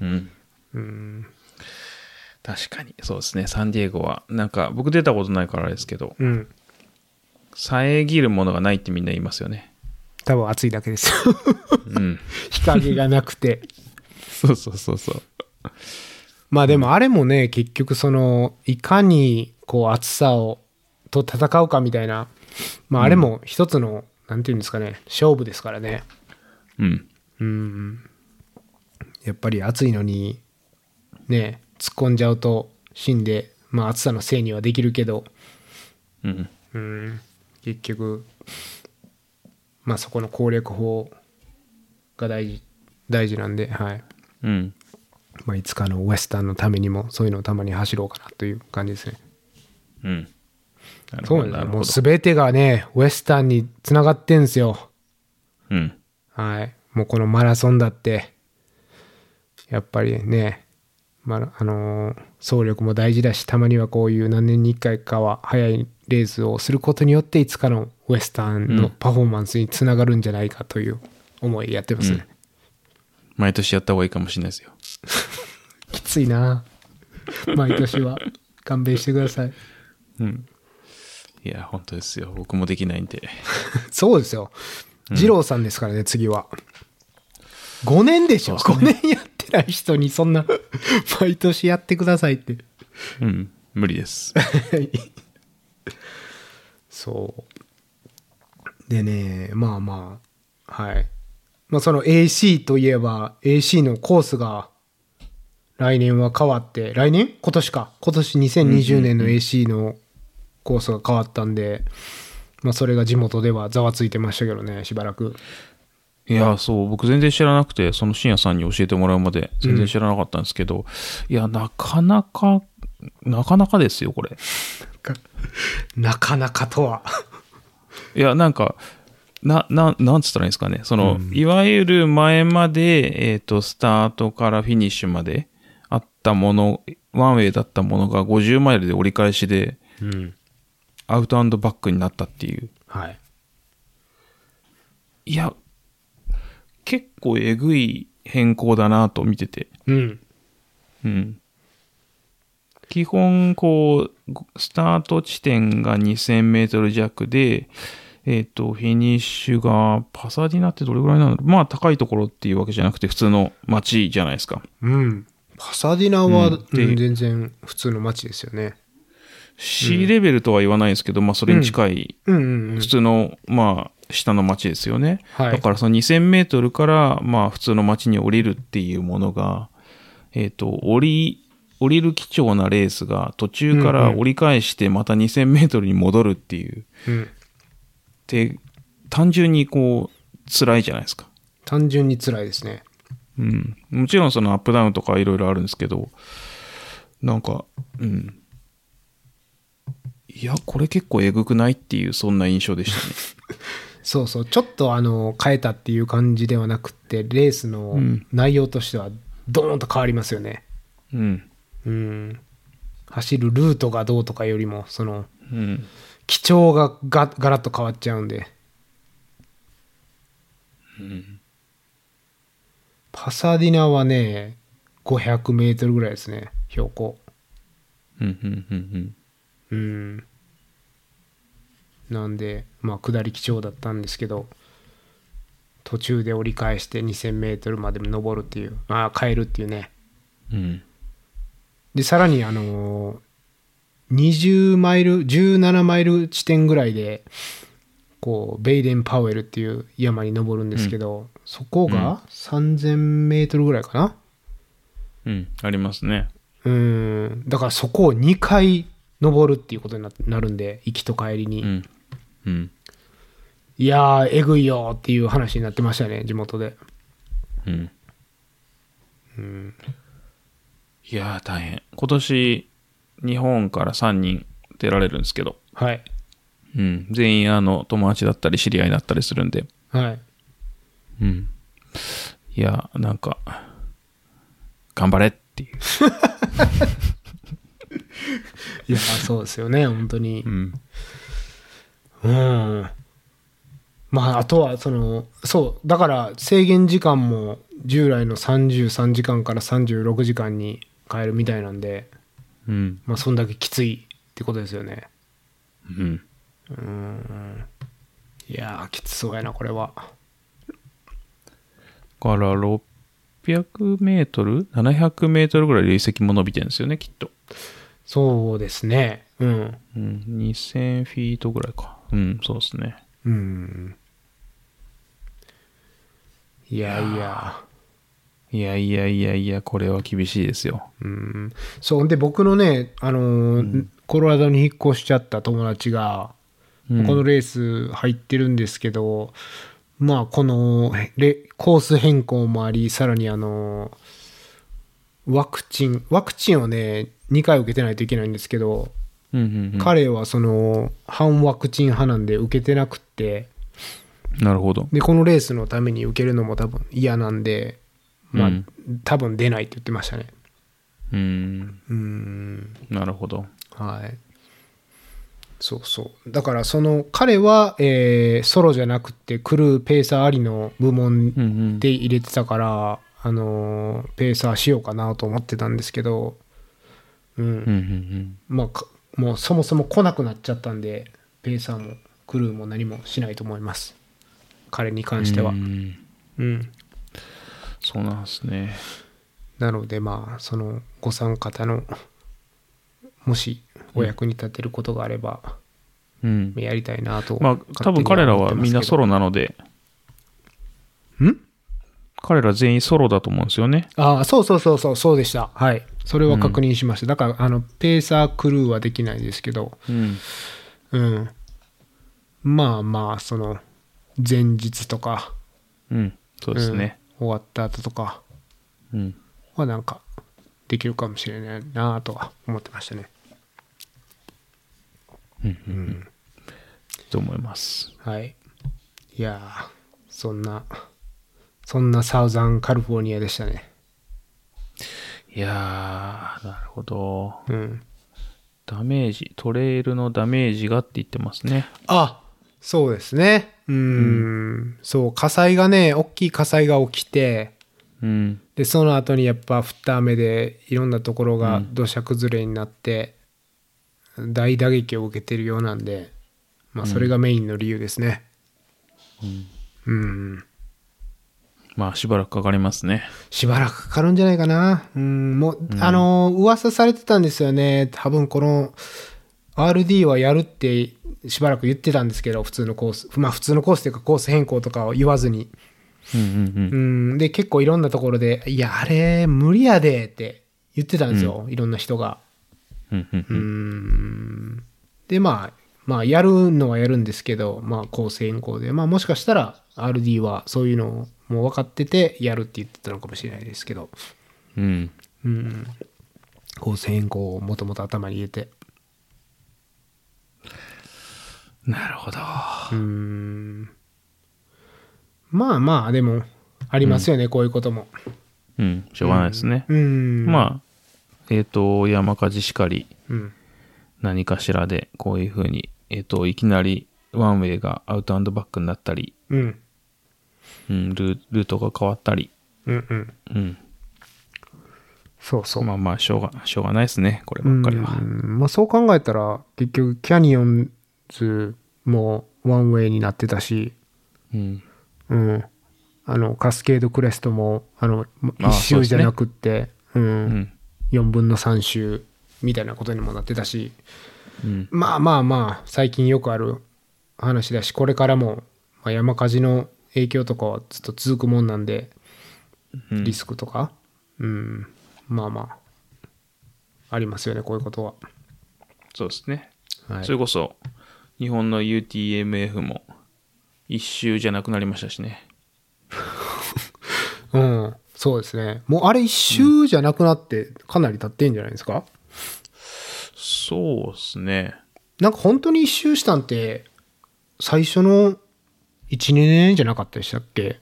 うん。
うん。
確かに。そうですね。サンディエゴは、なんか、僕出たことないからあれですけど、
うん。
遮るものがないってみんな言いますよね。
多分暑いだけです。 *laughs*
うん。
日陰がなくて。
*laughs* そうそうそうそう。
まあでもあれもね、結局その、いかにこう暑さを、と戦うかみたいな、まああれも一つの、なんていうんですかね、勝負ですからね。
うん。
うん。やっぱり暑いのに、ね、突っ込んじゃうと死んで、まあ暑さのせいにはできるけど、
うん。
うん、結局、まあそこの攻略法が大事、大事なんで、はい。
うん。
まあいつかのウエスタンのためにも、そういうのをたまに走ろうかなという感じですね。
うん。なる
そ
ほ
う
ど、
なだ。
なんる
も
ほ
う
ど。
すべてがね、ウエスタンにつながってんすよ。
うん。
はい。もうこのマラソンだって、やっぱりね、まあ、あのー走力も大事だし、たまにはこういう何年に1回かは速いレースをすることによって、いつかのウエスタンのパフォーマンスにつながるんじゃないかという思いでやってますね。
毎年やった方がいいかもしれないですよ。
きついな毎年は。勘弁してください。
うん。いや、本当ですよ。僕もできないんで。
そうですよ。二郎さんですからね、次は。5年でしょ、
そう
?5 年やってない人にそんな、 *laughs* 毎年やってくださいって。 *laughs*
うん。無理です。
そう。でね、まあまあ、はい。まあその AC といえば、AC のコースが来年は変わって、来年今年か。今年2020年の AC のコースが変わったんで、まあそれが地元ではざわついてましたけどね、しばらく。
いや、そう、僕全然知らなくて、その深夜さんに教えてもらうまで全然知らなかったんですけど、いや、なかなか、
*laughs*
なかなかですよ、これ。
なかなかとは。
いや、なんか、な、な、なんつったらいいんですかね。その、いわゆる前まで、えっ、と、スタートからフィニッシュまであったもの、ワンウェイだったものが50マイルで折り返しで、
うん。
アウトバックになったっていう。
はい。
いや、結構えぐい変更だなと見てて。
うん。
うん。基本、こう、スタート地点が2000メートル弱で、えっ、と、フィニッシュがパサディナってどれぐらいなのまあ、高いところっていうわけじゃなくて、普通の街じゃないですか。
うん。パサディナは、
うんで
うん全然普通の街ですよね。
C レベルとは言わないですけど、まあ、それに近い、
うんうんうん
普。通の、まあ、下の街ですよね。
はい
だから、その2000メートルから、まあ、普通の街に降りるっていうものが、えっ、と、降り、降りる貴重なレースが途中から折り返してまた2000メートルに戻るっていう。
うん。
で、単純にこう、辛いじゃないですか。
単純に辛いですね。
うん。もちろんそのアップダウンとかいろいろあるんですけど、なんか、うん。いや、これ結構えぐくないっていう、そんな印象でしたね。
そうそう。ちょっとあの、変えたっていう感じではなくって、レースの
ん
内容としては、ドーンと変わりますよね。
うん。
うん。走るルートがどうとかよりも、その、
うん。
基調がガガラッと変わっちゃうんで。パサディナはね、500メートルぐらいですね、標高。
うん、うん、
う
うん、
ん。なんで、まあ、下り基調だったんですけど、途中で折り返して2000メートルまで登るっていう、ああ、帰るっていうね。
うん。うん。
で、さらに、あのー20マイル、17マイル地点ぐらいで、こう、ベイデン・パウエルっていう山に登るんですけど、そこが3000メートルぐらいかな。
うん。ありますね。
うーん、だからそこを2回登るっていうことにななるんで、行きと帰りに。
うん。うん。
いやー、えぐいよーっていう話になってましたね、地元で。
うん。いやー、大変。今年、日本から3人出られるんですけど、
はい。
うん。全員、あの、友達だったり、知り合いだったりするんで、
はい。
うん。いや、なんか、頑張れっていう。
いやー、そうですよね、本当に。
うん。
うん。まあ、あとは、その、そう、だから制限時間も従来の33時間から36時間に変えるみたいなんで、
うん。
まあ、そんだけきついってことですよね。
うん。
うん。いやー、きつそうやな、これは。
から、600メートル ?700 メートルぐらい累積も伸びてるんですよね、きっと。
そうですね。うん。
うん。2000フィートぐらいか。うん、そうですね。
うん。いやいや。
いやいやいやいや、これは厳しいですよ。
うん。そう、ほんで僕のね、あのーコロラドに引っ越しちゃった友達が、
うん
このレース入ってるんですけど、まあこのレコース変更もありさらにあのワクチンワクチンをね2回受けてないといけないんですけど、
うんうんう
彼はその反ワクチン派なんで受けてなくって
ん。なるほど。
でこのレースのために受けるのも多分嫌なんでまあ、
うん
多分出ないって言ってましたね
うん。
うん
なるほど。
はい。そうそう。だからその彼は、えーソロじゃなくてクルーペーサーありの部
うんう
門
ん。
で入れてたから、あのーペーサーしようかなと思ってたんですけど、うん。
うんうん
まあか、もうそもそも来なくなっちゃったんで、ペーサーもクルーも何もしないと思います。彼に
うん。
関しては。
う
うん。
んそうなんですね。
なのでまあ、そのご参加方の、もしお役に立てることがあれば、
うん。
やりたいなと。
まあ、多分彼らはみんなソ
ロ。
ロなので、
ん
彼ら全員ソロだと思うんですよね。
ああ、そうそうそうそう、そうでした。はい。それは確認しました。だから、あの、ペーサークルーはできないですけど、
うん。
うん。まあまあ、その、前日とか、
うん。そうですね。
うん終わった後とか
うん。
はなんか、できるかもしれないなとは思ってましたね。
と思います。
はい。いやーそんな、そんなサウザンカリフォルニアでしたね。
いやー、なるほど。
うん。
ダメージ、トレイルのダメージがって言ってますね。
あそうですね。うーん,、ん。そう、火災がね、大きい火災が起きて、
うん。
で、その後にやっぱ降った雨でいろんなところが土砂崩れになって、大打撃を受けてるようなんで、まあ、それがメインの理由ですね。うん。
まあ、しばらくかかりますね。
しばらくかかるんじゃないかな。うん、もう、あのー、噂されてたんですよね。多分この RD はやるってしばらく言ってたんですけど、普通のコース。まあ普通のコースというかコース変更とかを言わずに。
うんうんうん。
うん、で、結構いろんなところで、いや、あれ、無理やでって言ってたんですよ。いろんな人が。
うんうん
う
うん
ん。で、まあ、まあ、やるのはやるんですけど、まあ、コース変更で、まあ、もしかしたら RD はそういうのをもう分かってて、やるって言ってたのかもしれないですけど。
うん。
うん。こう変更をもともと頭に入れて。
なるほど。
うーん。まあまあ、でも、ありますよね、こういうことも。
うん、しょうがないですね。
うーん。あ。
まあ、えっ、と、山火事しかり、
うん。
何かしらで、こういうふうに、えっ、と、いきなり、ワンウェイがアウトバックになったり、
うん。
うん、ルルートが変わったり、
うんうん。
うん。
そうそう。
まあまあ、しょうが、しょうがないですね、こればっかりは。
うーんまあ、そう考えたら、結局、キャニオンズもワンウェイになってたし、
うん。
うん。あの、カスケードクレストも、あの、一
あそう
周
です
じゃ
ね
なくって、う。
うんん。
4分の3周みたいなことにもなってたし、
うん。
まあまあまあ最近よくある話だしこれからもまあ山火事の影響とかはずっと続くもんなんで
うん
リスクとかうん、まあまあありますよねこういうことは、
そうですね。
はい
それこそ、日本の UTMF も、一周じゃなくなりましたしね。
うん、そうですねもうあれ一周じゃなくなってかなり経ってんじゃないですか、
そうですね。
なんか本当に一周したんって最初の12年じゃなかったでしたっけ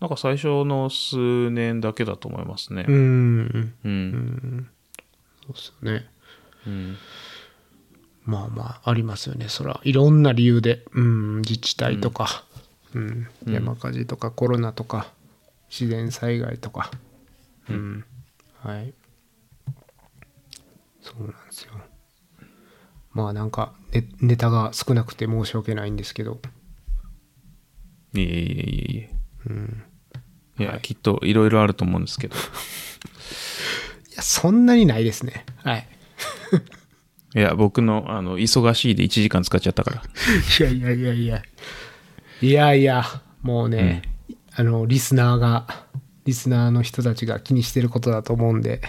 なんか最初の数年だけだと思いますね
う。ん
うん。
そうですよね
うん。
まあまあありますよねそらいろんな理由で、うん、自治体とか、うん山火事とかコロナとか自然災害とか、うんはいそうなんですよまあなんかネネタが少なくて申し訳ないんですけど
いえいえいえいえ。いや、きっといろいろあると思うんですけど。
いやそんなにないですねはい
いや、僕の、あの、忙しいで1時間使っちゃった *laughs* か
*laughs*
ら。
いやいやいやいや。いやいや、もうね、あの、リスナーが、リスナーの人たちが気にしてることだと思うんで、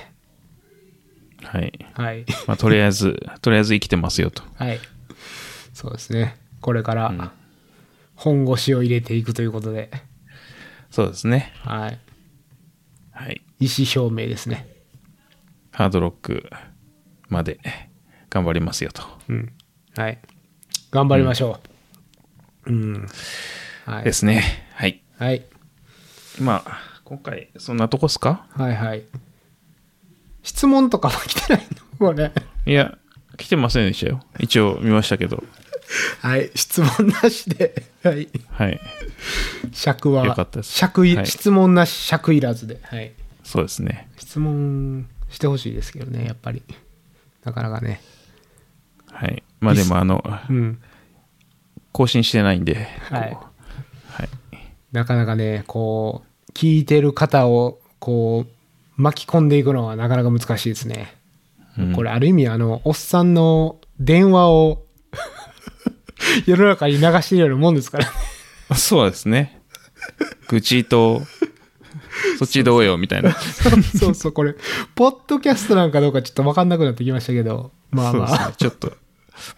はい。
はい。
まあ、とりあえず、とりあえず生きてますよと。
*laughs* はい。そうですね。これから、本腰を入れていくということで、
そうですね。
はい。
はい。
意思表明ですね。
ハードロックまで頑張りますよと。
うん。はい。頑張りましょう。うん。は
で
い。
すね。はい。
はい。
まあ、今回、そんなとこっすか
はいはい。質問とかは来てないのこれ。
いや、来てませんでしたよ。一応見ましたけど。
はい。 *laughs* 質問なしで、はい。
はい。
尺は
よかったです
尺い
はい
質問なし尺いらずで、はい、
そうですね。
質問してほしいですけどねやっぱりなかなかね
はい。まあでも、あの、
うん
更新してないんで。
はい
こうはい。
なかなかねこう聞いてる方をこう巻き込んでいくのはなかなか難しいですね、
うん
これある意味あのおっさんの電話を *laughs* 世の中に流しているようなもんです
*laughs*
からね
そうですね。愚痴と、そっちどうよ、みたいな。
そうそうこれポッドキャストなんかどうかちょっと分かんなくなってきましたけどまあ
そう
ま
で
あ、
すね。ちょっと、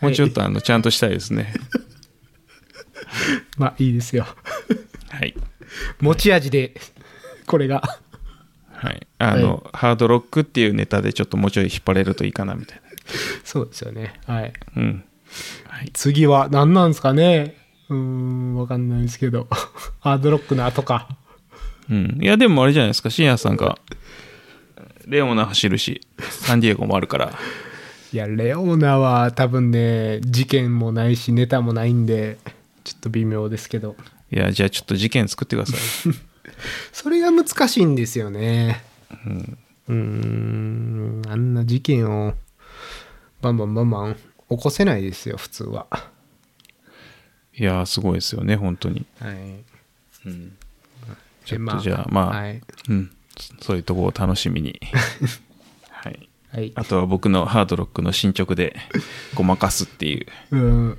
もうちょっと、あの、ちゃんとしたいですね。
まあいいですよ
はい。
持ち味で *laughs* これが
はい。あの、ハードロックっていうネタでちょっともうちょい引っ張れるといいかな、みたい
そうですよね。はい。
な。うん。ははい。
次は何なんですかねうーん、わかんないですけど。 *laughs* ハードロックの後か。
うん。いや、でもあれじゃないですか、深夜さんが、レオナ走るし、サンディエゴもあるから、
いや、レオナは多分ね、事件もないし、ネタもないんで、ちょっと微妙ですけど。
いや、じゃあちょっと事件作ってくださ
*laughs*
い。
それが難しいんですよね。うーん、あんな事件を、バンバンバンバン起こせないですよ、普通は。
いやー、すごいですよね、本当に。
はい。
うん。
ち
ちょっとじゃあ、まあ、
はい。
うん。そそういうとこを楽し
*laughs*
みに。はい。
はい。
あとは僕のハードロックの進捗でごまかすっていう。
うん。はい。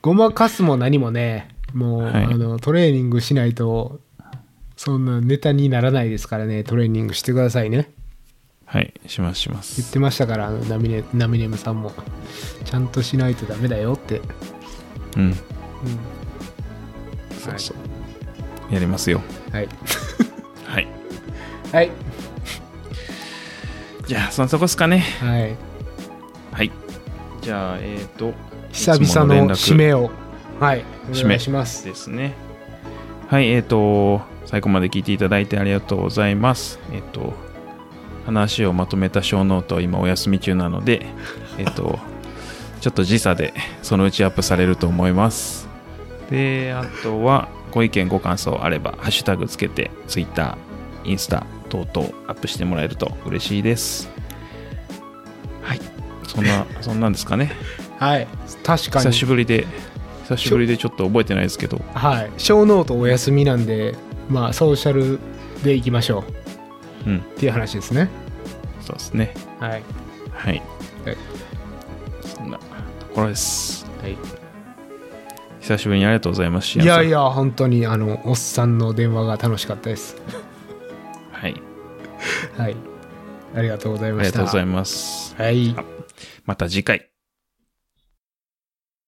ごまかすも何もね、もう、
はい
あの、トレーニングしないと、そんなネタにならないですからね、トレーニングしてくださいね。
はい、しますしま
言っ
す。
てましたから、あのナミネ、ナミネムさんも。ちゃんとしないとダメだよって。
うん。
うん。
そうそう。やりますよ。
はい。
はい。
はい。
じゃあ、そんなとこですかね。
はい。
はい。じゃあ、えっ、と、
久
いつも
々
連
の
絡
締めを、はい。お
締め
願いします。
ですね。はい、えっ、と、最後まで聞いていただいてありがとうございます。えっ、と、話をまとめた小ノートは今お休み中なので、 *laughs* えっ、と、ちょっと時差でそのうちアップされると思います。で、あとはご意見ご感想あれば、ハッシュタグつけて、Twitter、インスタ等々アップしてもらえると嬉しいです。はい、そんな、そんなんですかね。
はい。確かに
久。しぶりで、久しぶりでちょっと覚えてないですけど、
はい。小ノートお休みなんで、まあ、ソーシャルで行きましょう。
うん。
っていう話ですね。
そうですね。
はい。
はい。
はい
そんなところです。
はい、
久しぶりにありがとうございます。
いやいや、
や。
本当にあのおっさんの電話が楽しかったです。
はい。
はい。ありがとうござい
あ
ま
り
し
がと
た。
うございます。
はい。
また次回。